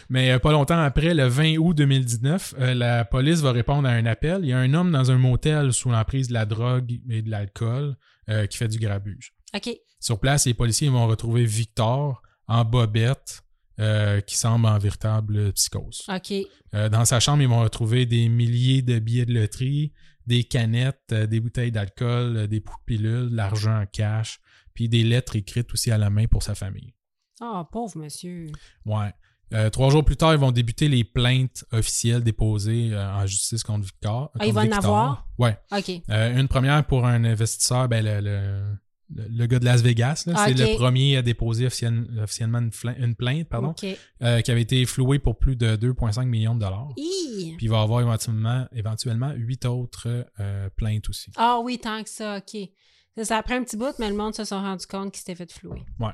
[SPEAKER 2] Mais euh, pas longtemps après, le 20 août 2019, euh, la police va répondre à un appel. Il y a un homme dans un motel sous l'emprise de la drogue et de l'alcool euh, qui fait du grabuge.
[SPEAKER 1] OK.
[SPEAKER 2] Sur place, les policiers vont retrouver Victor en bobette euh, qui semble en véritable psychose.
[SPEAKER 1] OK.
[SPEAKER 2] Euh, dans sa chambre, ils vont retrouver des milliers de billets de loterie, des canettes, euh, des bouteilles d'alcool, euh, des pots de pilules, de l'argent en cash, puis des lettres écrites aussi à la main pour sa famille.
[SPEAKER 1] Ah, pauvre monsieur.
[SPEAKER 2] Ouais. Euh, trois jours plus tard, ils vont débuter les plaintes officielles déposées euh, en justice contre Victor.
[SPEAKER 1] Ah, il va en avoir?
[SPEAKER 2] Ouais.
[SPEAKER 1] OK.
[SPEAKER 2] Euh, une première pour un investisseur, ben, le, le- le, le gars de Las Vegas. là.
[SPEAKER 1] Ah,
[SPEAKER 2] C'est
[SPEAKER 1] ok.
[SPEAKER 2] le premier à déposer officiel- officiellement une, fla- une plainte, pardon,
[SPEAKER 1] OK.
[SPEAKER 2] euh, qui avait été flouée pour plus de 2,5 millions de dollars.
[SPEAKER 1] Hi!
[SPEAKER 2] Puis il va y avoir éventuellement, éventuellement huit autres euh, plaintes aussi.
[SPEAKER 1] Ah oui, tant que ça, OK. Ça, ça a pris un petit bout, mais le monde se sont rendu compte qu'il s'était fait flouer.
[SPEAKER 2] Ouais.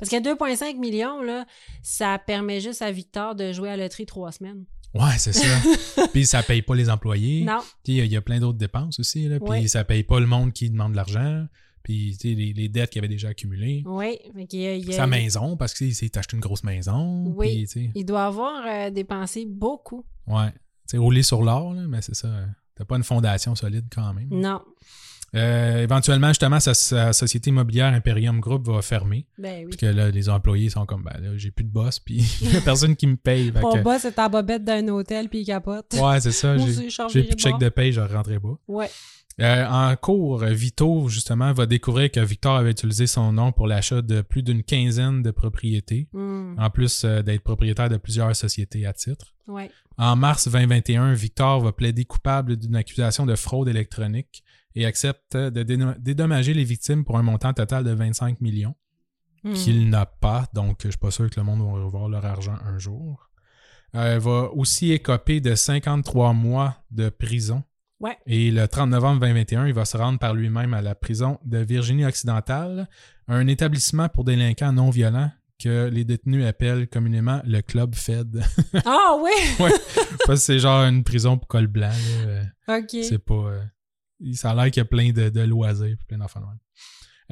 [SPEAKER 1] Parce que 2,5 millions, là, ça permet juste à Victor de jouer à la loterie trois semaines.
[SPEAKER 2] Ouais,
[SPEAKER 1] [laughs]
[SPEAKER 2] c'est ça. puis ça paye pas les employés.
[SPEAKER 1] Non.
[SPEAKER 2] Puis il y a plein d'autres dépenses aussi. Là. Puis
[SPEAKER 1] Ouais.
[SPEAKER 2] ça paye pas le monde qui demande de l'argent. Puis tu sais, les, les dettes qu'il avait déjà accumulées.
[SPEAKER 1] Oui. Fait qu'il y a- il y a-
[SPEAKER 2] Sa maison, parce qu'il s'est acheté une grosse maison.
[SPEAKER 1] Oui.
[SPEAKER 2] Puis, tu sais,
[SPEAKER 1] Il doit avoir euh, dépensé beaucoup.
[SPEAKER 2] ouais. Tu sais, roulé sur l'or, là, mais c'est ça. euh, T'as pas une fondation solide quand même.
[SPEAKER 1] Non.
[SPEAKER 2] Euh, éventuellement, justement, sa, sa société immobilière Imperium Group va fermer.
[SPEAKER 1] Ben oui.
[SPEAKER 2] Parce que là, les employés sont comme, ben là, j'ai plus de boss, puis [laughs] y a personne qui me paye. Fait
[SPEAKER 1] Mon
[SPEAKER 2] que-
[SPEAKER 1] boss est en bobette d'un hôtel puis il capote.
[SPEAKER 2] ouais, c'est
[SPEAKER 1] [laughs]
[SPEAKER 2] ça.
[SPEAKER 1] Moi
[SPEAKER 2] j'ai-
[SPEAKER 1] aussi, je
[SPEAKER 2] J'ai
[SPEAKER 1] changerai
[SPEAKER 2] plus de chèque
[SPEAKER 1] bord.
[SPEAKER 2] de paye, je rentrerai pas.
[SPEAKER 1] Ouais.
[SPEAKER 2] Euh, en cours, Vito, justement, va découvrir que Victor avait utilisé son nom pour l'achat de plus d'une quinzaine de propriétés,
[SPEAKER 1] Hmm.
[SPEAKER 2] en plus euh, d'être propriétaire de plusieurs sociétés à titre.
[SPEAKER 1] Ouais.
[SPEAKER 2] En mars 2021, Victor va plaider coupable d'une accusation de fraude électronique et accepte de déno- dédommager les victimes pour un montant total de 25 millions
[SPEAKER 1] Hmm.
[SPEAKER 2] qu'il n'a pas, donc je suis pas sûr que le monde va revoir leur argent un jour. Euh, elle va aussi écoper de 53 mois de prison.
[SPEAKER 1] Ouais.
[SPEAKER 2] Et le 30 novembre 2021, il va se rendre par lui-même à la prison de Virginie-Occidentale, un établissement pour délinquants non violents que les détenus appellent communément le Club Fed. [laughs]
[SPEAKER 1] Ah oui!
[SPEAKER 2] ouais. Parce que c'est genre une prison pour col blanc. là. Euh,
[SPEAKER 1] OK.
[SPEAKER 2] C'est pas. euh, ça a l'air qu'il y a plein de, de loisirs puis plein d'enfants de même.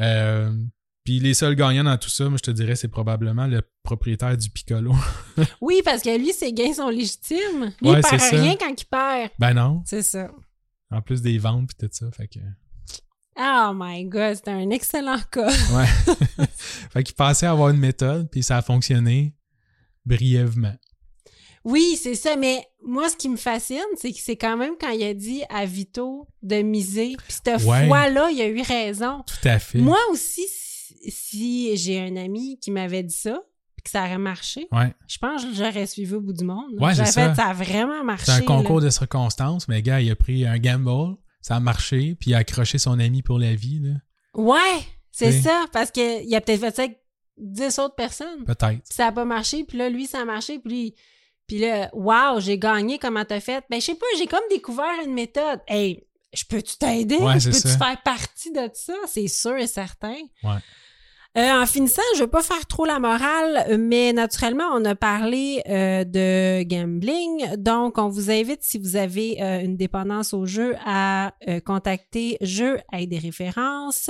[SPEAKER 2] Euh, puis les seuls gagnants dans tout ça, moi je te dirais, c'est probablement le propriétaire du piccolo. [laughs]
[SPEAKER 1] Oui, parce que lui, ses gains sont légitimes. Lui,
[SPEAKER 2] Ouais,
[SPEAKER 1] il perd
[SPEAKER 2] c'est ça.
[SPEAKER 1] rien quand il perd.
[SPEAKER 2] ben non.
[SPEAKER 1] C'est ça.
[SPEAKER 2] En plus des ventes puis tout ça. Fait que.
[SPEAKER 1] Oh my God, c'est un excellent [laughs] cas.
[SPEAKER 2] Ouais. [laughs] fait qu'il pensait avoir une méthode, puis ça a fonctionné brièvement.
[SPEAKER 1] Oui, c'est ça, mais moi, ce qui me fascine, c'est que c'est quand même quand il a dit à Vito de miser. Puis cette
[SPEAKER 2] Ouais.
[SPEAKER 1] fois-là, il a eu raison.
[SPEAKER 2] Tout à fait.
[SPEAKER 1] Moi aussi, si, si j'ai un ami qui m'avait dit ça, puis que ça aurait marché,
[SPEAKER 2] Ouais.
[SPEAKER 1] je pense que j'aurais suivi au bout du monde.
[SPEAKER 2] Ouais, c'est
[SPEAKER 1] J'aurais
[SPEAKER 2] ça.
[SPEAKER 1] fait, ça a vraiment marché.
[SPEAKER 2] C'est un concours
[SPEAKER 1] là.
[SPEAKER 2] de circonstances, mais gars, il a pris un gamble, ça a marché, puis il a accroché son ami pour la vie, là.
[SPEAKER 1] Ouais, c'est
[SPEAKER 2] Oui.
[SPEAKER 1] ça, parce qu'il a peut-être fait ça avec 10 autres personnes.
[SPEAKER 2] Peut-être.
[SPEAKER 1] Puis ça a pas marché, puis là, lui, ça a marché, puis lui, puis là, wow, j'ai gagné, comment t'as fait? Ben, je sais pas, j'ai comme découvert une méthode. Hey, je peux-tu t'aider?
[SPEAKER 2] Ouais,
[SPEAKER 1] je
[SPEAKER 2] c'est
[SPEAKER 1] peux-tu
[SPEAKER 2] ça.
[SPEAKER 1] faire partie de ça? C'est sûr et certain.
[SPEAKER 2] Ouais.
[SPEAKER 1] Euh, en finissant, je veux pas faire trop la morale, mais naturellement, on a parlé euh, de gambling. Donc, on vous invite, si vous avez euh, une dépendance au jeu, à euh, contacter Jeux avec des références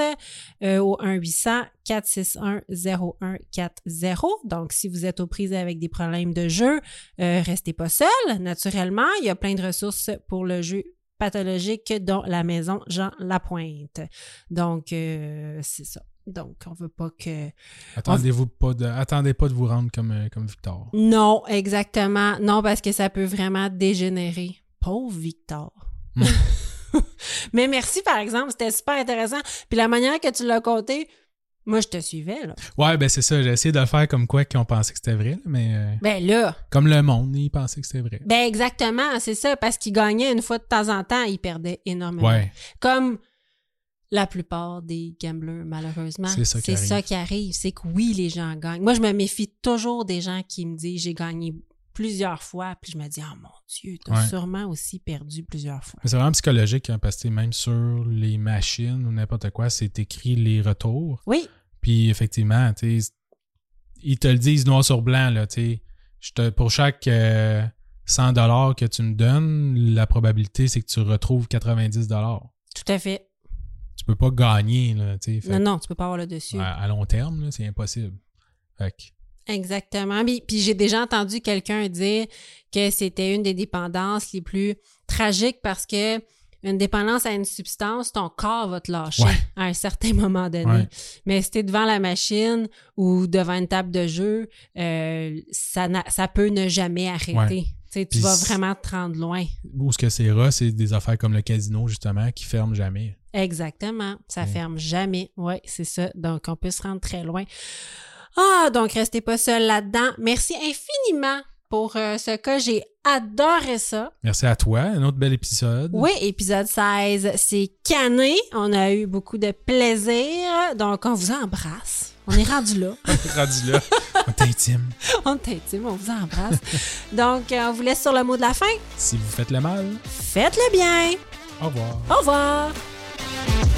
[SPEAKER 1] euh, au 1-800-461-0140. Donc, si vous êtes aux prises avec des problèmes de jeu, euh, restez pas seul. Naturellement, il y a plein de ressources pour le jeu pathologique, dont la maison Jean Lapointe. Donc, euh, c'est ça. Donc, on veut pas que...
[SPEAKER 2] Attendez-vous pas de, attendez pas de vous rendre comme, euh, comme Victor.
[SPEAKER 1] Non, exactement. Non, parce que ça peut vraiment dégénérer. Pauvre Victor.
[SPEAKER 2] Mm.
[SPEAKER 1] [laughs] Mais merci, par exemple. C'était super intéressant. Puis la manière que tu l'as compté, moi, je te suivais, là.
[SPEAKER 2] Ouais, ben c'est ça. J'ai essayé de le faire comme quoi qu'ils ont pensé que c'était vrai, là, mais euh,
[SPEAKER 1] Ben là,
[SPEAKER 2] comme le monde, ils pensaient que c'était vrai.
[SPEAKER 1] ben exactement, c'est ça. Parce qu'il gagnait une fois de temps en temps, il perdait énormément.
[SPEAKER 2] ouais,
[SPEAKER 1] Comme la plupart des gamblers, malheureusement.
[SPEAKER 2] C'est ça qui arrive.
[SPEAKER 1] qui arrive. C'est que oui, les gens gagnent. Moi, je me méfie toujours des gens qui me disent j'ai gagné plusieurs fois, puis je me dis, oh mon Dieu, t'as
[SPEAKER 2] Ouais.
[SPEAKER 1] sûrement aussi perdu plusieurs fois.
[SPEAKER 2] mais c'est vraiment psychologique hein, parce que tu sais, même sur les machines ou n'importe quoi, c'est écrit les retours.
[SPEAKER 1] Oui,
[SPEAKER 2] Puis effectivement, tu sais, ils te le disent noir sur blanc là. Tu sais, je te, pour chaque euh, 100 dollars que tu me donnes, la probabilité c'est que tu retrouves 90 dollars.
[SPEAKER 1] tout à fait.
[SPEAKER 2] Tu peux pas gagner là. Tu sais, fait
[SPEAKER 1] Non,
[SPEAKER 2] que,
[SPEAKER 1] non, tu peux pas avoir le dessus.
[SPEAKER 2] à, à long terme, là, c'est impossible. Fait que-
[SPEAKER 1] Exactement. Puis, puis j'ai déjà entendu quelqu'un dire que c'était une des dépendances les plus tragiques parce que une dépendance à une substance, ton corps va te lâcher
[SPEAKER 2] Ouais.
[SPEAKER 1] à un certain moment donné.
[SPEAKER 2] Ouais.
[SPEAKER 1] Mais si t'es devant la machine ou devant une table de jeu, euh, ça, n'a- ça peut ne jamais arrêter.
[SPEAKER 2] Ouais.
[SPEAKER 1] Tu sais, tu
[SPEAKER 2] Puis
[SPEAKER 1] vas
[SPEAKER 2] c-
[SPEAKER 1] vraiment te rendre loin.
[SPEAKER 2] Ou ce que c'est rare, c'est des affaires comme le casino, justement, qui ferment jamais.
[SPEAKER 1] Exactement. Ça
[SPEAKER 2] Mm.
[SPEAKER 1] ferme jamais. Oui, c'est ça. Donc, on peut se rendre très loin. Ah, donc, restez pas seul là-dedans. Merci infiniment pour euh, ce cas. J'ai adoré ça.
[SPEAKER 2] Merci à toi. Un autre bel épisode.
[SPEAKER 1] Oui, épisode 16, c'est cané. On a eu beaucoup de plaisir. Donc, on vous embrasse. On est rendu là.
[SPEAKER 2] [laughs]
[SPEAKER 1] [laughs]
[SPEAKER 2] Rendu là. On est intime.
[SPEAKER 1] on est intime, on vous embrasse. Donc, euh, on vous laisse sur le mot de la fin.
[SPEAKER 2] Si vous faites le mal,
[SPEAKER 1] Faites-le bien.
[SPEAKER 2] au revoir.
[SPEAKER 1] Au revoir.